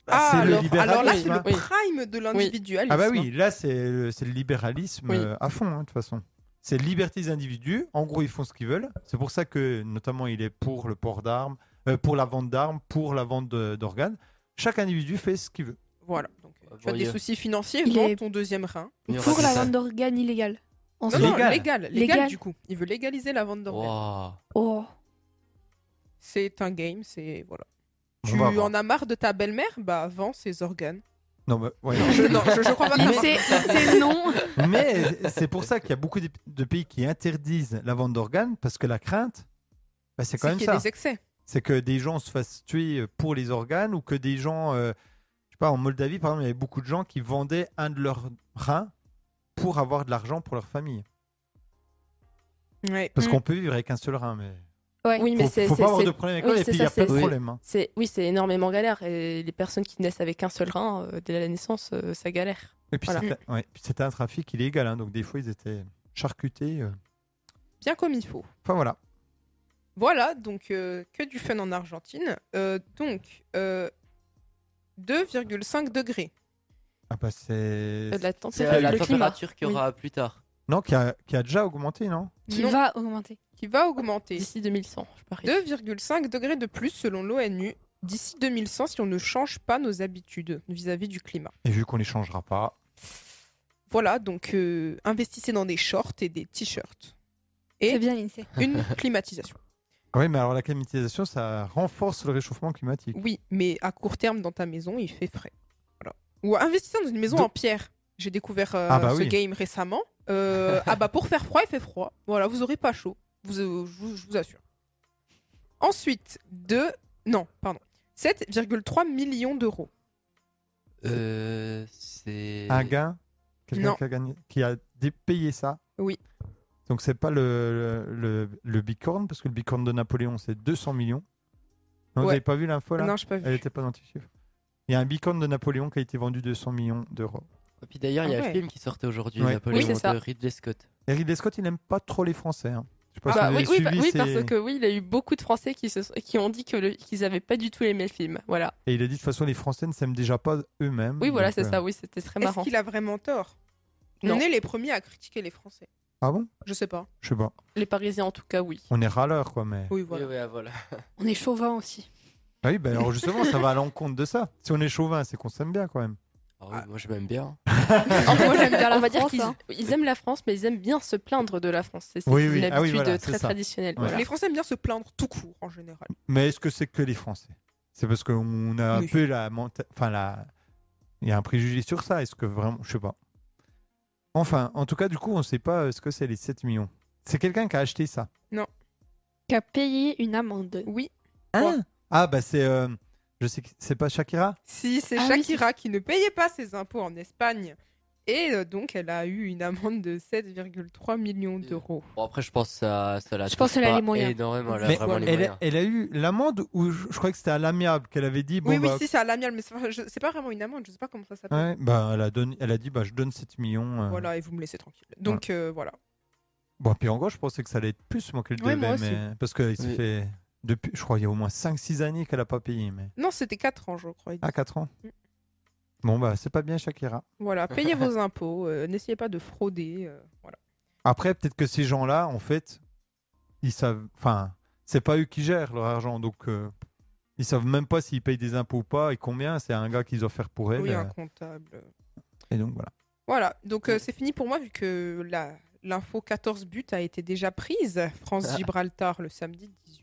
Speaker 1: Ah,
Speaker 5: Ah,
Speaker 1: c'est le
Speaker 5: alors, alors là, c'est
Speaker 1: libéralisme,
Speaker 5: le
Speaker 1: hein.
Speaker 4: Oui.
Speaker 5: prime de hein. l'individualisme.
Speaker 1: Ah bah oui, là c'est le, c'est le libéralisme
Speaker 4: Oui.
Speaker 1: euh, à fond, hein, de toute façon. C'est liberté des individus. En gros, ils font ce qu'ils veulent. C'est pour ça que, notamment, il est pour le port d'armes, euh, pour la vente d'armes, pour la vente de- d'organes. Chaque individu fait ce qu'il veut.
Speaker 5: Voilà. Donc, euh,
Speaker 3: Ah,
Speaker 5: tu as des
Speaker 3: voyez.
Speaker 5: soucis financiers,
Speaker 2: Il
Speaker 5: vends
Speaker 2: est-
Speaker 5: ton deuxième rein.
Speaker 3: Il y aura
Speaker 2: Pour
Speaker 3: tout
Speaker 2: la
Speaker 3: ça.
Speaker 2: vente d'organes illégales. En
Speaker 5: Non,
Speaker 2: soi.
Speaker 5: non, légal.
Speaker 1: Légal.
Speaker 5: légal.
Speaker 2: Légal.
Speaker 5: du coup. Il veut légaliser la vente d'organes.
Speaker 3: Wow.
Speaker 2: Oh.
Speaker 5: C'est un game, c'est. Voilà.
Speaker 1: On
Speaker 5: Tu
Speaker 1: va voir.
Speaker 5: en as marre de ta belle-mère Bah, vends ses organes.
Speaker 1: Non, mais, ouais.
Speaker 5: Je, non, je, je crois pas que
Speaker 2: Il sait, il sait non.
Speaker 1: Mais c'est pour ça qu'il y a beaucoup de- de pays qui interdisent la vente d'organes parce que la crainte, bah, c'est quand
Speaker 5: c'est
Speaker 1: même
Speaker 5: qu'il y a
Speaker 1: ça.
Speaker 5: des excès.
Speaker 1: C'est que des gens se fassent tuer euh, pour les organes ou que des gens, euh, je sais pas, en Moldavie par exemple, il y avait beaucoup de gens qui vendaient un de leurs reins pour avoir de l'argent pour leur famille.
Speaker 5: Ouais.
Speaker 1: Parce
Speaker 5: Mm.
Speaker 1: qu'on peut vivre avec un seul rein, mais
Speaker 2: Ouais.
Speaker 4: Oui, mais
Speaker 1: faut,
Speaker 4: c'est
Speaker 1: faut
Speaker 4: c'est-
Speaker 1: pas avoir
Speaker 4: c'est-
Speaker 1: de problème avec
Speaker 4: oui,
Speaker 1: eux, et
Speaker 4: c'est
Speaker 1: puis il
Speaker 4: ça,
Speaker 1: n'y a pas de
Speaker 3: c'est-
Speaker 1: problème. hein.
Speaker 4: c'est- oui, c'est énormément galère. Et les personnes qui naissent avec un seul rein euh, dès la naissance, euh, ça galère.
Speaker 1: Et puis
Speaker 4: Voilà.
Speaker 1: c'était ouais, puis c'était un trafic illégal, hein, donc des fois ils étaient charcutés. euh.
Speaker 5: Bien comme il faut.
Speaker 1: Enfin voilà.
Speaker 5: Voilà, donc euh, que du fun en Argentine. Euh, donc, euh, 2,5 degrés.
Speaker 1: Ah bah c'est.
Speaker 4: Euh, de la
Speaker 3: C'est
Speaker 4: température,
Speaker 3: euh, la
Speaker 4: le climat.
Speaker 3: température qu'il y aura plus tard.
Speaker 1: Non, qui a, qui a déjà augmenté, non
Speaker 2: Qui
Speaker 5: Non.
Speaker 2: va augmenter.
Speaker 5: Qui va augmenter.
Speaker 4: D'ici 2100, je parie.
Speaker 5: 2,5 degrés de plus selon l'ONU d'ici 2100 si on ne change pas nos habitudes vis-à-vis du climat.
Speaker 1: Et vu qu'on les changera pas.
Speaker 5: Voilà, donc euh, investissez dans des shorts et des t-shirts.
Speaker 2: C'est
Speaker 5: Et
Speaker 2: bien l'INSEE.
Speaker 5: une climatisation.
Speaker 1: Ah Oui, mais alors la climatisation, ça renforce le réchauffement climatique.
Speaker 5: Oui, mais à court terme, dans ta maison, il fait frais. Voilà. Ou investissez dans une maison
Speaker 1: Donc-
Speaker 5: en pierre. J'ai découvert euh,
Speaker 1: Ah bah
Speaker 5: ce
Speaker 1: oui.
Speaker 5: game récemment. Euh, ah bah pour faire froid, il fait froid. Voilà, vous aurez pas chaud. Vous, euh, je, vous, je vous assure. Ensuite, de... Non, pardon. 7,3 millions d'euros.
Speaker 3: Euh, c'est.
Speaker 1: Un gain Quelqu'un
Speaker 5: Non.
Speaker 1: qui a, gagné, qui a dé- payé ça
Speaker 5: Oui.
Speaker 1: Donc c'est pas le, le, le- le bicorne, parce que le bicorne de Napoléon, c'est 200 millions. Non, Vous
Speaker 5: Ouais.
Speaker 1: n'avez pas vu l'info là
Speaker 5: Non, je pas
Speaker 1: Elle
Speaker 5: vu.
Speaker 1: n'était pas dans tes chiffres. Il y a un bicorne de Napoléon qui a été vendu 200 millions d'euros.
Speaker 3: Et puis d'ailleurs, il y a
Speaker 5: Ah ouais.
Speaker 3: le film qui sortait aujourd'hui,
Speaker 1: Ouais.
Speaker 3: Napoléon
Speaker 4: Oui, c'est ça.
Speaker 3: de Ridley Scott.
Speaker 1: Et Ridley Scott, il n'aime pas trop les Français. hein. Je sais pas si
Speaker 4: Bah
Speaker 1: vous
Speaker 4: oui,
Speaker 1: avez
Speaker 4: oui,
Speaker 1: suivi,
Speaker 4: bah- oui,
Speaker 1: c'est-
Speaker 4: parce que oui, il y a eu beaucoup de Français qui, se, sont- qui ont dit que le- qu'ils n'avaient pas du tout aimé le film. Voilà.
Speaker 1: Et il a dit de toute façon, les Français ne s'aiment déjà pas eux-mêmes.
Speaker 4: Oui, voilà,
Speaker 1: donc,
Speaker 4: c'est
Speaker 1: euh,
Speaker 4: ça. Oui, c'était très
Speaker 5: Est-ce
Speaker 4: marrant.
Speaker 5: qu'il a vraiment tort
Speaker 4: Non.
Speaker 5: On est les premiers à critiquer les Français.
Speaker 1: Ah bon
Speaker 5: Je sais pas.
Speaker 1: Je sais pas.
Speaker 4: Les Parisiens, en tout cas, oui.
Speaker 1: On est râleurs, quoi, mais.
Speaker 5: Oui, voilà.
Speaker 3: Oui, ouais, voilà.
Speaker 2: On est chauvin aussi.
Speaker 1: Ah oui, bah alors justement, ça va à l'encontre de ça. Si on est chauvin, c'est qu'on s'aime bien quand même.
Speaker 3: Ah oui, moi je m'aime bien.
Speaker 4: En fait,
Speaker 2: Moi, j'aime bien la
Speaker 4: on va dire
Speaker 2: France,
Speaker 4: qu'ils
Speaker 2: hein.
Speaker 4: ils aiment la France, mais ils aiment bien se plaindre de la France. C'est c'est
Speaker 1: Oui,
Speaker 4: une
Speaker 1: oui.
Speaker 4: habitude
Speaker 1: Ah oui, voilà, c'est
Speaker 4: très
Speaker 1: ça.
Speaker 4: traditionnelle.
Speaker 1: Ouais.
Speaker 4: voilà.
Speaker 5: Les Français aiment bien se plaindre tout court, en général.
Speaker 1: Mais est-ce que c'est que les Français C'est parce qu'on a un
Speaker 5: Oui.
Speaker 1: peu la menta- Enfin, la... il y a un préjugé sur ça. Est-ce que vraiment. Je sais pas. Enfin, en tout cas, du coup, on sait pas euh, ce que c'est les 7 millions. C'est quelqu'un qui a acheté ça.
Speaker 2: Qui a payé une amende.
Speaker 5: Oui.
Speaker 1: Ah, bah c'est. euh, Je sais que c'est pas Shakira
Speaker 5: Si, c'est
Speaker 2: Ah oui,
Speaker 5: Shakira qui ne payait pas ses impôts en Espagne. Et euh, donc, elle a eu une amende de 7,3 millions d'euros.
Speaker 3: Bon, après, je pense que ça, ça la
Speaker 2: Je pense
Speaker 3: touche
Speaker 2: qu'elle a
Speaker 3: pas
Speaker 2: les moyens.
Speaker 3: Énormément, elle a
Speaker 1: Mais
Speaker 3: vraiment les
Speaker 1: elle,
Speaker 3: moyens.
Speaker 1: a, elle a eu l'amende ou je, je crois que c'était à l'amiable qu'elle avait dit. Bon,
Speaker 5: oui,
Speaker 1: bah,
Speaker 5: oui, si, c'est à l'amiable, mais c'est pas, je- c'est pas vraiment une amende, je sais pas comment ça s'appelle.
Speaker 1: ouais, bah, elle, a donné- elle a dit bah, je donne 7 millions. euh.
Speaker 5: Voilà, et vous me laissez tranquille. Donc, euh, voilà.
Speaker 1: Bon, puis en gros, je pensais que ça allait être plus moi qu'elle
Speaker 5: Ouais,
Speaker 1: devait.
Speaker 5: moi aussi.
Speaker 1: mais... Parce que ça
Speaker 3: Oui.
Speaker 1: fait. Depuis, je crois qu'il y a au moins 5-6 années qu'elle a pas payé. Mais...
Speaker 5: Non, c'était 4 ans, je crois.
Speaker 1: À 4 ans
Speaker 5: Mm.
Speaker 1: Bon, bah, c'est pas bien, Shakira.
Speaker 5: Voilà, payez vos impôts, euh, n'essayez pas de frauder. euh, voilà.
Speaker 1: Après, peut-être que ces gens-là, en fait, ils savent. Enfin, c'est pas eux qui gèrent leur argent, donc euh, ils savent même pas s'ils payent des impôts ou pas et combien. C'est un gars qu'ils ont offert pour elle.
Speaker 5: Oui,
Speaker 1: euh,
Speaker 5: un comptable.
Speaker 1: et donc, voilà.
Speaker 5: Voilà, donc euh, c'est fini pour moi vu que la- l'info 14 buts a été déjà prise.
Speaker 1: Ah.
Speaker 5: France-Gibraltar le samedi 18.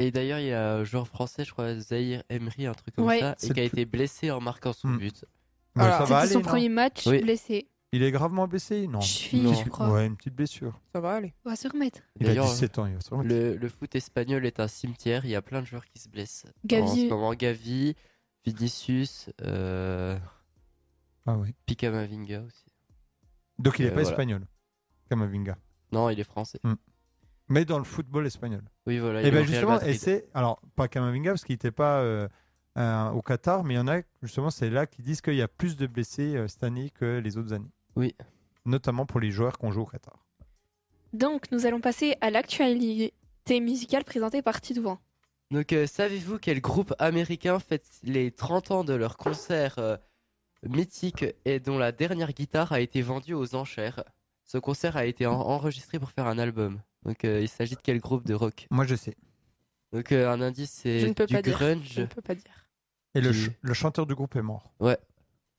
Speaker 3: Et d'ailleurs, il y a un joueur français, je crois, Zahir Emery, un truc comme
Speaker 2: Ouais.
Speaker 3: ça,
Speaker 1: C'est
Speaker 3: et qui a
Speaker 1: le plus-
Speaker 3: été blessé en marquant son
Speaker 1: Hmm.
Speaker 3: but.
Speaker 1: Bon,
Speaker 5: Voilà.
Speaker 1: ça
Speaker 2: Ah, C'était
Speaker 1: va aller,
Speaker 2: son
Speaker 1: non
Speaker 2: premier match
Speaker 3: Oui.
Speaker 2: blessé.
Speaker 1: Il est gravement blessé Non.
Speaker 2: Cheville,
Speaker 3: Non.
Speaker 2: je crois. euh,
Speaker 1: Ouais, une petite blessure.
Speaker 5: Ça va aller.
Speaker 2: On va se remettre.
Speaker 1: Il a
Speaker 3: D'ailleurs,
Speaker 1: 17 ans, il va se remettre.
Speaker 3: Le, le foot espagnol est un cimetière, il y a plein de joueurs qui se blessent.
Speaker 2: Gavi.
Speaker 3: En ce moment, Gavi, Vinicius, euh,
Speaker 1: Ah oui.
Speaker 3: Picamavinga aussi.
Speaker 1: Donc, il est
Speaker 3: Euh,
Speaker 1: pas
Speaker 3: voilà.
Speaker 1: espagnol, Camavinga.
Speaker 3: Non, il est français.
Speaker 1: Mais dans le football espagnol.
Speaker 3: Oui, voilà. il
Speaker 1: Et
Speaker 3: est au
Speaker 1: bien
Speaker 3: Real
Speaker 1: Eh ben, justement, et
Speaker 3: Madrid.
Speaker 1: c'est alors pas Kamavinga parce qu'il n'était pas euh, euh, au Qatar, mais il y en a justement c'est là qui disent qu'il y a plus de blessés euh, cette année que les autres années.
Speaker 3: Oui.
Speaker 1: Notamment pour les joueurs qu'on joue au Qatar.
Speaker 2: Donc, nous allons passer à l'actualité musicale présentée par Tidouan.
Speaker 3: Donc, euh, savez-vous quel groupe américain fête les 30 ans de leur concert euh, mythique et dont la dernière guitare a été vendue aux enchères Ce concert a été en- enregistré pour faire un album. Donc, euh, il s'agit de quel groupe de rock
Speaker 1: Moi, je sais.
Speaker 3: Donc, euh, un indice,
Speaker 4: Je
Speaker 3: c'est
Speaker 4: ne peux
Speaker 3: du
Speaker 4: pas dire.
Speaker 3: grunge.
Speaker 4: Je ne peux pas dire.
Speaker 1: Et le,
Speaker 3: Qui-
Speaker 1: ch- le chanteur du groupe est mort.
Speaker 3: Ouais.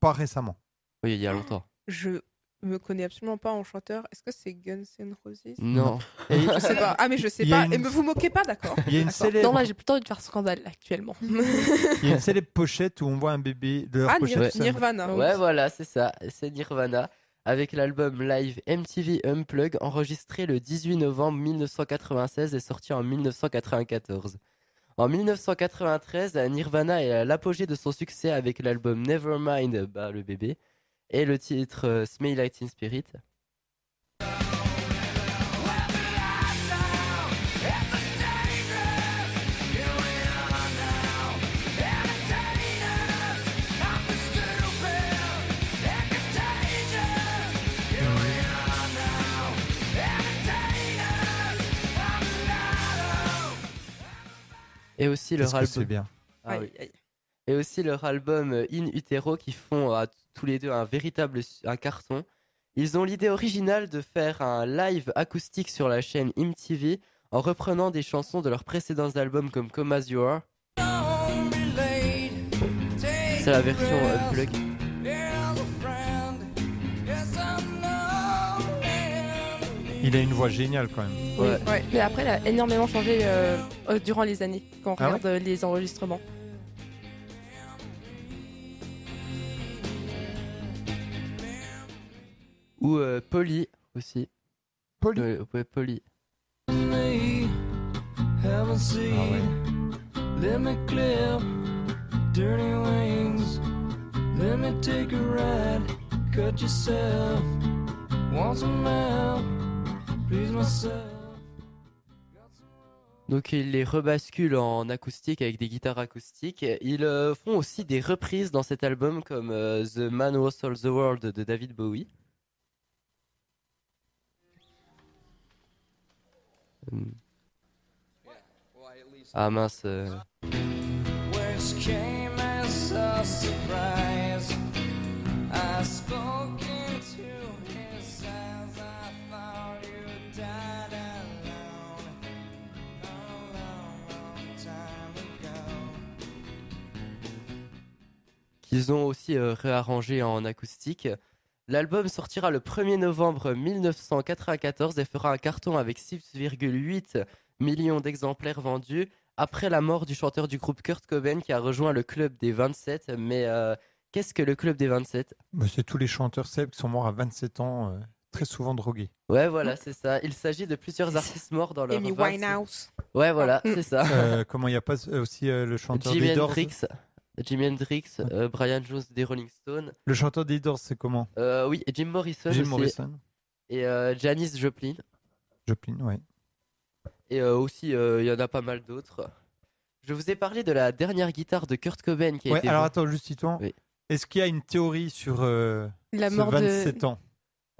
Speaker 1: Pas récemment.
Speaker 3: Oui, il y a longtemps.
Speaker 5: Je me connais absolument pas en chanteur. Est-ce que c'est Guns N' Roses
Speaker 3: Non. Et
Speaker 5: Je sais pas. Ah mais je sais
Speaker 1: Mm. Il y a
Speaker 5: pas.
Speaker 1: une-
Speaker 5: Et me vous moquez pas, d'accord
Speaker 1: Il y a une
Speaker 5: D'accord.
Speaker 1: célèbre,
Speaker 4: Non, là, j'ai plutôt envie de faire scandale actuellement.
Speaker 1: il y a une célèbre pochette où on voit un bébé de leur
Speaker 5: Ah Nir-
Speaker 1: pochette. ça me-
Speaker 5: Nirvana.
Speaker 3: Ouais, voilà, c'est ça. C'est Nirvana avec l'album live MTV Unplug enregistré le 18 novembre 1996 et sorti en 1994. En 1993, Nirvana est à l'apogée de son succès avec l'album Nevermind, bah, le bébé, et le titre euh, Smell Like Teen Spirit. Et aussi leur
Speaker 1: Qu'est-ce que c'est
Speaker 3: album.
Speaker 1: bien.
Speaker 3: Ah oui.
Speaker 5: Aïe, aïe.
Speaker 3: et aussi leur album euh, In Utero qui font euh, tous les deux un véritable su- un carton. Ils ont l'idée originale de faire un live acoustique sur la chaîne MTV en reprenant des chansons de leurs précédents albums comme Come As You Are. C'est la version euh, unplug.
Speaker 1: Il a une voix géniale quand même.
Speaker 4: Oui.
Speaker 3: Ouais.
Speaker 4: Mais après, elle a énormément changé euh, euh, durant les années, quand on
Speaker 1: Ah ouais
Speaker 4: regarde euh, les enregistrements.
Speaker 3: Ou euh, Polly aussi.
Speaker 1: Polly.
Speaker 3: Euh, ouais, Polly.
Speaker 1: Ah ouais.
Speaker 6: Let me clip dirty wings. Let me take a ride. Cut yourself. Want some help? Please myself.
Speaker 3: Donc ils les rebasculent en acoustique avec des guitares acoustiques. Ils euh, font aussi des reprises dans cet album comme euh, The Man Who Sold the World de David Bowie. Hum. Ah mince. euh.
Speaker 6: Which came as a surprise. I spoke into his eyes. I found you died alone. A long, long time ago.
Speaker 3: qu'ils ont aussi euh, réarrangé en acoustique. L'album sortira le 1er novembre 1994 et fera un carton avec 6,8 millions d'exemplaires vendus après la mort du chanteur du groupe Kurt Cobain qui a rejoint le club des 27. Mais euh, qu'est-ce que le club des 27
Speaker 1: Mais Bah, c'est tous les chanteurs célèbres qui sont morts à 27 ans, euh, très souvent drogués.
Speaker 3: Ouais, voilà, c'est ça. Il s'agit de plusieurs artistes morts dans leur
Speaker 5: Mm. Amy
Speaker 3: 27
Speaker 5: Winehouse. Mm.
Speaker 3: Ouais, voilà, c'est ça.
Speaker 1: Euh, comment il n'y a pas euh, aussi euh, le chanteur
Speaker 3: Jimi
Speaker 1: des Doors
Speaker 3: Hendrix, Jimi Hendrix, euh, Brian Jones des Rolling Stones.
Speaker 1: Le chanteur des Doors, c'est comment
Speaker 3: Euh, oui, et Jim Morrison
Speaker 1: Jim
Speaker 3: aussi.
Speaker 1: Morrison
Speaker 3: et euh, Janis Joplin.
Speaker 1: Joplin, ouais.
Speaker 3: Et euh, aussi, euh, il y en a pas mal d'autres. Je vous ai parlé de la dernière guitare de Kurt Cobain qui a
Speaker 1: Ouais,
Speaker 3: été
Speaker 1: alors
Speaker 3: vendue-
Speaker 1: attends, juste dis-toi.
Speaker 3: Oui.
Speaker 1: Est-ce qu'il y a une théorie sur euh,
Speaker 4: La
Speaker 1: ce
Speaker 4: mort de.
Speaker 1: 27 ans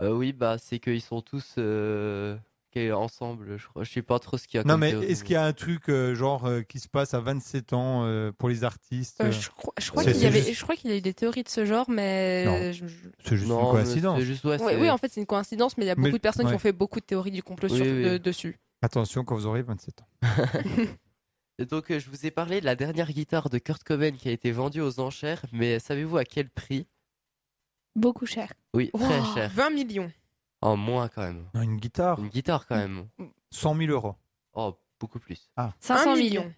Speaker 3: Euh, oui, bah c'est qu'ils sont tous euh, qu'est- ensemble, je crois. Je sais pas trop ce qu'il y a.
Speaker 1: Non,
Speaker 3: comme
Speaker 1: mais
Speaker 3: théorie,
Speaker 1: est-ce qu'il y a un truc euh, genre euh, qui se passe à 27 ans euh, pour les artistes
Speaker 4: Euh,
Speaker 1: euh,
Speaker 4: je crois, je crois
Speaker 1: C'est-
Speaker 4: qu'il
Speaker 1: c'est
Speaker 4: y avait,
Speaker 1: juste-
Speaker 4: je crois qu'il y a eu des théories de ce genre, mais je- je-
Speaker 1: C'est juste
Speaker 3: Non,
Speaker 1: une
Speaker 3: mais
Speaker 1: coïncidence.
Speaker 3: c'est juste, ouais,
Speaker 4: Ouais,
Speaker 3: c'est-
Speaker 4: oui, en fait, c'est une coïncidence, mais il y a beaucoup
Speaker 1: Mais-
Speaker 4: de personnes
Speaker 1: ouais.
Speaker 4: qui ont fait beaucoup de théories du complot
Speaker 3: Oui,
Speaker 4: sur-
Speaker 3: oui.
Speaker 4: de- dessus.
Speaker 1: Attention quand vous aurez 27 ans.
Speaker 3: Et Donc euh, je vous ai parlé de la dernière guitare de Kurt Cobain qui a été vendue aux enchères, mais savez-vous à quel prix
Speaker 2: Beaucoup cher.
Speaker 3: Oui, très
Speaker 4: Wow.
Speaker 3: cher.
Speaker 5: 20 millions.
Speaker 3: En moins quand même.
Speaker 1: Non, une guitare,
Speaker 3: Une guitare
Speaker 1: Mm.
Speaker 3: quand même.
Speaker 1: 100 000 euros.
Speaker 3: Oh, beaucoup plus.
Speaker 2: 500
Speaker 5: 1
Speaker 2: millions.
Speaker 5: million.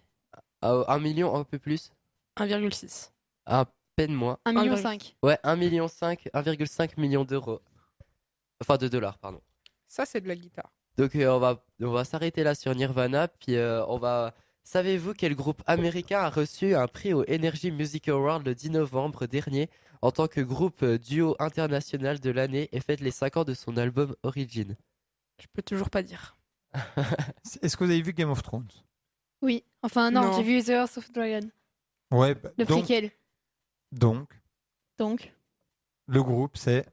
Speaker 3: Ah, un million, un peu plus,
Speaker 4: 1,6.
Speaker 3: à peine moins.
Speaker 2: 1,5 million.
Speaker 4: Un virgule-
Speaker 2: cinq.
Speaker 3: Ouais, 1 million 5, 1,5 million d'euros. Enfin de dollars, pardon.
Speaker 5: Ça c'est de la guitare.
Speaker 3: Donc euh, on va, on va s'arrêter là sur Nirvana, puis euh, on va... Savez-vous quel groupe américain a reçu un prix au Energy Music Award le 10 novembre dernier en tant que groupe euh, duo international de l'année et fête les 5 ans de son album Origin
Speaker 4: Je peux toujours pas dire.
Speaker 1: C'est- Est-ce que vous avez vu Game of Thrones
Speaker 2: Oui. Enfin, non,
Speaker 5: Non.
Speaker 2: j'ai vu The House of Dragon.
Speaker 1: Ouais, bah,
Speaker 2: Le
Speaker 1: donc,
Speaker 2: préquel.
Speaker 1: donc,
Speaker 2: Donc,
Speaker 1: le groupe c'est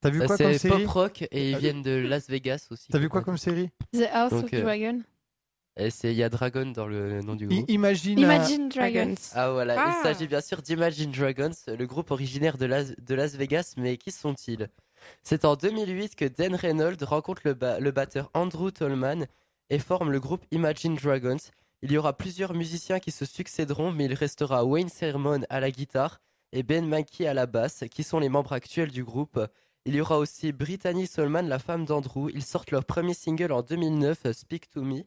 Speaker 1: T'as vu
Speaker 3: Euh,
Speaker 1: quoi comme
Speaker 3: C'est
Speaker 1: série
Speaker 3: pop rock et ils
Speaker 1: Ah.
Speaker 3: viennent de Las Vegas aussi.
Speaker 1: T'as vu quoi comme série
Speaker 2: The House
Speaker 3: Donc,
Speaker 2: of
Speaker 3: euh,
Speaker 2: Dragon.
Speaker 3: Et c'est- Il y a Dragon dans le nom du
Speaker 1: I-
Speaker 3: groupe.
Speaker 1: Imagine. euh,
Speaker 2: Imagine Dragons.
Speaker 3: Ah voilà,
Speaker 5: Ah.
Speaker 3: il s'agit bien sûr d'Imagine Dragons, le groupe originaire de Las, de Las Vegas, mais qui sont-ils C'est en 2008 que Dan Reynolds rencontre le, ba- le batteur Andrew Tolman et forme le groupe Imagine Dragons. Il y aura plusieurs musiciens qui se succéderont, mais il restera Wayne Sermon à la guitare et Ben Mackey à la basse, qui sont les membres actuels du groupe. Il y aura aussi Brittany Solman, la femme d'Andrew. Ils sortent leur premier single en 2009, Speak to Me.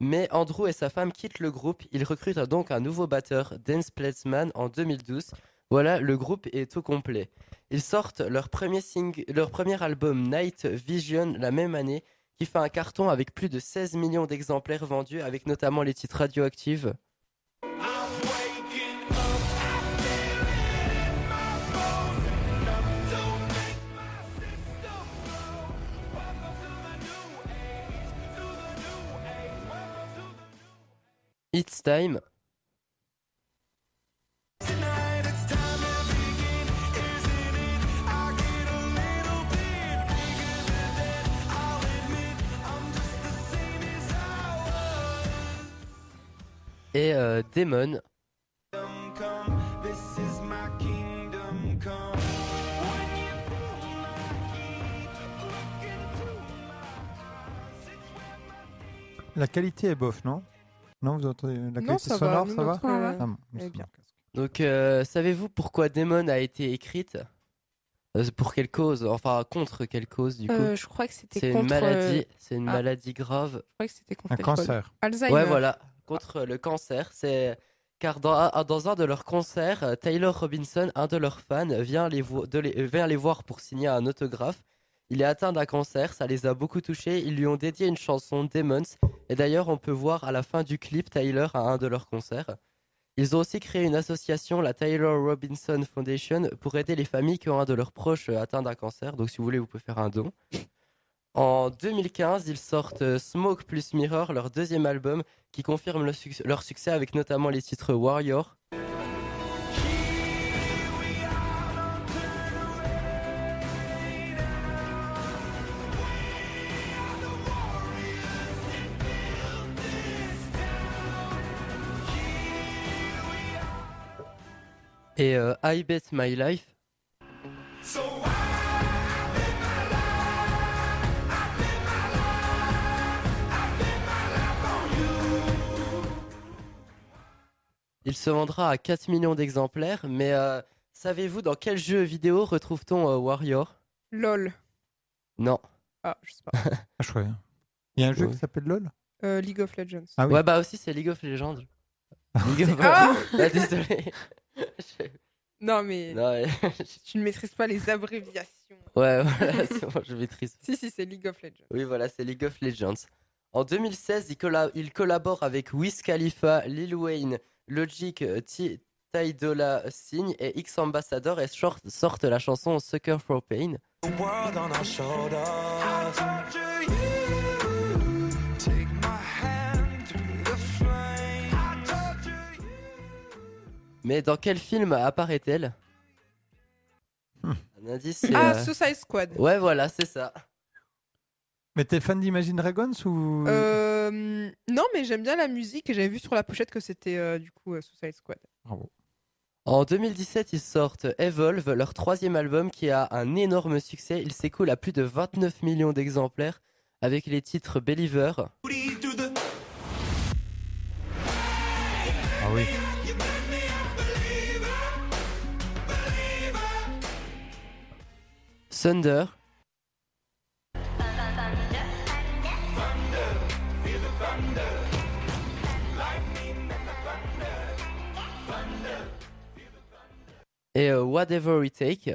Speaker 3: Mais Andrew et sa femme quittent le groupe. Ils recrutent donc un nouveau batteur, Dan Spletsman, en 2012. Voilà, le groupe est au complet. Ils sortent leur premier, sing- leur premier album Night Vision la même année, qui fait un carton avec plus de 16 millions d'exemplaires vendus, avec notamment les titres Radioactive. It's Time. Et euh, Demon.
Speaker 1: La qualité est bof, non Non, vous entendez la
Speaker 5: Non,
Speaker 1: qualité
Speaker 5: ça va,
Speaker 1: sonore,
Speaker 5: nous,
Speaker 1: ça va
Speaker 5: notre- Ah ouais.
Speaker 1: Ah bon,
Speaker 5: Eh
Speaker 1: c'est
Speaker 5: bien.
Speaker 1: bon.
Speaker 3: Donc, euh, savez-vous pourquoi Demon a été écrite Euh, c'est Pour quelle cause Enfin, contre quelle cause, du coup
Speaker 4: Euh, je crois que c'était
Speaker 3: C'est
Speaker 4: contre.
Speaker 3: une maladie, c'est une
Speaker 4: ah.
Speaker 3: maladie grave.
Speaker 4: Je crois que c'était contre
Speaker 1: Un
Speaker 4: l'alcool.
Speaker 1: cancer.
Speaker 5: Alzheimer.
Speaker 3: Ouais, voilà, contre euh, le cancer. C'est car dans, un- dans un de leurs concerts, euh, Taylor Robinson, un de leurs fans, vient les, vo- de les- vient les voir pour signer un autographe. Il est atteint d'un cancer, ça les a beaucoup touchés. Ils lui ont dédié une chanson Demons. Et d'ailleurs, on peut voir à la fin du clip Taylor à un de leurs concerts. Ils ont aussi créé une association, la Taylor Robinson Foundation, pour aider les familles qui ont un de leurs proches euh, atteint d'un cancer. Donc, si vous voulez, vous pouvez faire un don. En 2015, ils sortent euh, Smoke plus Mirror, leur deuxième album, qui confirme le succ- leur succès avec notamment les titres Warrior. Et euh, I Bet My Life, Il se vendra à 4 millions d'exemplaires, mais euh, savez-vous dans quel jeu vidéo retrouve-t-on euh, Warrior
Speaker 5: LOL.
Speaker 3: Non.
Speaker 5: Ah, je sais pas.
Speaker 1: Ah, je croyais. Il y a un jeu
Speaker 3: Ouais.
Speaker 1: qui s'appelle LOL
Speaker 5: Euh, League of Legends.
Speaker 1: Ah oui.
Speaker 3: Ouais, bah aussi, c'est League of Legends. League of
Speaker 5: Ah
Speaker 3: Ah, Désolé. Je-
Speaker 5: Non, mais
Speaker 3: Non, mais-
Speaker 5: tu ne maîtrises pas les abréviations.
Speaker 3: Ouais, voilà, c'est bon, je maîtrise.
Speaker 5: Si, si, c'est League of Legends.
Speaker 3: Oui, voilà, c'est League of Legends. En 2016, il, colla- il collabore avec Wiz Khalifa, Lil Wayne, Logic, euh, Ti- Ty Dolla Sign et X Ambassador et short- sortent la chanson Sucker for Pain. Mais dans quel film apparaît-elle
Speaker 1: Hmm.
Speaker 3: Un indice, c'est.
Speaker 5: Ah,
Speaker 3: euh,
Speaker 5: Suicide Squad.
Speaker 3: Ouais, voilà, c'est ça.
Speaker 1: Mais t'es fan d'Imagine Dragons ou.
Speaker 5: Euh, non, mais j'aime bien la musique et j'avais vu sur la pochette que c'était euh, du coup euh, Suicide Squad.
Speaker 1: Bravo.
Speaker 3: En 2017, ils sortent Evolve, leur troisième album qui a un énorme succès. Il s'écoule à plus de 29 millions d'exemplaires avec les titres Believer,
Speaker 1: Ah oui.
Speaker 3: Thunder, et euh, Whatever It Take.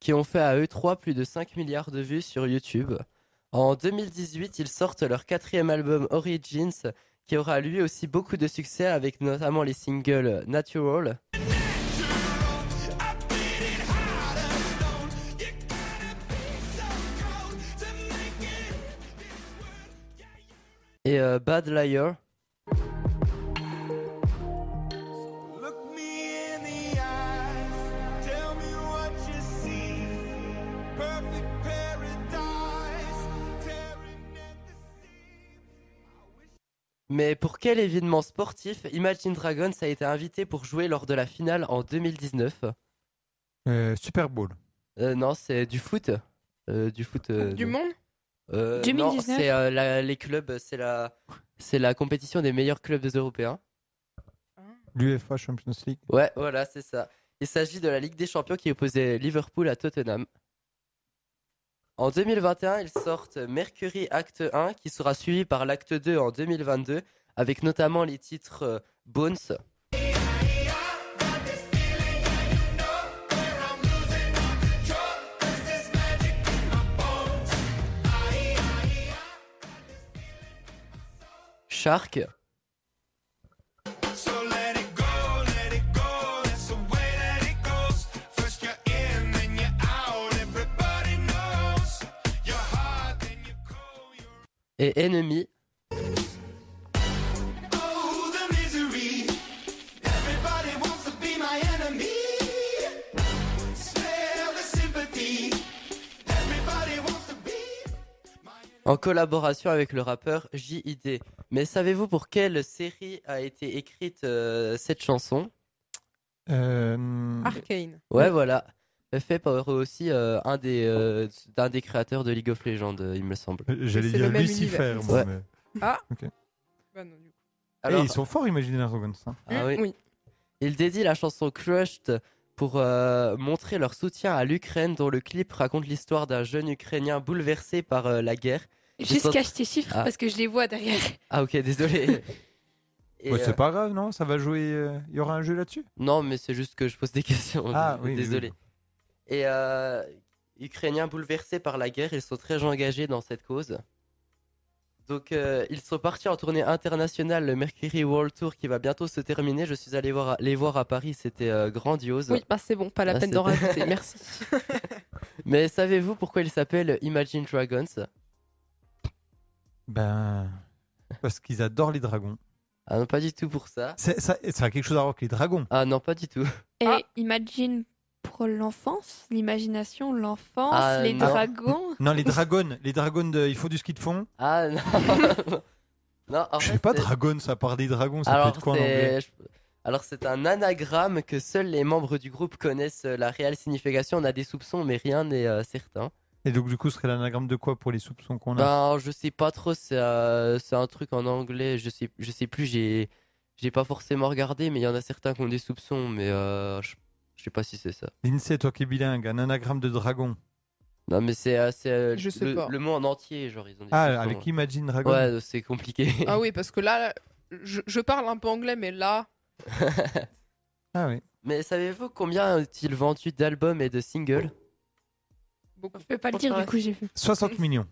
Speaker 3: qui ont fait à eux trois plus de 5 milliards de vues sur YouTube. En 2018, ils sortent leur quatrième album Origins, qui aura lui aussi beaucoup de succès avec notamment les singles Natural. et euh, Bad Liar.
Speaker 6: Look me in the eyes, tell me what you see. Perfect paradise, tearing at the seams.
Speaker 3: Mais pour quel événement sportif Imagine Dragons a été invité pour jouer lors de la finale en 2019
Speaker 1: Euh, Super Bowl.
Speaker 3: Euh, Non, c'est du foot. Euh, du foot. euh,
Speaker 5: Du
Speaker 3: non.
Speaker 5: monde
Speaker 3: Euh,
Speaker 2: 2019.
Speaker 3: Non, c'est euh, la- les clubs, c'est la, c'est la compétition des meilleurs clubs européens.
Speaker 1: L'UFA Champions League.
Speaker 3: Ouais, voilà, c'est ça. Il s'agit de la Ligue des Champions qui opposait Liverpool à Tottenham. En 2021, ils sortent Mercury Acte 1 qui sera suivi par l'Acte 2 en 2022 avec notamment les titres euh, Bones. Shark.
Speaker 6: So let it go, let it go, that's the way that it goes. First you're in, then you're out, everybody knows. You're hot, then you're cold, you're
Speaker 3: et Ennemi.
Speaker 6: Oh, the misery. Everybody wants to be my enemy. Spare the sympathy. Everybody wants to be.
Speaker 3: en collaboration avec le rappeur J.I.D. Mais savez-vous pour quelle série a été écrite euh, cette chanson
Speaker 1: Euh,
Speaker 5: Ah. Arcane.
Speaker 3: Ouais, voilà. Fait par aussi euh, un, des, euh, d'un des créateurs de League of Legends, euh, il me semble.
Speaker 1: J'allais
Speaker 5: c'est
Speaker 1: dire
Speaker 5: le même
Speaker 1: Lucifer.
Speaker 5: univers.
Speaker 1: moi,
Speaker 3: Ouais.
Speaker 1: mais-
Speaker 5: Bah non, du coup.
Speaker 1: Eh,
Speaker 3: Alors,
Speaker 1: ils sont forts, Imagine Dragons. hein.
Speaker 3: ah oui.
Speaker 5: oui.
Speaker 3: Il dédie la chanson Crushed pour euh, montrer leur soutien à l'Ukraine, dont le clip raconte l'histoire d'un jeune Ukrainien bouleversé par euh, la guerre.
Speaker 2: Juste
Speaker 3: sens-
Speaker 2: cache tes chiffres
Speaker 3: Ah.
Speaker 2: parce que je les vois derrière.
Speaker 3: Ah ok, désolé. Et,
Speaker 1: Ouais,
Speaker 3: euh,
Speaker 1: c'est pas grave, non Ça va jouer. euh, Il y aura un jeu là-dessus
Speaker 3: Non, mais c'est juste que je pose des questions.
Speaker 1: Ah,
Speaker 3: dés-
Speaker 1: oui, oui,
Speaker 3: Désolé. Et euh, Ukrainiens bouleversés par la guerre, ils sont très engagés dans cette cause. Donc, euh, ils sont partis en tournée internationale, le Mercury World Tour qui va bientôt se terminer. Je suis allé voir à- les voir à Paris, c'était euh, grandiose.
Speaker 4: Oui, bah c'est bon, pas la
Speaker 3: Ah,
Speaker 4: peine d'en
Speaker 3: c'était-
Speaker 4: rajouter, merci.
Speaker 3: Mais savez-vous pourquoi ils s'appellent Imagine Dragons
Speaker 1: Ben. Parce qu'ils adorent les dragons.
Speaker 3: Ah non, pas du tout pour ça.
Speaker 1: C'est- Ça, ça a quelque chose à voir avec les dragons.
Speaker 3: Ah non, pas du tout.
Speaker 2: Et
Speaker 5: Ah.
Speaker 2: imagine pour l'enfance, l'imagination, l'enfance,
Speaker 3: Ah,
Speaker 2: les
Speaker 3: non.
Speaker 2: dragons.
Speaker 1: Non, les dragons. Les dragons, de... ils font du ski de fond.
Speaker 3: Ah non. non, en
Speaker 1: Je
Speaker 3: fait,
Speaker 1: sais pas,
Speaker 3: c'est-
Speaker 1: dragon, ça part des dragons, ça peut
Speaker 3: Alors
Speaker 1: être quoi en anglais
Speaker 3: c'est... je- Alors c'est un anagramme que seuls les membres du groupe connaissent euh, la réelle signification. On a des soupçons, mais rien n'est euh, certain.
Speaker 1: Et donc, du coup, ce serait l'anagramme de quoi pour les soupçons qu'on a
Speaker 3: Ben je sais pas trop. C'est, euh, c'est un truc en anglais. Je sais, je sais plus. J'ai, j'ai pas forcément regardé, mais il y en a certains qui ont des soupçons. Mais euh, je, je sais pas si c'est ça.
Speaker 1: L'INSEE, toi qui es bilingue, un anagramme de dragon.
Speaker 3: Non, mais c'est, euh, c'est, euh,
Speaker 5: Je sais
Speaker 3: le,
Speaker 5: pas.
Speaker 3: le mot en entier, genre ils ont des
Speaker 1: Ah,
Speaker 3: soupçons. hein.
Speaker 1: avec Imagine Dragon.
Speaker 3: Ouais, c'est compliqué.
Speaker 5: Ah oui, parce que là, je, je parle un peu anglais, mais là.
Speaker 1: Ah oui.
Speaker 3: Mais savez-vous combien ont-ils vendu d'albums et de singles
Speaker 5: Beaucoup.
Speaker 2: Je peux pas le dire, du coup, j'ai vu.
Speaker 1: 60 millions.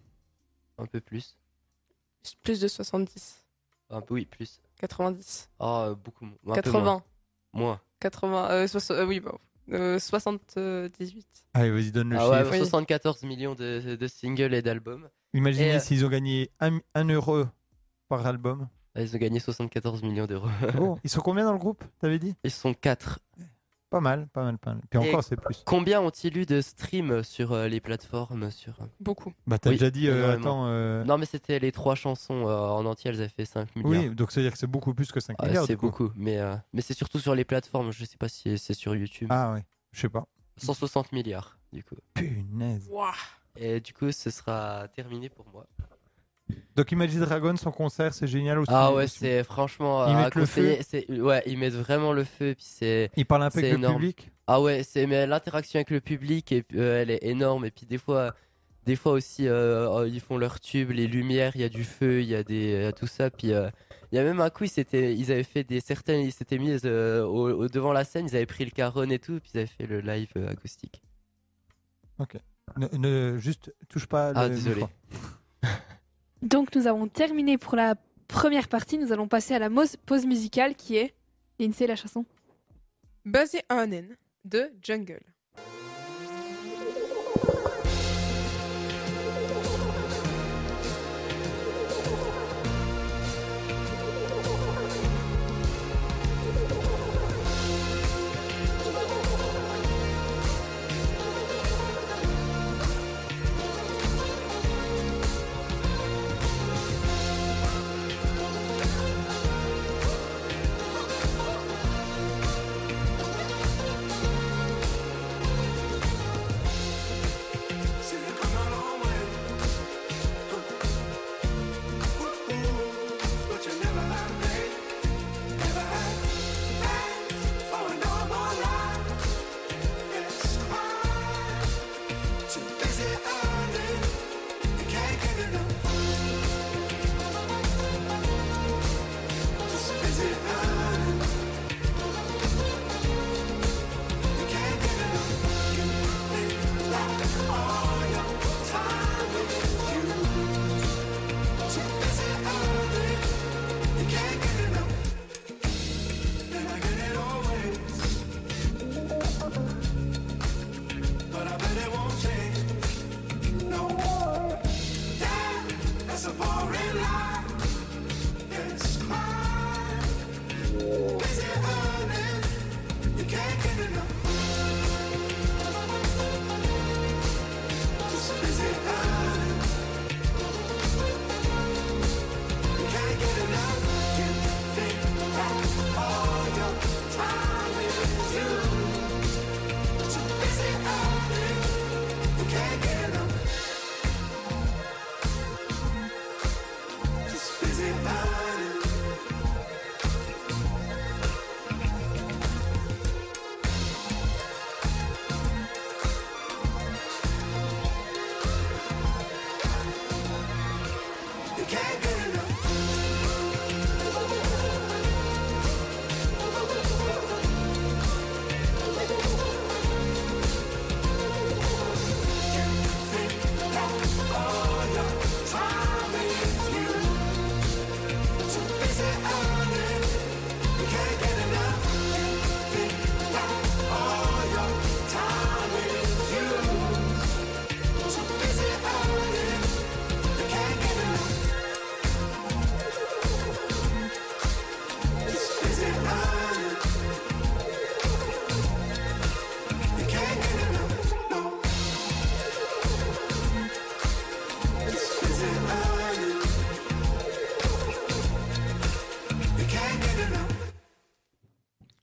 Speaker 3: Un peu plus.
Speaker 4: Plus de 70,
Speaker 3: Un peu oui, plus.
Speaker 4: 90,
Speaker 3: Ah, euh, beaucoup. mo- un peu moins.
Speaker 4: 80,
Speaker 3: Moins.
Speaker 4: 80, euh, soix- euh, oui, bon, euh, 78.
Speaker 1: Allez, vas-y, donne le
Speaker 3: Ah
Speaker 1: chiffre.
Speaker 3: ouais,
Speaker 4: chiffre.
Speaker 3: 74 millions de, de singles et d'albums.
Speaker 1: Imaginez
Speaker 3: Et, euh,
Speaker 1: s'ils ont gagné 1 euro par album.
Speaker 3: Ah, Ils ont gagné 74 millions d'euros.
Speaker 1: Oh, ils sont combien dans le groupe, t'avais dit
Speaker 3: Ils sont 4.
Speaker 1: Pas mal, pas mal, pas mal. Puis
Speaker 3: Et-
Speaker 1: encore, c'est plus.
Speaker 3: Combien ont-ils eu de streams sur euh, les plateformes sur... euh,
Speaker 5: Beaucoup.
Speaker 1: Bah, t'as
Speaker 3: Oui,
Speaker 1: déjà dit, euh,
Speaker 3: énormément.
Speaker 1: attends. euh,
Speaker 3: Non, mais c'était les trois chansons euh, en entier, elles avaient fait 5 milliards.
Speaker 1: oui, donc ça veut dire que c'est beaucoup plus que 5
Speaker 3: Ouais,
Speaker 1: milliards.
Speaker 3: c'est
Speaker 1: du coup.
Speaker 3: beaucoup, mais, euh, mais c'est surtout sur les plateformes. Je sais pas si c'est sur YouTube.
Speaker 1: Ah ouais, je sais pas.
Speaker 3: 160 milliards, du coup.
Speaker 1: Punaise.
Speaker 5: Waouh.
Speaker 3: Et du coup, ce sera terminé pour moi.
Speaker 1: Donc Imagine Dragon, son concert, c'est génial aussi.
Speaker 3: Ah ouais,
Speaker 1: Aussi.
Speaker 3: c'est franchement.
Speaker 1: Ils
Speaker 3: à
Speaker 1: mettent le feu
Speaker 3: conseiller, c'est- Ouais, ils mettent vraiment le feu. Puis c'est.
Speaker 1: Il parle un peu
Speaker 3: c'est
Speaker 1: avec
Speaker 3: énorme.
Speaker 1: le public.
Speaker 3: Ah ouais, c'est mais l'interaction avec le public et, euh, elle est énorme et puis des fois des fois aussi euh, euh, ils font leurs tubes, les lumières, il y a du feu, il y a des il y a tout ça puis euh, il y a même un coup ils s'étaient ils avaient fait des certaines ils s'étaient mis euh, au, au- devant la scène, ils avaient pris le caron et tout puis ils avaient fait le live euh, acoustique.
Speaker 1: Ne, ne- juste touche pas.
Speaker 3: Ah
Speaker 1: le
Speaker 3: désolé.
Speaker 1: micro.
Speaker 2: Donc, nous avons terminé pour la première partie. Nous allons passer à la mos- pause musicale qui est l'INSEE, la chanson.
Speaker 5: Basé à un N de Jungle.
Speaker 6: Jungle,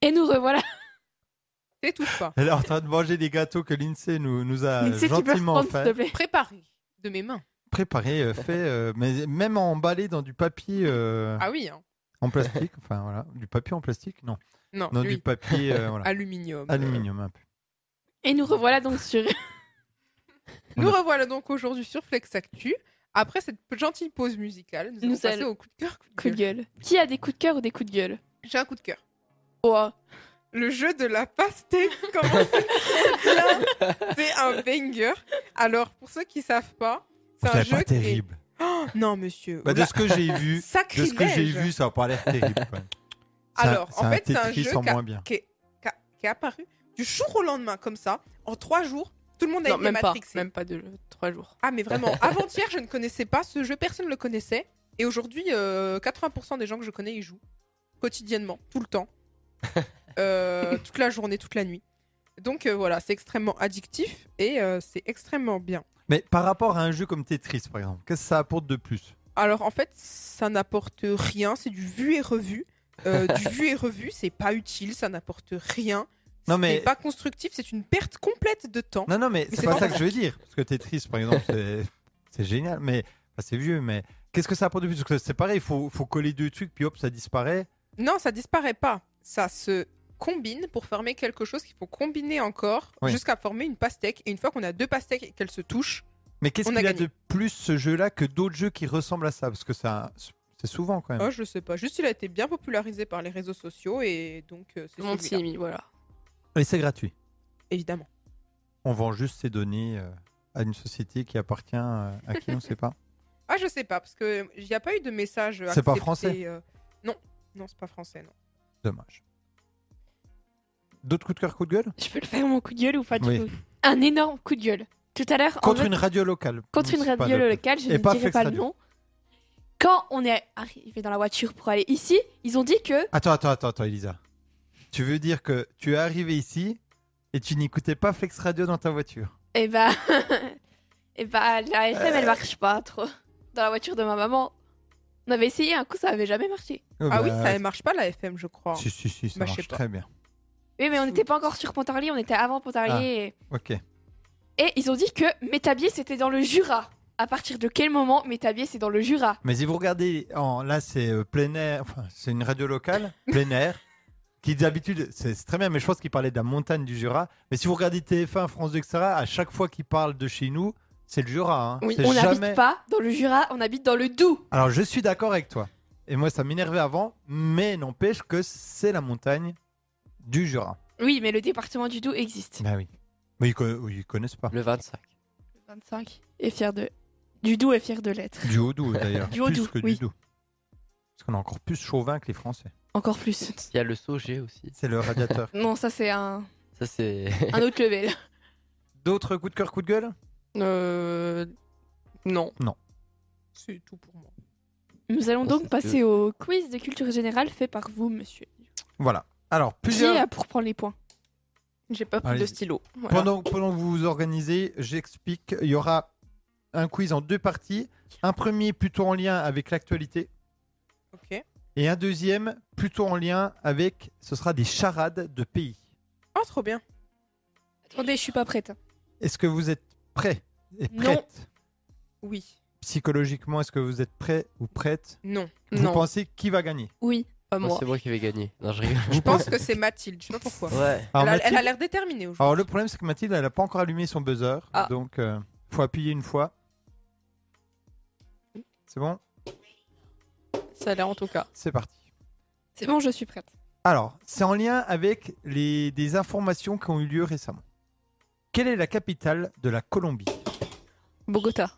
Speaker 2: Et nous revoilà.
Speaker 5: T'étouffes pas.
Speaker 1: Elle est en train de manger des gâteaux que l'INSEE nous, nous a
Speaker 2: Lindsay, tu peux
Speaker 1: Euh, gentiment
Speaker 2: reprendre, s'il te
Speaker 1: fait,
Speaker 2: plaît.
Speaker 5: Préparé de mes mains.
Speaker 1: préparé, euh, fait, euh, mais même emballé dans du papier euh,
Speaker 5: Ah oui, Ah, hein.
Speaker 1: en plastique, enfin voilà, du papier en plastique, non,
Speaker 5: Non,
Speaker 1: non
Speaker 5: lui,
Speaker 1: du papier euh,
Speaker 5: Ah,
Speaker 1: voilà,
Speaker 5: aluminium.
Speaker 1: aluminium un peu.
Speaker 2: Et nous revoilà donc sur.
Speaker 5: Nous revoilà donc aujourd'hui sur Flex Actu. Après cette gentille pause musicale, nous,
Speaker 2: Nous
Speaker 5: allons passer
Speaker 2: allons-
Speaker 5: au coup de cœur. Coup de
Speaker 2: Coup de
Speaker 5: gueule.
Speaker 2: gueule. Qui a des coups de cœur ou des coups de gueule
Speaker 5: J'ai un coup de cœur.
Speaker 4: ah.
Speaker 2: Oh,
Speaker 5: Le jeu de la pastèque, comment Là, c'est un banger. Alors, pour ceux qui savent pas, c'est un
Speaker 1: C'est
Speaker 5: jeu
Speaker 1: pas
Speaker 5: qui est-
Speaker 1: terrible.
Speaker 5: Oh, non, monsieur.
Speaker 1: Bah, de ce que j'ai vu, de
Speaker 5: Sacrilège.
Speaker 1: ce que j'ai vu, ça a pas l'air terrible. quoi. C'est un-
Speaker 5: Alors,
Speaker 1: c'est
Speaker 5: en fait, c'est un
Speaker 1: Tetris
Speaker 5: jeu
Speaker 1: en
Speaker 5: qui a-
Speaker 1: moins bien.
Speaker 5: qui est, qui a- qui est apparu du jour au lendemain, comme ça, en trois jours. Tout le monde a
Speaker 4: Non,
Speaker 5: été
Speaker 4: même pas.
Speaker 5: matrixé.
Speaker 4: Même pas de trois jours.
Speaker 5: Ah, mais vraiment, avant-hier, je ne connaissais pas ce jeu, personne ne le connaissait. Et aujourd'hui, euh, 80% des gens que je connais y jouent. Quotidiennement, tout le temps. Euh, toute la journée, toute la nuit. Donc euh, voilà, c'est extrêmement addictif et euh, c'est extrêmement bien.
Speaker 1: Mais par rapport à un jeu comme Tetris, par exemple, qu'est-ce que ça apporte de plus
Speaker 5: Alors en fait, ça n'apporte rien, c'est du vu et revu. Euh, du vu et revu, c'est pas utile, ça n'apporte rien.
Speaker 1: Non,
Speaker 5: C'est
Speaker 1: mais-
Speaker 5: pas constructif, c'est une perte complète de temps.
Speaker 1: Non, non, mais c'est
Speaker 5: c'est
Speaker 1: pas
Speaker 5: pas
Speaker 1: ça que je veux dire. Parce que Tetris, par exemple, c'est- c'est génial, mais enfin, c'est vieux, mais qu'est-ce que ça apporte de plus Parce que c'est pareil, il faut, faut coller deux trucs, puis hop, ça disparaît.
Speaker 5: Non, ça disparaît pas. Ça se combine pour former quelque chose qu'il faut combiner encore
Speaker 1: Oui.
Speaker 5: jusqu'à former une pastèque. Et une fois qu'on a deux pastèques et qu'elles se touchent,
Speaker 1: Mais qu'est-ce
Speaker 5: On a
Speaker 1: qu'il y a
Speaker 5: gagné.
Speaker 1: de plus ce jeu-là que d'autres jeux qui ressemblent à ça Parce que ça, c'est souvent quand même.
Speaker 5: oh, je sais pas. Juste, il a été bien popularisé par les réseaux sociaux et donc euh, c'est
Speaker 4: Tout le monde s'y est
Speaker 5: celui-là,
Speaker 4: mis, voilà.
Speaker 1: Et c'est gratuit.
Speaker 5: évidemment.
Speaker 1: On vend juste ces données euh, à une société qui appartient euh, à qui on ne sait pas.
Speaker 5: Ah, je sais pas parce que il n'y a pas eu de message.
Speaker 1: C'est pas
Speaker 5: accepté,
Speaker 1: français
Speaker 5: euh, Non, non, c'est pas français. Non.
Speaker 1: Dommage. D'autres coups de cœur, coups de gueule
Speaker 2: je peux le faire mon coup de gueule ou pas du
Speaker 1: Oui.
Speaker 2: tout Un énorme coup de gueule. Tout à l'heure, en
Speaker 1: Contre
Speaker 2: mode-
Speaker 1: une radio locale.
Speaker 2: contre une
Speaker 1: C'est pas
Speaker 2: radio
Speaker 1: de-
Speaker 2: locale, je
Speaker 1: Et
Speaker 2: ne
Speaker 1: pas
Speaker 2: dirai
Speaker 1: Flex
Speaker 2: pas le
Speaker 1: Radio.
Speaker 2: nom. Quand on est arrivé dans la voiture pour aller ici, ils ont dit que
Speaker 1: Attends, attends, attends, attends, Elisa. Tu veux dire que tu es arrivé ici et tu n'écoutais pas Flex Radio dans ta voiture
Speaker 2: Eh bah, eh bah, la FM elle marche pas trop. Dans la voiture de ma maman, on avait essayé un coup, ça avait jamais marché.
Speaker 5: ah oui, ça ne marche pas la FM, je crois.
Speaker 1: Si, si, si, ça
Speaker 5: Bah, je sais
Speaker 1: marche
Speaker 5: pas.
Speaker 1: très bien.
Speaker 2: Oui, mais on n'était pas encore sur Pontarlier, on était avant
Speaker 1: Ah.
Speaker 2: Pontarlier.
Speaker 1: Ok.
Speaker 2: Et... et ils ont dit que Métabier c'était dans le Jura. À partir de quel moment Métabier c'est dans le Jura
Speaker 1: Mais si vous regardez, en, là, c'est euh, plein air, enfin, c'est une radio locale, plein air, qui d'habitude, c'est c'est très bien, mais je pense qu'il parlait de la montagne du Jura. Mais si vous regardez TF1, France 2, etc., à chaque fois qu'il parle de chez nous, c'est le Jura. hein.
Speaker 2: Oui,
Speaker 1: C'est
Speaker 2: on n'habite
Speaker 1: jamais...
Speaker 2: pas dans le Jura, on habite dans le Doubs.
Speaker 1: Alors, je suis d'accord avec toi. Et moi, ça m'énervait avant, mais n'empêche que c'est la montagne du Jura.
Speaker 2: Oui, mais le département du Doubs existe.
Speaker 1: Bah oui. Mais ils, co- ils connaissent pas.
Speaker 3: Le 25.
Speaker 2: 25 est fier de du Doubs est fier de l'être.
Speaker 1: Du Haut-Doubs d'ailleurs.
Speaker 2: Du
Speaker 1: plus
Speaker 2: Haut-Doubs,
Speaker 1: que
Speaker 2: oui.
Speaker 1: du Doubs. Parce qu'on est encore plus chauvin que les Français.
Speaker 2: Encore plus.
Speaker 3: Il y a le Sauger aussi.
Speaker 1: C'est le radiateur.
Speaker 2: Non, ça c'est un,
Speaker 3: Ça, c'est.
Speaker 2: un autre level.
Speaker 1: D'autres coups de cœur, coups de gueule
Speaker 4: Euh. Non.
Speaker 5: C'est tout pour moi.
Speaker 2: Nous allons
Speaker 3: Oh,
Speaker 2: donc
Speaker 3: c'est-
Speaker 2: passer au quiz de culture générale fait par vous, monsieur.
Speaker 1: Voilà. Alors, plusieurs.
Speaker 2: Qui a pour prendre les points
Speaker 4: J'ai pas pris
Speaker 1: Allez-y.
Speaker 4: de stylo. Voilà.
Speaker 1: Pendant, pendant que vous vous organisez, j'explique. Il y aura un quiz en deux parties. Un premier plutôt en lien avec l'actualité
Speaker 5: Ok.
Speaker 1: et un deuxième plutôt en lien avec. Ce sera des charades de pays.
Speaker 5: Oh, trop bien.
Speaker 2: Attendez, je suis pas prête.
Speaker 1: Est-ce que vous êtes prêts et
Speaker 2: Non.
Speaker 1: prêtes
Speaker 5: Oui.
Speaker 1: Psychologiquement, est-ce que vous êtes prêts ou prêtes
Speaker 5: Non.
Speaker 1: Vous
Speaker 4: Non,
Speaker 1: pensez qui va gagner
Speaker 2: Oui.
Speaker 4: pas
Speaker 3: Oh,
Speaker 4: moi.
Speaker 3: c'est moi qui vais gagner. Non, je rigole.
Speaker 5: Je pense que c'est Mathilde. Je sais pas pourquoi.
Speaker 3: Ouais.
Speaker 1: Alors,
Speaker 5: Elle a-
Speaker 1: Mathilde-
Speaker 5: elle a l'air déterminée aujourd'hui.
Speaker 1: alors, le problème, c'est que Mathilde, elle n'a pas encore allumé son buzzer.
Speaker 4: Ah.
Speaker 1: Donc, il faut appuyer une fois. C'est bon
Speaker 4: Ça a l'air en tout cas.
Speaker 1: C'est parti.
Speaker 2: C'est bon, je suis prête.
Speaker 1: Alors, c'est en lien avec les, des informations qui ont eu lieu récemment. Quelle est la capitale de la Colombie
Speaker 4: Bogota.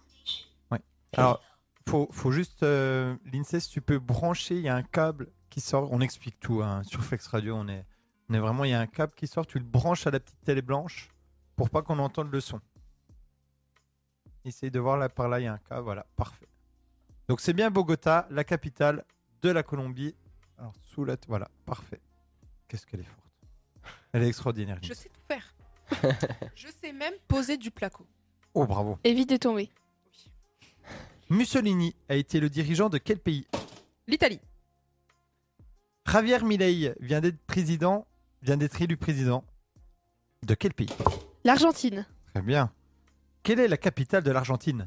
Speaker 1: Alors, faut, faut juste, euh, l'INSEE, si tu peux brancher, il y a un câble qui sort, on explique tout, hein, sur Flex Radio, on est, on est vraiment, il y a un câble qui sort, tu le branches à la petite télé blanche pour pas qu'on entende le son. Essaye de voir là, par là, il y a un câble, voilà, parfait. Donc c'est bien Bogota, la capitale de la Colombie. Alors, sous la... t- Voilà, parfait. Qu'est-ce qu'elle est forte. Elle est extraordinaire.
Speaker 5: Je
Speaker 1: l'INSEE.
Speaker 5: sais tout faire. je sais même poser du placo.
Speaker 1: Oh, bravo.
Speaker 2: Évite de tomber.
Speaker 1: Mussolini a été le dirigeant de quel pays
Speaker 5: L'Italie.
Speaker 1: Javier Milei vient d'être président, vient d'être élu président de quel pays
Speaker 2: L'Argentine.
Speaker 1: Très bien. Quelle est la capitale de l'Argentine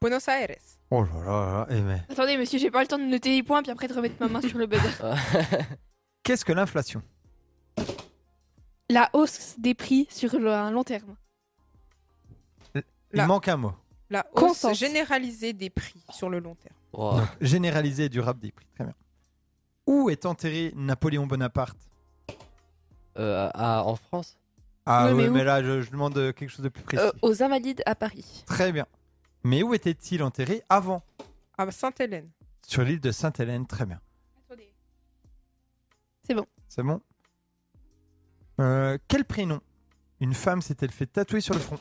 Speaker 5: Buenos Aires.
Speaker 1: Oh là là, là, eh mais-
Speaker 2: Attendez, monsieur, j'ai pas le temps de noter les points puis après de remettre ma main sur le buzzer.
Speaker 1: Qu'est-ce que l'inflation
Speaker 2: La hausse des prix sur le- un long terme.
Speaker 1: Il
Speaker 5: La-
Speaker 1: manque un mot.
Speaker 5: La hausse
Speaker 2: Constance.
Speaker 5: généralisée des prix sur le long terme.
Speaker 3: Oh,
Speaker 1: Généraliser et durable des prix. Très bien. Où est enterré Napoléon Bonaparte
Speaker 3: euh, à- en France
Speaker 1: Ah
Speaker 2: Oui,
Speaker 1: oui,
Speaker 2: mais
Speaker 1: mais,
Speaker 2: où
Speaker 1: là, je, je demande euh, quelque chose de plus précis.
Speaker 4: Euh, aux Invalides à Paris.
Speaker 1: Très bien. Mais où était-il enterré avant
Speaker 5: À Ah, bah, Sainte-Hélène.
Speaker 1: Sur l'île de Sainte-Hélène. Très bien.
Speaker 2: Attendez.
Speaker 1: C'est bon Euh, Quel prénom Une femme s'est-elle fait tatouer sur le front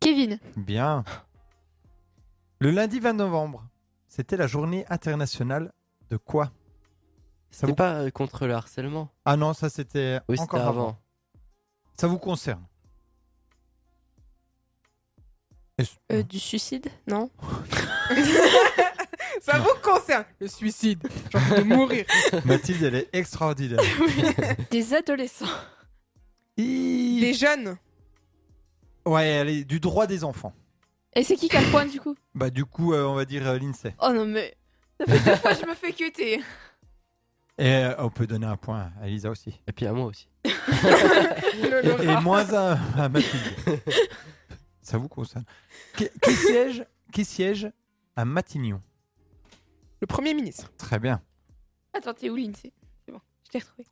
Speaker 2: Kevin.
Speaker 1: Bien. Le lundi 20 novembre, c'était la journée internationale de quoi
Speaker 3: C'était
Speaker 1: vous-
Speaker 3: pas euh, contre le harcèlement
Speaker 1: Ah non, ça c'était
Speaker 3: Oui, c'était
Speaker 1: encore avant.
Speaker 3: avant.
Speaker 1: Ça vous concerne. Est-ce-
Speaker 4: Euh, du suicide Non
Speaker 1: Ah.
Speaker 5: Ça vous concerne Le suicide. J'ai envie de mourir.
Speaker 1: Mathilde, elle est extraordinaire.
Speaker 2: Des adolescents.
Speaker 1: Hi-
Speaker 5: Des jeunes.
Speaker 1: Ouais, elle est du droit des enfants.
Speaker 2: Et c'est qui qui a le point du coup
Speaker 1: Bah du coup, euh, on va dire euh, l'INSEE.
Speaker 2: Oh non, mais. Ça fait deux fois que je me fais cuter.
Speaker 1: Et euh, on peut donner un point à Elisa aussi.
Speaker 3: Et puis à moi aussi.
Speaker 5: Le-
Speaker 1: Et,
Speaker 5: le
Speaker 1: et
Speaker 5: rat.
Speaker 1: moins un à Mathilde. Ça vous concerne. Qui, qui siège, qui siège à Matignon
Speaker 5: Le Premier ministre.
Speaker 1: Très bien.
Speaker 2: Attends, t'es où l'INSEE C'est bon, je t'ai retrouvé.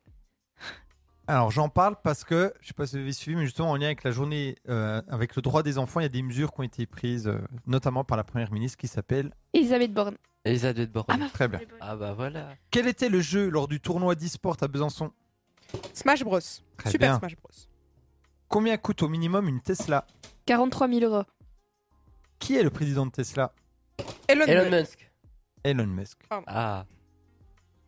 Speaker 1: Alors j'en parle parce que, je sais pas si vous avez suivi, mais justement en lien avec la journée, euh, avec le droit des enfants, il y a des mesures qui ont été prises, euh, notamment par la Première ministre qui s'appelle...
Speaker 2: Elisabeth Borne.
Speaker 3: Elisabeth Borne.
Speaker 2: Ah, ma
Speaker 1: Très bien.
Speaker 3: Ah bah voilà.
Speaker 1: Quel était le jeu lors du tournoi d'e-sport à Besançon
Speaker 5: Smash Bros.
Speaker 1: Très
Speaker 5: Super
Speaker 1: bien.
Speaker 5: Smash Bros.
Speaker 1: Combien coûte au minimum une Tesla
Speaker 2: 43 000 euros.
Speaker 1: Qui est le président de Tesla
Speaker 5: Elon,
Speaker 3: Elon
Speaker 5: Musk.
Speaker 3: Musk.
Speaker 1: Elon Musk.
Speaker 3: Ah,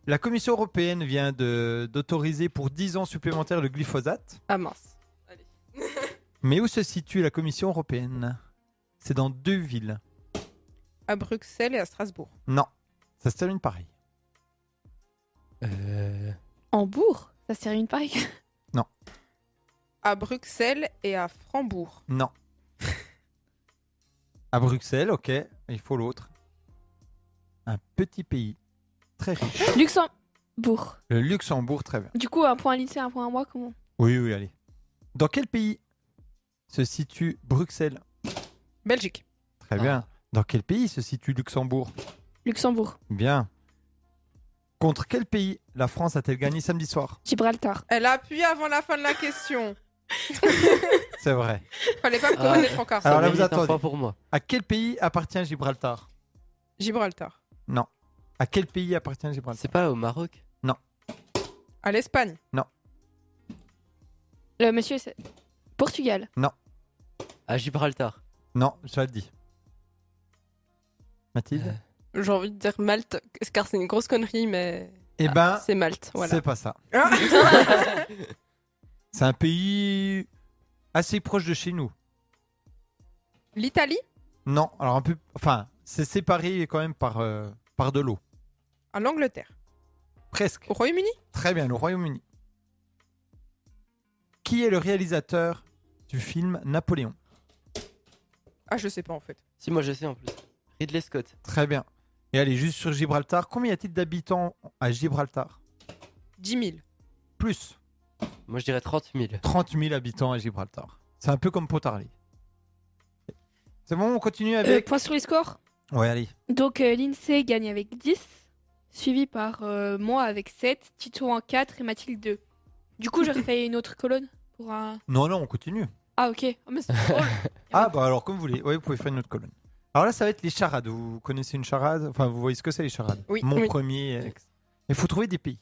Speaker 1: La Commission européenne vient de- d'autoriser pour 10 ans supplémentaires le glyphosate.
Speaker 4: Ah mince.
Speaker 1: Mais où se situe la Commission européenne C'est dans deux villes.
Speaker 5: À Bruxelles et à Strasbourg.
Speaker 1: Non, ça se termine pareil.
Speaker 3: euh,
Speaker 2: En bourg Ça se termine pareil.
Speaker 5: À Bruxelles et à Frambourg.
Speaker 1: Non. à Bruxelles, ok, il faut l'autre. Un petit pays très riche.
Speaker 2: Luxembourg.
Speaker 1: Le Luxembourg, très bien.
Speaker 2: Du coup, un point à l'INSEE, un point à moi, comment
Speaker 1: Oui, oui, allez. Dans quel pays se situe Bruxelles
Speaker 5: Belgique.
Speaker 1: Très
Speaker 3: Ah.
Speaker 1: bien. Dans quel pays se situe Luxembourg
Speaker 2: Luxembourg.
Speaker 1: Bien. Contre quel pays la France a-t-elle gagné samedi soir
Speaker 2: Gibraltar.
Speaker 5: Elle a appuyé avant la fin de la question.
Speaker 1: C'est vrai.
Speaker 5: Fallait pas me
Speaker 3: Ah.
Speaker 5: couronner Francard.
Speaker 3: ça
Speaker 1: Alors là, vous
Speaker 3: mérite un
Speaker 1: attendez.
Speaker 3: point pour moi.
Speaker 1: À quel pays appartient Gibraltar
Speaker 5: Gibraltar.
Speaker 1: À quel pays appartient Gibraltar
Speaker 3: C'est pas au Maroc
Speaker 5: À l'Espagne.
Speaker 2: Le monsieur, c'est. Portugal.
Speaker 3: À Gibraltar.
Speaker 1: Non, je le dis. Mathilde
Speaker 3: Euh,
Speaker 4: J'ai envie de dire Malte, car c'est une grosse connerie, mais
Speaker 1: Eh
Speaker 4: ah,
Speaker 1: ben,
Speaker 4: c'est Malte. Voilà.
Speaker 1: c'est pas ça.
Speaker 5: Ah,
Speaker 1: C'est un pays assez proche de chez nous.
Speaker 5: L'Italie
Speaker 1: Non, alors un peu. Enfin, c'est séparé quand même par, euh, par de l'eau.
Speaker 5: À l'Angleterre.
Speaker 1: Presque.
Speaker 5: Au Royaume-Uni
Speaker 1: Très bien, le Royaume-Uni. Qui est le réalisateur du film Napoléon
Speaker 5: Ah, je sais pas en fait.
Speaker 3: Si, moi je sais en plus. Ridley Scott.
Speaker 1: Très bien. Et allez, juste sur Gibraltar, combien y a-t-il d'habitants à Gibraltar
Speaker 5: 10 000.
Speaker 1: Plus
Speaker 3: Moi je dirais 30 000.
Speaker 1: 30 000 habitants à Gibraltar. C'est un peu comme Pontarlier. C'est bon, on continue
Speaker 2: Euh,
Speaker 1: avec.
Speaker 2: point sur les scores.
Speaker 1: Ouais, allez.
Speaker 2: Donc euh, l'INSEE gagne avec 10, suivi par euh, moi avec 7, Tito en 4 et Mathilde 2. Du coup, je refais une autre colonne pour un.
Speaker 1: Non, non, on continue.
Speaker 2: Ah, ok. Ah, mais c'est drôle.
Speaker 1: Ah, bah alors, comme vous voulez. Oui, vous pouvez faire une autre colonne. Alors là, ça va être les charades. Vous connaissez une charade Enfin, vous voyez ce que c'est, les charades
Speaker 5: Oui,
Speaker 1: Mon
Speaker 4: oui.
Speaker 1: premier. ex. Il faut trouver des pays.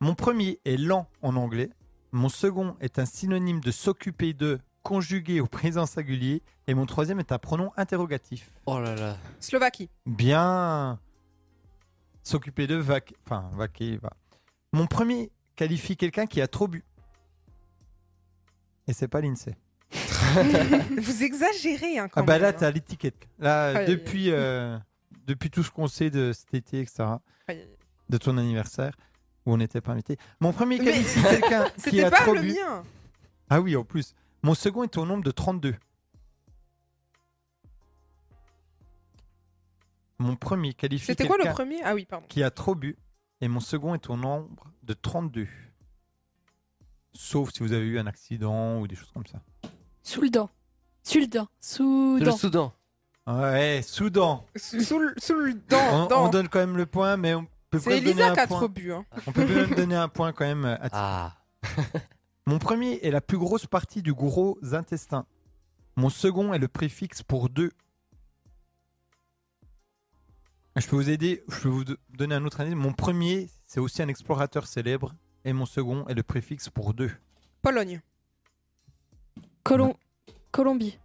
Speaker 1: Mon premier est lent en anglais. Mon second est un synonyme de s'occuper de, conjugué au présent singulier. Et mon troisième est un pronom interrogatif.
Speaker 3: Oh là là.
Speaker 5: Slovaquie.
Speaker 1: Bien. S'occuper de vac... Enfin, vaquer, va. Mon premier qualifie quelqu'un qui a trop bu. Et c'est pas l'INSEE.
Speaker 5: Vous exagérez, hein, quand
Speaker 1: Ah bah
Speaker 5: même,
Speaker 1: là,
Speaker 5: hein. Ah
Speaker 1: t'as l'étiquette. Là,
Speaker 5: Aïe, aïe, aïe.
Speaker 1: depuis, euh, depuis tout ce qu'on sait de cet été, etc.,
Speaker 5: Aïe, aïe, aïe.
Speaker 1: de ton anniversaire, où on n'était pas invité. Mon premier
Speaker 5: Mais
Speaker 1: qualifie quelqu'un qui
Speaker 5: hein. C'était
Speaker 1: a
Speaker 5: pas
Speaker 1: trop
Speaker 5: le
Speaker 1: bu.
Speaker 5: mien.
Speaker 1: Ah oui, en plus. Mon second est au nombre de 32. Mon premier qualifie
Speaker 5: C'était quoi le
Speaker 1: quelqu'un-
Speaker 5: premier Ah oui, pardon.
Speaker 1: qui a trop bu et mon second est au nombre de 32. Sauf si vous avez eu un accident ou des choses comme ça.
Speaker 2: Soudan. Soudan.
Speaker 3: C'est le
Speaker 2: Soudan.
Speaker 3: Soudan.
Speaker 1: Ouais, Soudan.
Speaker 5: Sous, sous le, sous le
Speaker 1: On,
Speaker 5: dent.
Speaker 1: on
Speaker 5: dent.
Speaker 1: donne quand même le point, mais on peut
Speaker 5: C'est
Speaker 1: presque donner
Speaker 5: Elisa
Speaker 1: un
Speaker 5: qui a
Speaker 1: point.
Speaker 5: trop bu. Hein.
Speaker 1: On peut même donner un point quand même. à-
Speaker 3: Ah.
Speaker 1: Mon premier est la plus grosse partie du gros intestin. Mon second est le préfixe pour deux. Je peux vous aider, je peux vous do- donner un autre indice. Mon premier, c'est aussi un explorateur célèbre, et mon second est le préfixe pour deux.
Speaker 5: Pologne.
Speaker 2: Colom- Colombie.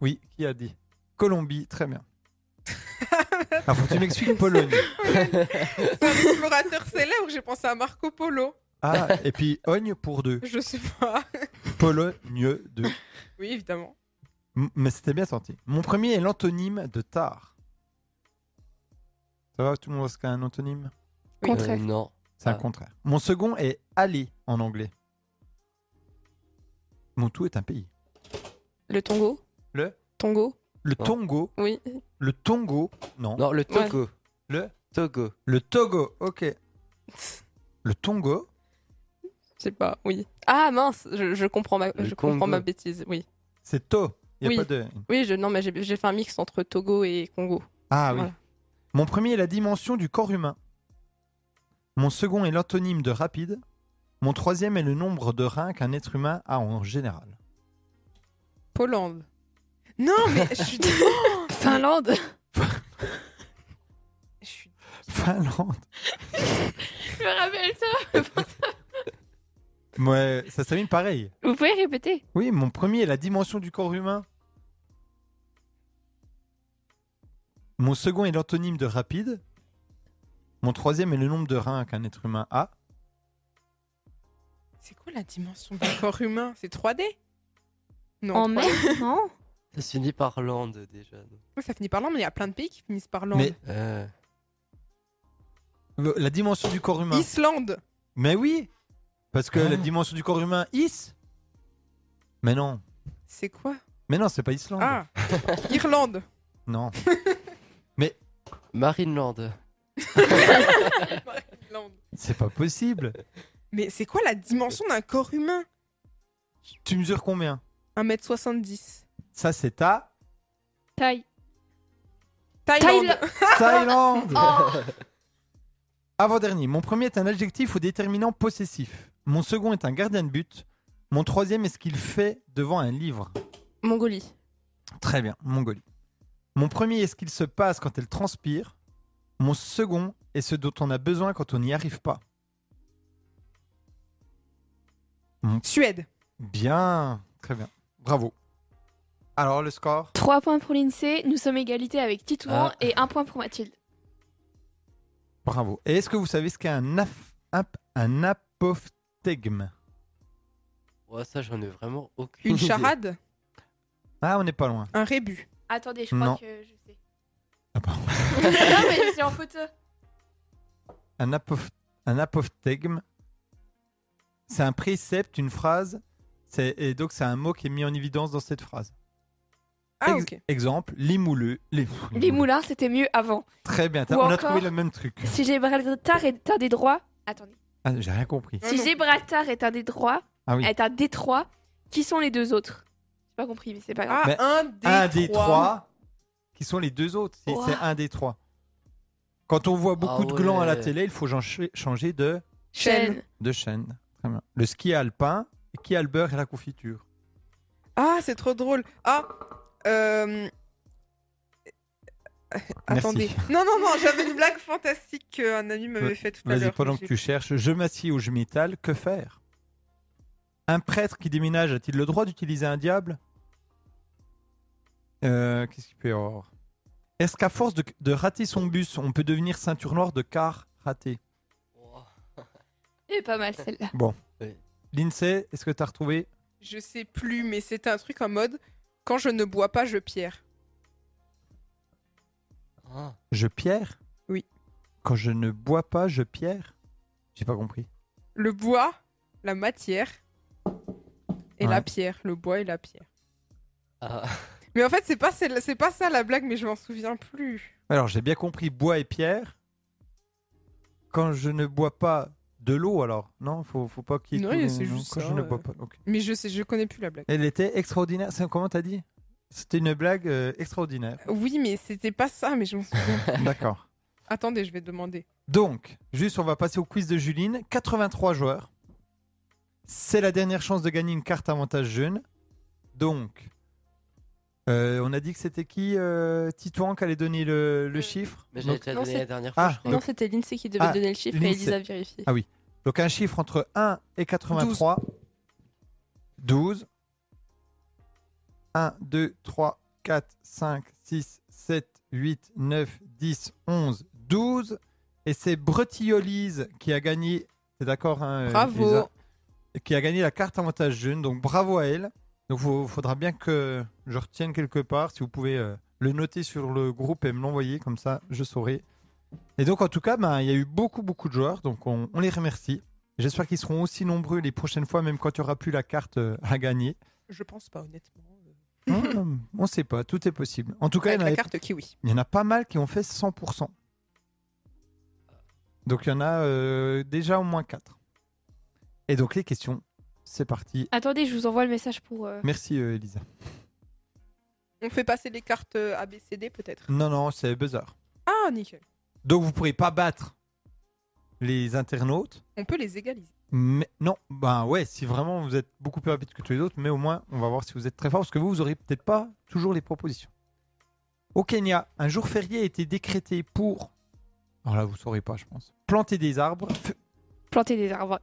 Speaker 1: Oui, qui a dit Colombie, très bien. Ah, faut que tu m'expliques Pologne.
Speaker 5: C'est un explorateur célèbre, j'ai pensé à Marco Polo.
Speaker 1: Ah, et puis Ogne pour deux.
Speaker 5: Je sais pas.
Speaker 1: Pologne deux.
Speaker 5: Oui, évidemment.
Speaker 1: M- Mais c'était bien sorti. Mon premier est l'antonyme de tard. Ça va, tout le monde voit ce qu'est un antonyme
Speaker 3: Euh,
Speaker 2: Contraire.
Speaker 3: non.
Speaker 1: C'est un
Speaker 3: Ah.
Speaker 1: contraire. Mon second est aller en anglais. Mon tout est un pays.
Speaker 4: Le Tongo
Speaker 1: Le
Speaker 4: Tongo
Speaker 1: Le
Speaker 3: Non.
Speaker 1: Tongo.
Speaker 4: Oui.
Speaker 1: Le Tongo. Non.
Speaker 3: Non, le
Speaker 4: Ouais.
Speaker 3: Togo.
Speaker 1: Le
Speaker 3: Togo.
Speaker 1: Le Togo. Ok. Le Tongo.
Speaker 4: Je sais pas, oui. Ah mince, je, je comprends, ma,
Speaker 3: Le
Speaker 4: je
Speaker 3: Congo.
Speaker 4: comprends ma bêtise, oui.
Speaker 1: C'est To. Il a
Speaker 4: Oui.
Speaker 1: pas de.
Speaker 4: Oui, je, non, mais j'ai j'ai fait un mix entre Togo et Congo.
Speaker 1: Ah oui.
Speaker 4: Voilà.
Speaker 1: Mon premier est la dimension du corps humain. Mon second est l'antonyme de rapide. Mon troisième est le nombre de reins qu'un être humain a en général.
Speaker 5: Pologne. Non, mais je suis,
Speaker 2: Finlande.
Speaker 5: je suis-
Speaker 1: Finlande.
Speaker 2: je me rappelle ça.
Speaker 1: Ouais, ça s'amène pareil.
Speaker 2: Vous pouvez répéter
Speaker 1: Oui, mon premier est la dimension du corps humain. Mon second est l'antonyme de rapide. Mon troisième est le nombre de reins qu'un être humain a.
Speaker 5: C'est quoi la dimension du corps humain C'est 3D Non.
Speaker 2: En
Speaker 5: 3D.
Speaker 2: mer Non.
Speaker 3: Ça se finit par l'Inde déjà. donc.
Speaker 5: Ouais, Ça finit par l'an, mais il y a plein de pays qui finissent par l'an.
Speaker 1: Mais-
Speaker 3: Euh,
Speaker 1: Le- La dimension du corps humain.
Speaker 5: Islande
Speaker 1: Mais oui, parce que
Speaker 3: Ah.
Speaker 1: la dimension du corps humain, is. Mais non,
Speaker 5: C'est quoi
Speaker 1: mais non, c'est pas Islande.
Speaker 5: Ah Irlande
Speaker 1: Non.
Speaker 3: Marineland.
Speaker 1: C'est pas possible.
Speaker 5: Mais c'est quoi la dimension d'un corps humain
Speaker 1: tu mesures combien
Speaker 5: 1m70.
Speaker 1: Ça, c'est ta
Speaker 2: Taille.
Speaker 5: Thaïlande
Speaker 1: Thaïlande.
Speaker 2: Oh.
Speaker 1: Avant-dernier. Mon premier est un adjectif ou déterminant possessif. Mon second est un gardien de but. Mon troisième est ce qu'il fait devant un livre.
Speaker 4: Mongolie.
Speaker 1: Très bien, Mongolie. Mon premier est ce qu'il se passe quand elle transpire. Mon second est ce dont on a besoin quand on n'y arrive pas.
Speaker 5: Suède
Speaker 1: Bien, très bien. Bravo. Alors, le score
Speaker 2: 3 points pour l'INSEE, nous sommes égalité avec Titouan
Speaker 3: Ah.
Speaker 2: et 1 point pour Mathilde.
Speaker 1: Bravo. Et est-ce que vous savez ce qu'est un, af- ap- un apophthegme
Speaker 3: Ouais, Oh, ça, j'en ai vraiment aucune
Speaker 5: Une
Speaker 3: idée.
Speaker 5: charade,
Speaker 1: Ah, on n'est pas loin.
Speaker 5: un rébut.
Speaker 2: Attendez, je crois
Speaker 1: Non.
Speaker 2: que je sais.
Speaker 1: Ah bon.
Speaker 2: non, mais je suis en photo.
Speaker 1: Un, apoph- un apophthegme, c'est un précepte, une phrase, c'est- et donc c'est un mot qui est mis en évidence dans cette phrase.
Speaker 5: Ah,
Speaker 1: Ex-
Speaker 5: ok.
Speaker 1: Exemple, les mouleux. Les,
Speaker 2: Les moulins, c'était mieux avant.
Speaker 1: Très bien, t'as-
Speaker 2: Ou
Speaker 1: on a
Speaker 2: encore-
Speaker 1: trouvé le même truc.
Speaker 2: Si Gibraltar est un des droits. Attendez.
Speaker 1: Ah, J'ai rien compris.
Speaker 5: Ah
Speaker 2: Si
Speaker 5: non.
Speaker 2: Gibraltar est un des droits,
Speaker 1: Ah oui.
Speaker 2: est un détroit, qui sont les deux autres J'ai pas compris, mais c'est pas grave.
Speaker 5: Ah,
Speaker 1: Mais
Speaker 5: un des
Speaker 1: un
Speaker 5: trois.
Speaker 1: des trois qui sont les deux autres. C'est
Speaker 2: Ouah.
Speaker 1: c'est un des trois. Quand on voit beaucoup
Speaker 3: Ah
Speaker 1: de glands à la
Speaker 3: ouais.
Speaker 1: télé, il faut changer- changer de,
Speaker 5: Chaîne.
Speaker 1: de chaîne. Très bien. Le ski alpin, le ski à le beurre et la confiture.
Speaker 5: Ah, c'est trop drôle. Ah, euh... Attendez. Non, non, non, j'avais une blague fantastique qu'un ami m'avait faite tout à
Speaker 1: Vas-y,
Speaker 5: l'heure.
Speaker 1: pendant que tu cherches, je m'assieds ou je m'étale, que faire Un prêtre qui déménage a-t-il le droit d'utiliser un diable Euh, Qu'est-ce qu'il peut y avoir Est-ce qu'à force de, de rater son bus, on peut devenir ceinture noire de car raté
Speaker 3: Wow.
Speaker 2: Et pas mal celle-là.
Speaker 1: Lindsay, est-ce que t'as retrouvé
Speaker 5: Je sais plus, mais c'était un truc en mode quand je ne bois pas, je pierre.
Speaker 3: Ah.
Speaker 1: Je pierre
Speaker 5: Oui.
Speaker 1: Quand je ne bois pas, je pierre J'ai pas compris.
Speaker 5: Le bois, la matière et
Speaker 1: Ouais.
Speaker 5: la pierre. Le bois et la pierre.
Speaker 3: Ah.
Speaker 5: Mais en fait, c'est pas celle- c'est pas ça la blague, mais je m'en souviens plus.
Speaker 1: Alors, j'ai bien compris bois et pierre. Quand je ne bois pas de l'eau, alors Non, faut, faut pas qu'il y ait
Speaker 5: Non,
Speaker 1: tout-
Speaker 5: c'est
Speaker 1: non,
Speaker 5: juste
Speaker 1: Quand
Speaker 5: ça,
Speaker 1: je ne
Speaker 5: euh.
Speaker 1: bois pas. ok.
Speaker 5: Mais je sais, je connais plus la blague.
Speaker 1: Elle était extraordinaire. C'est- Comment t'as dit C'était une blague euh, extraordinaire.
Speaker 5: Oui, mais c'était pas ça, mais je m'en souviens.
Speaker 1: D'accord.
Speaker 5: Attendez, je vais demander.
Speaker 1: Donc, juste, on va passer au quiz de Juline. 83 joueurs. C'est la dernière chance de gagner une carte avantage jeune. Donc, euh, on a dit que c'était qui euh, Titouan qui allait donner le, le
Speaker 4: Euh,
Speaker 1: chiffre.
Speaker 3: Mais j'avais
Speaker 1: Donc,
Speaker 3: déjà
Speaker 4: non,
Speaker 3: donné
Speaker 4: c'est-
Speaker 3: la dernière fois,
Speaker 1: Ah,
Speaker 3: je crois.
Speaker 4: Non, c'était l'INSEE qui devait
Speaker 1: Ah,
Speaker 4: donner le chiffre
Speaker 1: l'INSEE.
Speaker 4: et Elisa vérifier.
Speaker 1: Ah. donc, un chiffre entre 1 et 83. 12. 1, 2, 3, 4, 5, 6, 7, 8, 9, 10, 11, 12. Et c'est Bretiolise qui a gagné. T'es d'accord hein, euh,
Speaker 5: Bravo.
Speaker 1: Lisa Qui a gagné la carte avantage jeune. Donc bravo à elle. Donc il faudra bien que je retienne quelque part. Si vous pouvez euh, le noter sur le groupe et me l'envoyer, comme ça je saurai. Et donc en tout cas, ben, il y a eu beaucoup beaucoup de joueurs. Donc on, on les remercie. J'espère qu'ils seront aussi nombreux les prochaines fois, même quand il n'y aura plus la carte euh, à gagner.
Speaker 5: Je pense pas, honnêtement.
Speaker 1: Hmm, on sait pas, tout est possible. En tout cas, il
Speaker 5: Avec
Speaker 1: y en,
Speaker 5: la
Speaker 1: avait-
Speaker 5: carte kiwi.
Speaker 1: il y en a pas mal qui ont fait 100%. Donc il y en a euh, déjà au moins 4. Et donc les questions, c'est parti.
Speaker 2: Attendez, je vous envoie le message pour. euh,
Speaker 1: Merci euh, Elisa.
Speaker 5: On fait passer les cartes euh, ABCD peut-être.
Speaker 1: Non, non, c'est bizarre.
Speaker 5: Ah, nickel.
Speaker 1: Donc vous pourrez pas battre les internautes.
Speaker 5: On peut les égaliser.
Speaker 1: Mais non, ben ouais, si vraiment vous êtes beaucoup plus rapide que tous les autres, mais au moins on va voir si vous êtes très fort, parce que vous, vous aurez peut-être pas toujours les propositions. Au Kenya, un jour férié a été décrété pour. Alors là, vous saurez pas, je pense. Planter des arbres. F-
Speaker 2: planter des arbres.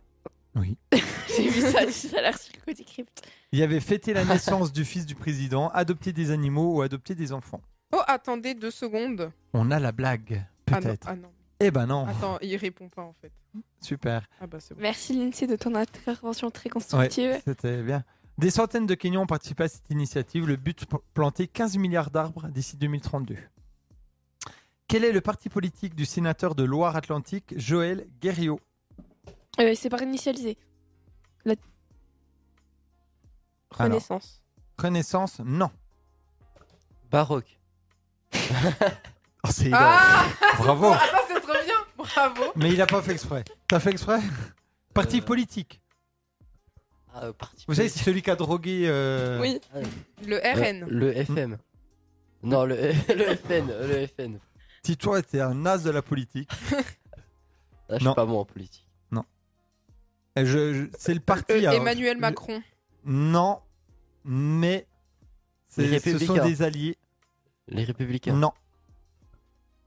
Speaker 1: Oui.
Speaker 2: J'ai vu ça, ça a l'air sur le côté crypte.
Speaker 1: Il y avait fêté la naissance du fils du président, adopter des animaux ou adopter des enfants.
Speaker 5: Oh, attendez deux secondes.
Speaker 1: On a la blague,
Speaker 5: Ah non,
Speaker 1: peut-être.
Speaker 5: ah non.
Speaker 1: Eh ben non,
Speaker 5: Attends, il répond pas en fait.
Speaker 1: super.
Speaker 5: Ah bah c'est bon.
Speaker 2: Merci Lindsay de ton intervention très
Speaker 1: Ouais,
Speaker 2: constructive.
Speaker 1: c'était bien. Des centaines de Kenyans ont participé à cette initiative. Le but, p- planter 15 milliards d'arbres d'ici 2032. Quel est le parti politique du sénateur de Loire-Atlantique, Joël Guerriot
Speaker 2: Euh, c'est par initialisé.
Speaker 1: Ah. Ah, Alors.
Speaker 4: Renaissance.
Speaker 1: Renaissance Non.
Speaker 3: Baroque.
Speaker 1: Oh, c'est
Speaker 5: Ah,
Speaker 1: énorme. Bravo.
Speaker 5: ah, c'est trop bien. Bravo.
Speaker 1: Mais il n'a pas fait exprès. T'as fait exprès Parti
Speaker 3: Euh,
Speaker 1: politique.
Speaker 3: Ah, euh, parti
Speaker 1: Vous savez, c'est
Speaker 3: politique.
Speaker 1: celui qui a drogué. euh,
Speaker 4: Oui.
Speaker 5: Le
Speaker 3: Euh,
Speaker 5: RN.
Speaker 3: le FM.
Speaker 1: Hum.
Speaker 3: Non, le, le FN. euh, Le FN.
Speaker 1: Tito était un as de la politique.
Speaker 3: Ah, je
Speaker 1: Non.
Speaker 3: suis pas bon en politique.
Speaker 1: Et je- je- c'est le parti.
Speaker 5: Euh,
Speaker 1: alors,
Speaker 5: Emmanuel
Speaker 1: le-
Speaker 5: Macron.
Speaker 1: Non. Mais. c'est-
Speaker 3: Les
Speaker 1: Ce sont
Speaker 3: Républicains.
Speaker 1: des alliés.
Speaker 3: Les Républicains.
Speaker 1: Non.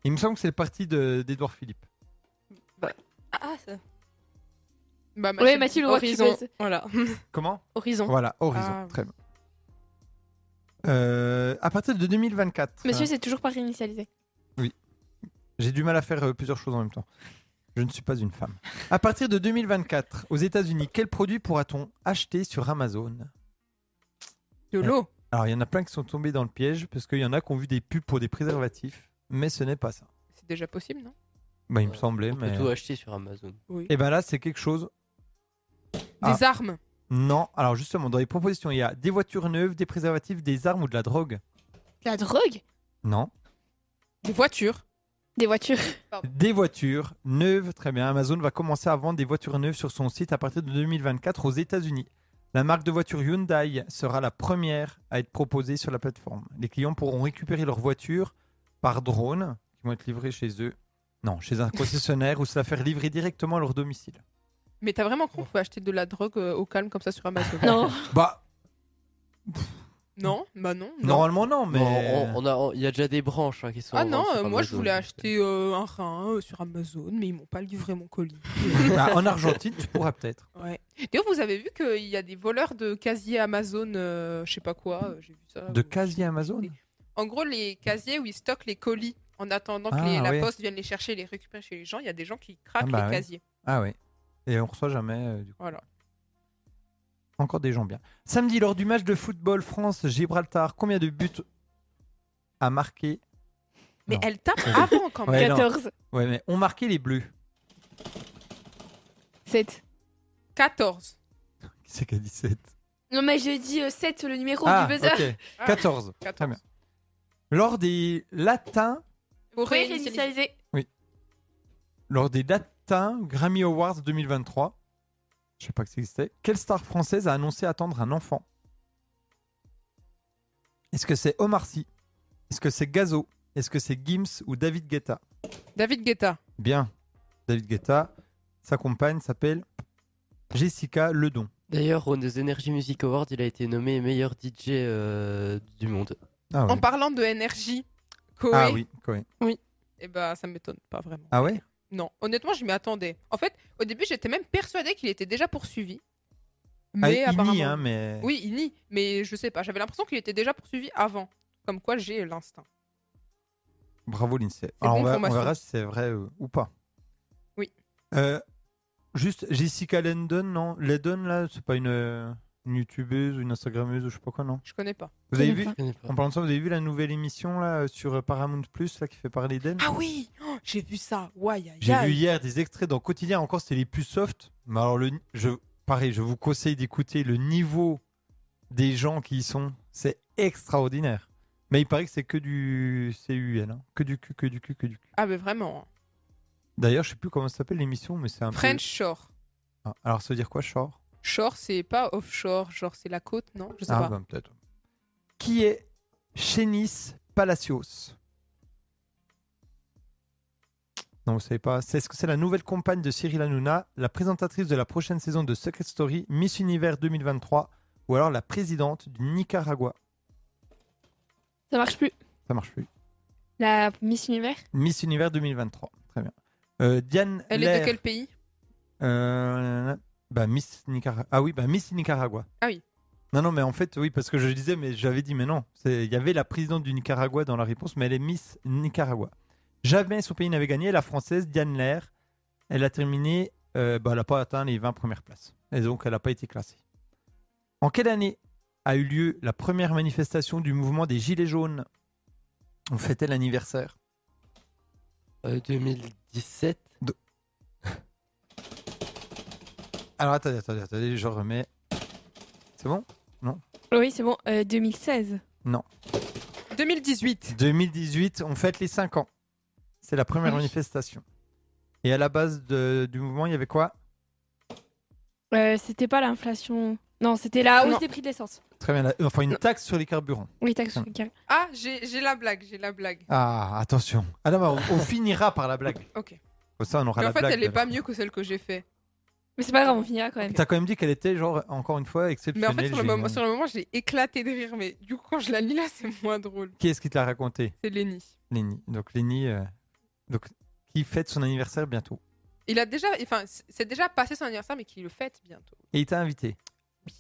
Speaker 1: Il me semble que c'est le parti de- d'Edouard Philippe.
Speaker 4: Ah, ça.
Speaker 5: Bah,
Speaker 2: Ouais, Mathilde Roy qui
Speaker 4: Horizon.
Speaker 2: baise.
Speaker 4: Voilà.
Speaker 1: Comment
Speaker 4: Horizon.
Speaker 1: Voilà, Horizon.
Speaker 5: Ah,
Speaker 1: Très bien. Euh, à partir de 2024.
Speaker 2: Monsieur,
Speaker 1: euh,
Speaker 2: c'est toujours pas réinitialisé.
Speaker 1: J'ai du mal à faire euh, plusieurs choses en même temps. Je ne suis pas une femme. À partir de 2024, aux États-Unis, quel produit pourra-t-on acheter sur Amazon
Speaker 5: De l'eau.
Speaker 1: Alors, il y en a plein qui sont tombés dans le piège parce qu'il y en a qui ont vu des pubs pour des préservatifs, mais ce n'est pas ça.
Speaker 5: C'est déjà possible, non
Speaker 1: Bah, il me
Speaker 3: Ouais,
Speaker 1: semblait,
Speaker 3: On peut
Speaker 1: mais.
Speaker 3: tout acheter sur Amazon.
Speaker 1: Et ben là, c'est quelque chose. Ah.
Speaker 5: Des armes.
Speaker 1: Non. Alors, justement, dans les propositions, il y a des voitures neuves, des préservatifs, des armes ou de la drogue.
Speaker 2: La drogue
Speaker 1: Non.
Speaker 5: Des voitures.
Speaker 2: Des voitures.
Speaker 1: Des voitures neuves, très bien. Amazon va commencer à vendre des voitures neuves sur son site à partir de 2024 aux États-Unis. La marque de voiture Hyundai sera la première à être proposée sur la plateforme. Les clients pourront récupérer leurs voitures par drone, qui vont être livrées chez eux. Non, chez un concessionnaire ou se la faire livrer directement à leur domicile.
Speaker 5: Mais t'as vraiment cru qu'on peut acheter de la drogue euh, au calme comme ça sur Amazon
Speaker 2: Non.
Speaker 1: Bah,
Speaker 5: Non, bah non.
Speaker 1: normalement non, Oh, mais
Speaker 3: Mais on- on a- on- il y a déjà des branches hein, qui sont.
Speaker 5: Ah
Speaker 3: en
Speaker 5: non,
Speaker 3: vente sur
Speaker 5: euh, moi je
Speaker 3: Amazon,
Speaker 5: voulais
Speaker 3: donc,
Speaker 5: acheter euh, un rein euh, sur Amazon, mais ils m'ont pas livré mon colis.
Speaker 1: Bah, en Argentine, tu pourras peut-être.
Speaker 5: Ouais. D'ailleurs, vous avez vu qu'il y a des voleurs de casiers Amazon, euh, je sais pas quoi, euh, j'ai vu ça.
Speaker 1: De
Speaker 5: euh,
Speaker 1: casier Amazon
Speaker 5: En gros, les casiers où ils stockent les colis en attendant
Speaker 1: Ah,
Speaker 5: que les-
Speaker 1: ouais.
Speaker 5: la poste vienne les chercher et les récupérer chez les gens, il y a des gens qui craquent
Speaker 1: Ah bah
Speaker 5: les
Speaker 1: ouais.
Speaker 5: casiers.
Speaker 1: Ah oui. Et on reçoit jamais euh, du coup.
Speaker 5: Voilà.
Speaker 1: Encore des gens bien. Samedi, lors du match de football France-Gibraltar, combien de buts a marqué
Speaker 5: Mais
Speaker 1: Non.
Speaker 5: elle tape avant quand même.
Speaker 1: Ouais, non.
Speaker 2: 14.
Speaker 1: Ouais, mais ont marqué les Bleus.
Speaker 2: 7.
Speaker 5: 14.
Speaker 1: Qui c'est qui a 17
Speaker 2: Non, mais j'ai dit 7, le numéro du buzzer.
Speaker 1: Ah, ok. 14.
Speaker 5: Ah,
Speaker 1: Très bien. Lors des latins,
Speaker 5: Faut
Speaker 2: Pour
Speaker 5: réinitialiser.
Speaker 2: réinitialiser.
Speaker 1: lors des latins Grammy Awards 2023, je sais pas que ça existait. Quelle star française a annoncé attendre un enfant Est-ce que c'est Omar Sy Est-ce que c'est Gazo Est-ce que c'est Gims ou David Guetta
Speaker 5: David Guetta.
Speaker 1: Bien. David Guetta, sa compagne s'appelle Jessica Ledon.
Speaker 3: D'ailleurs, aux Energy Music Awards, il a été nommé meilleur DJ euh, du monde.
Speaker 1: Ah ouais.
Speaker 5: En parlant de énergie, Koé,
Speaker 1: Ah oui, Koé.
Speaker 5: eh ben, ça m'étonne pas vraiment.
Speaker 1: Ah ouais
Speaker 5: Non, honnêtement, je m'y attendais. En fait, au début, j'étais même persuadée qu'il était déjà poursuivi.
Speaker 1: Ah,
Speaker 5: Mais
Speaker 1: il nie,
Speaker 5: apparemment.
Speaker 1: hein, mais...
Speaker 5: Oui, il nie, mais je sais pas. J'avais l'impression qu'il était déjà poursuivi avant. Comme quoi, j'ai l'instinct.
Speaker 1: Bravo l'INSEE. Alors,
Speaker 5: bon
Speaker 1: on, va- on
Speaker 5: formation.
Speaker 1: verra si c'est vrai euh, ou pas.
Speaker 5: Oui.
Speaker 1: Euh, juste Jessica Lendon, non Lendon, là, c'est pas une, euh, une youtubeuse ou une instagrammeuse ou je sais pas quoi, non
Speaker 5: Je connais pas.
Speaker 1: Vous avez
Speaker 2: connais
Speaker 1: vu
Speaker 2: pas.
Speaker 3: Je connais pas.
Speaker 1: En parlant de ça, vous avez vu la nouvelle émission là, euh, sur euh, Paramount Plus là, qui fait parler d'elle
Speaker 5: Ah oui Oh, J'ai vu ça. Ouaille, aïe,
Speaker 1: J'ai
Speaker 5: aïe.
Speaker 1: vu hier des extraits dans Quotidien, encore c'était les plus soft. Mais alors, le, je, pareil, je vous conseille d'écouter le niveau des gens qui y sont. C'est extraordinaire. Mais il paraît que c'est que du CUL, hein. que du cul, que du cul, que du cul.
Speaker 5: Ah, mais vraiment. hein.
Speaker 1: D'ailleurs, je sais plus comment ça s'appelle l'émission, mais c'est un peu-
Speaker 5: French Shore.
Speaker 1: Ah, Alors, ça veut dire quoi, Shore
Speaker 5: Shore, c'est pas offshore. Genre, c'est la côte, non Je sais
Speaker 1: Ah,
Speaker 5: pas.
Speaker 1: ben, peut-être. Qui est Chénis Palacios Non, vous savez pas. C'est ce que c'est la nouvelle compagne de Cyril Hanouna, la présentatrice de la prochaine saison de Secret Story, Miss Univers 2023, ou alors la présidente du Nicaragua.
Speaker 2: Ça marche plus.
Speaker 1: Ça marche plus.
Speaker 2: La Miss Univers
Speaker 1: Miss Univers 2023. Très bien. Euh, Diane
Speaker 5: Elle est
Speaker 1: Lair,
Speaker 5: de quel pays
Speaker 1: Euh, bah, Miss Nicaragua. Ah oui, bah, Miss Nicaragua.
Speaker 5: Ah oui.
Speaker 1: Non, non, mais en fait, oui, parce que je disais, mais j'avais dit, mais non. C'est- Il y avait la présidente du Nicaragua dans la réponse, mais elle est Miss Nicaragua. Jamais son pays n'avait gagné. La française, Diane Lair, elle a terminé, euh, bah, elle n'a pas atteint les 20 premières places. Et donc, elle n'a pas été classée. En quelle année a eu lieu la première manifestation du mouvement des Gilets jaunes On fêtait l'anniversaire.
Speaker 3: Euh, 2017.
Speaker 1: Alors, attendez, attendez, attendez, je remets. C'est bon
Speaker 2: Oui, c'est bon. euh, 2016.
Speaker 5: 2018.
Speaker 1: 2018, on fête les 5 ans. C'est la première manifestation. Et à la base de- du mouvement, il y avait quoi
Speaker 2: Euh, c'était pas l'inflation. Non, c'était la hausse
Speaker 5: Non.
Speaker 2: des prix de l'essence.
Speaker 1: Très bien, la- enfin une taxe sur les carburants.
Speaker 2: Oui, taxe sur le car-
Speaker 5: Ah, j'ai j'ai la blague, j'ai la blague.
Speaker 1: Ah, attention. Ah non, mais on, on finira par la blague.
Speaker 5: Ok.
Speaker 1: Comme ça, on aura
Speaker 5: Mais
Speaker 1: la
Speaker 5: en fait,
Speaker 1: blague. euh,
Speaker 5: elle est
Speaker 1: de-
Speaker 5: pas mieux que celle que j'ai fait.
Speaker 2: Mais c'est pas grave, on finira quand même.
Speaker 1: T'as quand même dit qu'elle était, genre, encore une fois,
Speaker 5: Mais en
Speaker 1: exceptionnelle.
Speaker 5: fait, sur le,
Speaker 1: géniale.
Speaker 5: moment, sur le moment, j'ai éclaté de rire. Mais du coup, quand je la lis là, c'est moins drôle.
Speaker 1: Qui est-ce qui te l'a raconté
Speaker 5: C'est Lenny.
Speaker 1: Lenny. Donc, Lenny, euh, donc, qui fête son anniversaire bientôt.
Speaker 5: Il a déjà, enfin, c'est déjà passé son anniversaire, mais qu'il le fête bientôt.
Speaker 1: Et il t'a invité.
Speaker 5: Oui.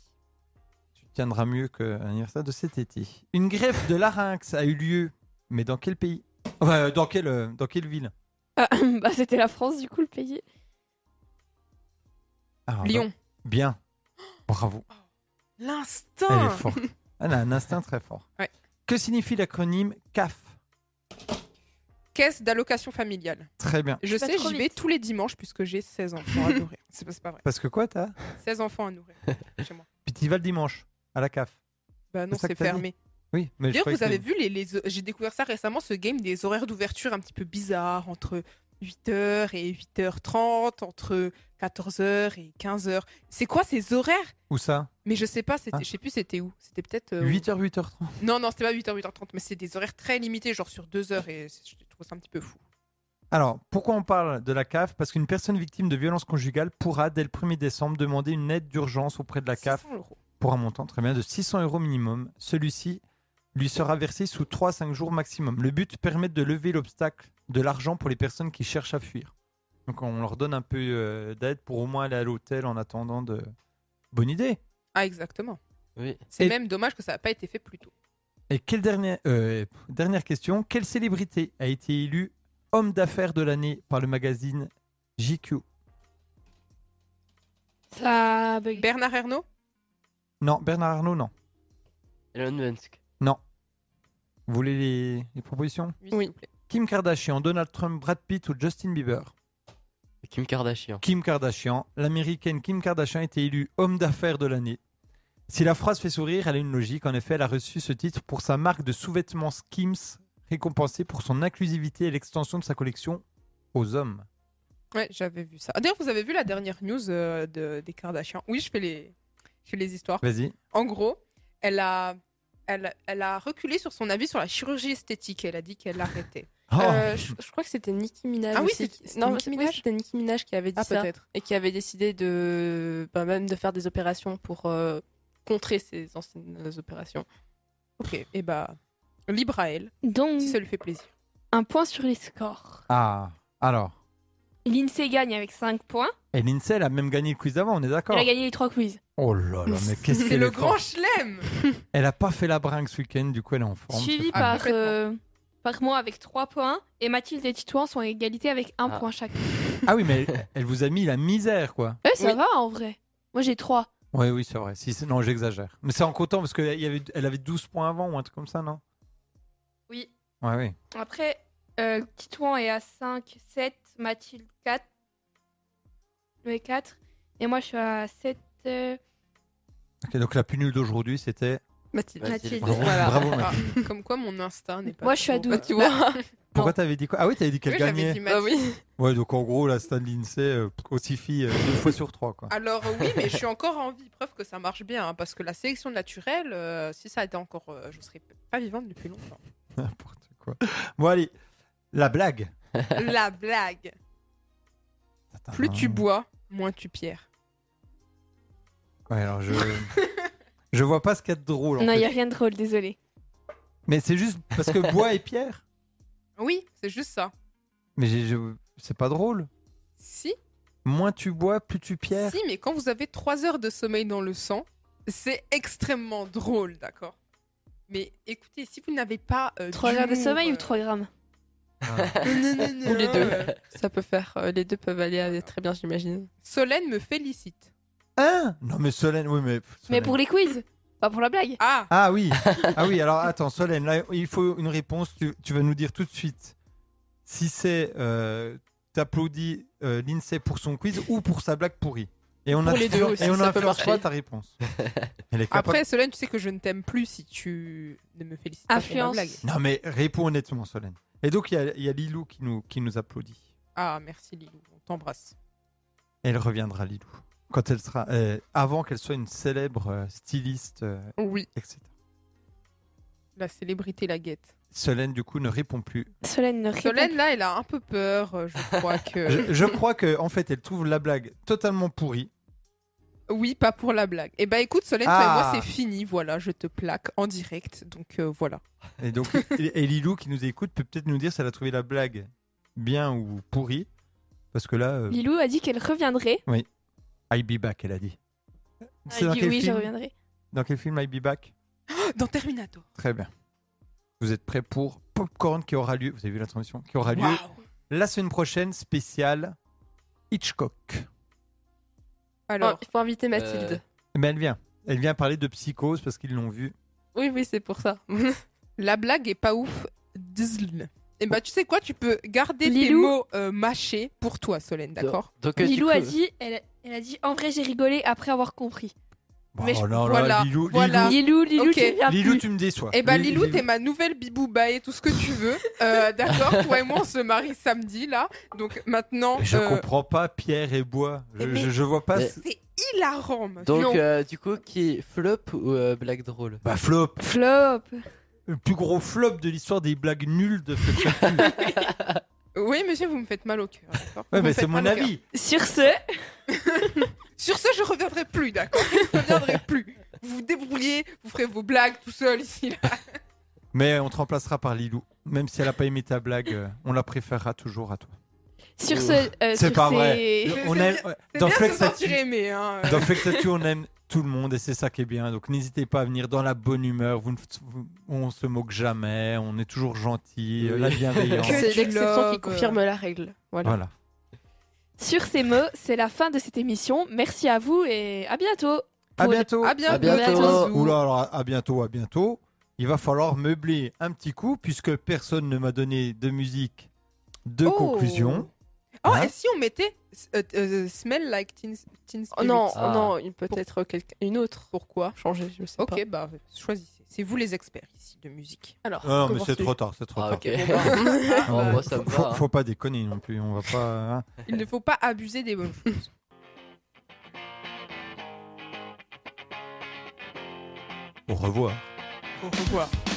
Speaker 1: Tu tiendra mieux qu'un anniversaire de cet été. Une greffe de larynx a eu lieu, mais dans quel pays Enfin, euh, dans quelle, euh, dans quelle ville
Speaker 2: Ah, bah, c'était la France, du coup, le pays.
Speaker 1: Ah,
Speaker 5: Lyon. Oh.
Speaker 1: dans- Bien. Bravo. Elle est
Speaker 5: L'instinct
Speaker 1: forte. Elle a un instinct très fort.
Speaker 5: Ouais.
Speaker 1: Que signifie l'acronyme CAF
Speaker 5: Caisse d'allocation familiale.
Speaker 1: Très bien.
Speaker 5: Je
Speaker 2: Pas
Speaker 5: sais,
Speaker 2: trop
Speaker 5: j'y vais
Speaker 2: vite.
Speaker 5: tous les dimanches puisque j'ai 16 enfants à nourrir. C'est pas, c'est pas vrai.
Speaker 1: Parce que quoi, t'as
Speaker 5: 16 enfants à nourrir chez moi.
Speaker 1: Puis t'y vas le dimanche, à la CAF.
Speaker 5: Bah non,
Speaker 1: C'est ça
Speaker 5: c'est
Speaker 1: que t'as dit.
Speaker 5: fermé.
Speaker 1: Oui, mais je
Speaker 5: D'ailleurs,
Speaker 1: croyais
Speaker 5: vous
Speaker 1: que
Speaker 5: avez
Speaker 1: t'as-
Speaker 5: vu, les, les- j'ai découvert ça récemment, ce game des horaires d'ouverture un petit peu bizarres, entre 8h et 8h30, entre 14h et 15h. C'est quoi ces horaires
Speaker 1: Où ça
Speaker 5: Mais je sais pas, c'était,
Speaker 1: Ah.
Speaker 5: je sais plus c'était où. C'était peut-être... euh,
Speaker 1: 8h, 8h30.
Speaker 5: Non, non, c'était pas 8h, 8h30, mais c'est des horaires très limités, genre sur 2 heures, et c'est- je trouve ça un petit peu fou.
Speaker 1: Alors, pourquoi on parle de la CAF Parce qu'une personne victime de violences conjugales pourra, dès le 1er décembre, demander une aide d'urgence auprès de la CAF
Speaker 5: 600 euros.
Speaker 1: pour un montant très bien de 600 euros minimum. Celui-ci lui sera versé sous 3-5 jours maximum. Le but permet de lever l'obstacle de l'argent pour les personnes qui cherchent à fuir. Donc on leur donne un peu euh, d'aide pour au moins aller à l'hôtel en attendant de... Bonne idée
Speaker 5: Ah, exactement.
Speaker 3: Oui.
Speaker 5: C'est
Speaker 1: Et-
Speaker 5: même dommage que ça n'a pas été fait plus tôt.
Speaker 1: Et quelle dernière, euh, dernière question, quelle célébrité a été élue homme d'affaires de l'année par le magazine JQ
Speaker 2: Ça a bugué.
Speaker 5: Bernard Arnault
Speaker 1: Non, Bernard Arnault, non.
Speaker 3: Elon Musk.
Speaker 1: Vous voulez les, les propositions
Speaker 5: Oui.
Speaker 4: Oui.
Speaker 5: s'il vous plaît.
Speaker 1: Kim Kardashian, Donald Trump, Brad Pitt ou Justin Bieber
Speaker 3: Kim Kardashian.
Speaker 1: Kim Kardashian, l'américaine Kim Kardashian a été élue homme d'affaires de l'année. Si la phrase fait sourire, elle a une logique. En effet, elle a reçu ce titre pour sa marque de sous-vêtements Skims, récompensée pour son inclusivité et l'extension de sa collection aux hommes.
Speaker 5: Ouais, j'avais vu ça. Ah, D'ailleurs, vous avez vu la dernière news euh, de, des Kardashian Oui, je fais les, je fais les histoires.
Speaker 1: Vas-y.
Speaker 5: En gros, elle a, elle, elle a reculé sur son avis sur la chirurgie esthétique. Elle a dit qu'elle l'arrêtait.
Speaker 1: Oh,
Speaker 4: Euh, je, je crois que c'était Nicki Minaj.
Speaker 5: Ah oui,
Speaker 4: aussi
Speaker 5: c'est-
Speaker 4: qui-
Speaker 5: c'était
Speaker 4: non,
Speaker 5: Nicki
Speaker 4: oui,
Speaker 5: Minaj
Speaker 4: c'était Nicki Minaj Ah, qui
Speaker 2: Ah,
Speaker 4: avait dit ça et qui avait décidé de, bah, même de faire des opérations pour euh, contrer ses anciennes opérations.
Speaker 5: Ok, et bah, libre à elle,
Speaker 2: Donc,
Speaker 5: si ça lui fait plaisir.
Speaker 2: un point sur les scores.
Speaker 1: Ah, alors.
Speaker 2: L'INSEE gagne avec 5 points.
Speaker 1: Et l'INSEE, elle a même gagné le quiz d'avant, on est d'accord
Speaker 2: Elle a gagné les 3 quiz.
Speaker 1: Oh là là, mais qu'est-ce
Speaker 5: C'est
Speaker 1: qu'elle
Speaker 5: le
Speaker 1: est forte.
Speaker 5: grand chelem
Speaker 1: Elle a pas fait la bringue ce week-end, du coup, elle est en forme. Ah,
Speaker 2: Suivi
Speaker 1: cette femme.
Speaker 2: par,
Speaker 5: complètement.
Speaker 2: euh, par moi avec 3 points. Et Mathilde et Titouan sont à égalité avec 1
Speaker 3: Ah.
Speaker 2: point chacun.
Speaker 1: Ah oui, mais elle, elle vous a mis la misère, quoi.
Speaker 2: Eh, ça
Speaker 5: Oui.
Speaker 2: va en vrai. Moi j'ai 3.
Speaker 1: Oui, oui, c'est vrai. Si, c'est- non, j'exagère. Mais c'est en comptant parce qu'elle avait, elle avait 12 points avant ou un truc comme ça, non
Speaker 2: Oui.
Speaker 1: Ouais, oui.
Speaker 2: Après, euh, Titouan est à 5, 7, Mathilde 4. Le 4. Et moi je suis à 7. euh,
Speaker 1: Ok, donc la plus nulle d'aujourd'hui, c'était.
Speaker 4: Mathilde.
Speaker 2: Mathilde.
Speaker 3: Bravo.
Speaker 5: Voilà.
Speaker 1: bravo,
Speaker 5: Ah, comme quoi, mon instinct n'est pas.
Speaker 2: Moi, je suis à
Speaker 5: trop- Ah
Speaker 2: 12.
Speaker 4: tu vois
Speaker 1: Pourquoi t'avais dit quoi Ah oui, t'avais dit qu'elle
Speaker 5: Oui, j'avais
Speaker 1: gagnait.
Speaker 5: dit
Speaker 4: Bah
Speaker 5: Mathilde.
Speaker 4: oui.
Speaker 1: Ouais, donc en gros, la Stan Lindsay euh, aussi fille euh, deux fois sur trois, quoi.
Speaker 5: Alors euh, oui, mais je suis encore en vie, preuve que ça marche bien, hein, parce que la sélection naturelle, euh, si ça était encore, euh, je serais pas vivante depuis longtemps.
Speaker 1: N'importe quoi. Bon, allez, la blague.
Speaker 5: La blague.
Speaker 1: Attends. hein.
Speaker 5: Plus tu bois, moins tu pierres.
Speaker 1: Ouais, alors je. je vois pas ce qu'il y a de drôle. En
Speaker 2: Non, il
Speaker 1: fait.
Speaker 2: n'y a rien de drôle, désolé.
Speaker 1: Mais c'est juste parce que bois et pierre.
Speaker 5: Oui, c'est juste ça.
Speaker 1: Mais j'ai- je- c'est pas drôle.
Speaker 5: Si,
Speaker 1: Moins tu bois, plus tu pierres.
Speaker 5: si, mais quand vous avez trois heures de sommeil dans le sang, c'est extrêmement drôle, d'accord Mais écoutez, si vous n'avez pas... euh,
Speaker 2: 3 heures de sommeil ou 3 grammes
Speaker 1: Ah.
Speaker 4: Ou les deux. Ça peut faire. euh, les deux peuvent aller euh, très bien, j'imagine.
Speaker 5: Solène me félicite.
Speaker 1: Hein Non, mais Solène, oui, mais.
Speaker 2: Mais
Speaker 1: Solène.
Speaker 2: pour les quiz Pas pour la blague
Speaker 5: Ah,
Speaker 1: Ah oui, ah oui. Alors attends, Solène, là, il faut une réponse. Tu, tu vas nous dire tout de suite si c'est euh, t'applaudis euh, l'INSEE pour son quiz ou pour sa blague pourrie. Et on
Speaker 4: Pour
Speaker 1: a
Speaker 4: les deux aussi,
Speaker 1: et on
Speaker 4: ça peut
Speaker 1: influence
Speaker 4: marcher.
Speaker 1: pas ta réponse. Elle est capable-
Speaker 5: après Solène, tu sais que je ne t'aime plus si tu ne me félicites
Speaker 2: Influence.
Speaker 5: pas pour ma blague.
Speaker 1: Non mais réponds honnêtement, Solène. Et donc il y a- il y, a Lilou qui nous qui nous applaudit.
Speaker 5: Ah, merci Lilou, on t'embrasse.
Speaker 1: Elle reviendra, Lilou, quand elle sera euh, avant qu'elle soit une célèbre euh, styliste, euh,
Speaker 5: Oui.
Speaker 1: etc.
Speaker 5: La célébrité la guette.
Speaker 1: Solène du coup ne répond plus.
Speaker 2: Solène ne répond
Speaker 5: Solène, là, elle a un peu peur, euh, je crois que...
Speaker 1: Je, je crois que en fait elle trouve la blague totalement pourrie.
Speaker 5: Oui, pas pour la blague. Eh ben écoute, Solène, toi et
Speaker 1: Ah.
Speaker 5: moi, c'est fini, voilà, je te plaque en direct, donc euh, voilà.
Speaker 1: Et donc, et et Lilou qui nous écoute peut peut-être nous dire si elle a trouvé la blague bien ou pourrie. Parce que là, euh,
Speaker 2: Lilou a dit qu'elle reviendrait.
Speaker 1: I'll be back, elle a dit.
Speaker 5: Ah,
Speaker 2: Elle a dit oui, je reviendrai.
Speaker 1: Dans quel film I'll Be Back
Speaker 5: Dans Terminator.
Speaker 1: Très bien. Vous êtes prêts pour Popcorn qui aura lieu, vous avez vu la transition, qui aura lieu
Speaker 5: Waouh
Speaker 1: la semaine prochaine, spéciale Hitchcock.
Speaker 5: Alors,
Speaker 4: il faut inviter Mathilde.
Speaker 3: Euh,
Speaker 1: Mais ben, elle vient. Elle vient parler de psychose parce qu'ils l'ont vu.
Speaker 4: Oui, oui, c'est pour ça.
Speaker 5: la blague est pas ouf. Dizzle. Et
Speaker 1: Oh.
Speaker 5: bah, tu sais quoi, tu peux garder les
Speaker 2: Lilou
Speaker 5: mots euh, mâchés pour toi, Solène, d'accord
Speaker 3: Donc, euh, du
Speaker 2: Lilou
Speaker 3: coup,
Speaker 2: a dit, elle, elle a dit, en vrai, j'ai rigolé après avoir compris.
Speaker 5: Mais je-
Speaker 1: Oh là là,
Speaker 5: voilà,
Speaker 1: Lilou,
Speaker 5: voilà. Ah,
Speaker 2: Lilou, Lilou,
Speaker 5: ok.
Speaker 2: tu viens
Speaker 1: Lilou, Lilou,
Speaker 2: plus.
Speaker 1: tu me déçois.
Speaker 5: Eh ben
Speaker 1: Li-
Speaker 5: Lilou, t'es ma nouvelle bibouba et tout ce que tu veux. Euh, D'accord, toi et moi on se marie samedi là. Donc maintenant,
Speaker 1: Je
Speaker 5: euh, Eh,
Speaker 1: comprends pas Pierre et Bois. Je,
Speaker 5: mais-
Speaker 1: je- je vois pas.
Speaker 3: Mais-
Speaker 1: ce-
Speaker 5: c'est hilarant. monsieur.
Speaker 3: donc
Speaker 5: Non.
Speaker 3: euh, du coup, qui flop ou euh, blague drôle
Speaker 1: Bah flop.
Speaker 2: Flop.
Speaker 1: Le plus gros flop de l'histoire des blagues nulles de Fred Chaput.
Speaker 5: Oui, monsieur, vous me faites mal au cœur. d'accord
Speaker 1: Ouais,
Speaker 5: Vous me
Speaker 1: mais c'est
Speaker 5: faites
Speaker 1: mon
Speaker 5: mal au cœur.
Speaker 1: avis.
Speaker 2: Sur ce,
Speaker 5: Sur ce, je reviendrai plus, d'accord Je reviendrai plus. Vous vous débrouillez, vous ferez vos blagues tout seul ici. Là.
Speaker 1: Mais on te remplacera par Lilou. Même si elle a pas aimé ta blague, euh, on la préférera toujours à toi.
Speaker 2: sur
Speaker 3: Oh.
Speaker 2: ce, euh,
Speaker 1: C'est
Speaker 2: sur
Speaker 1: pas
Speaker 2: ces-
Speaker 1: vrai.
Speaker 5: C'est-
Speaker 1: On
Speaker 5: c'est
Speaker 1: aime-
Speaker 5: C'est
Speaker 1: Dans
Speaker 5: bien de
Speaker 1: Flex
Speaker 5: se sentir
Speaker 1: Actu-
Speaker 5: aimé. Hein.
Speaker 1: dans Flex Actu, on aime tout le monde et c'est ça qui est bien. Donc n'hésitez pas à venir dans la bonne humeur. Vous ne- vous- on se moque jamais. On est toujours gentil.
Speaker 3: Oui.
Speaker 1: La bienveillance.
Speaker 5: Que
Speaker 4: C'est
Speaker 5: tu
Speaker 4: l'exception
Speaker 5: loves.
Speaker 4: qui confirme la règle. Voilà.
Speaker 1: Voilà.
Speaker 2: sur ces mots, c'est la fin de cette émission. Merci à vous et à bientôt.
Speaker 1: À
Speaker 2: Pour-
Speaker 1: bientôt.
Speaker 5: À bientôt.
Speaker 3: À bientôt.
Speaker 5: bisous.
Speaker 1: Oula, alors à- à bientôt, à bientôt. Il va falloir meubler un petit coup puisque personne ne m'a donné de musique de
Speaker 5: Oh.
Speaker 1: conclusion.
Speaker 5: Oh,
Speaker 1: Hein
Speaker 5: et si on mettait euh, euh, Smell Like Teen, Teen
Speaker 4: Oh
Speaker 5: Spirit
Speaker 4: non,
Speaker 3: Ah.
Speaker 4: non, il peut être quelqu'un- une autre. Pourquoi Changer, je sais
Speaker 5: Ok, bah choisissez. C'est vous les experts ici de musique. bah.
Speaker 4: pas. Alors,
Speaker 1: Ah, non, mais c'est
Speaker 4: commencez.
Speaker 1: trop tard, c'est trop
Speaker 3: Ah,
Speaker 1: tard.
Speaker 3: ok.
Speaker 1: Non,
Speaker 3: Oh,
Speaker 1: mais
Speaker 3: moi, ça me
Speaker 1: faut, faut-
Speaker 3: va, hein.
Speaker 1: faut pas déconner non plus, on va pas. hein.
Speaker 5: Il ne faut pas abuser des bonnes choses.
Speaker 1: Au revoir.
Speaker 5: Au revoir.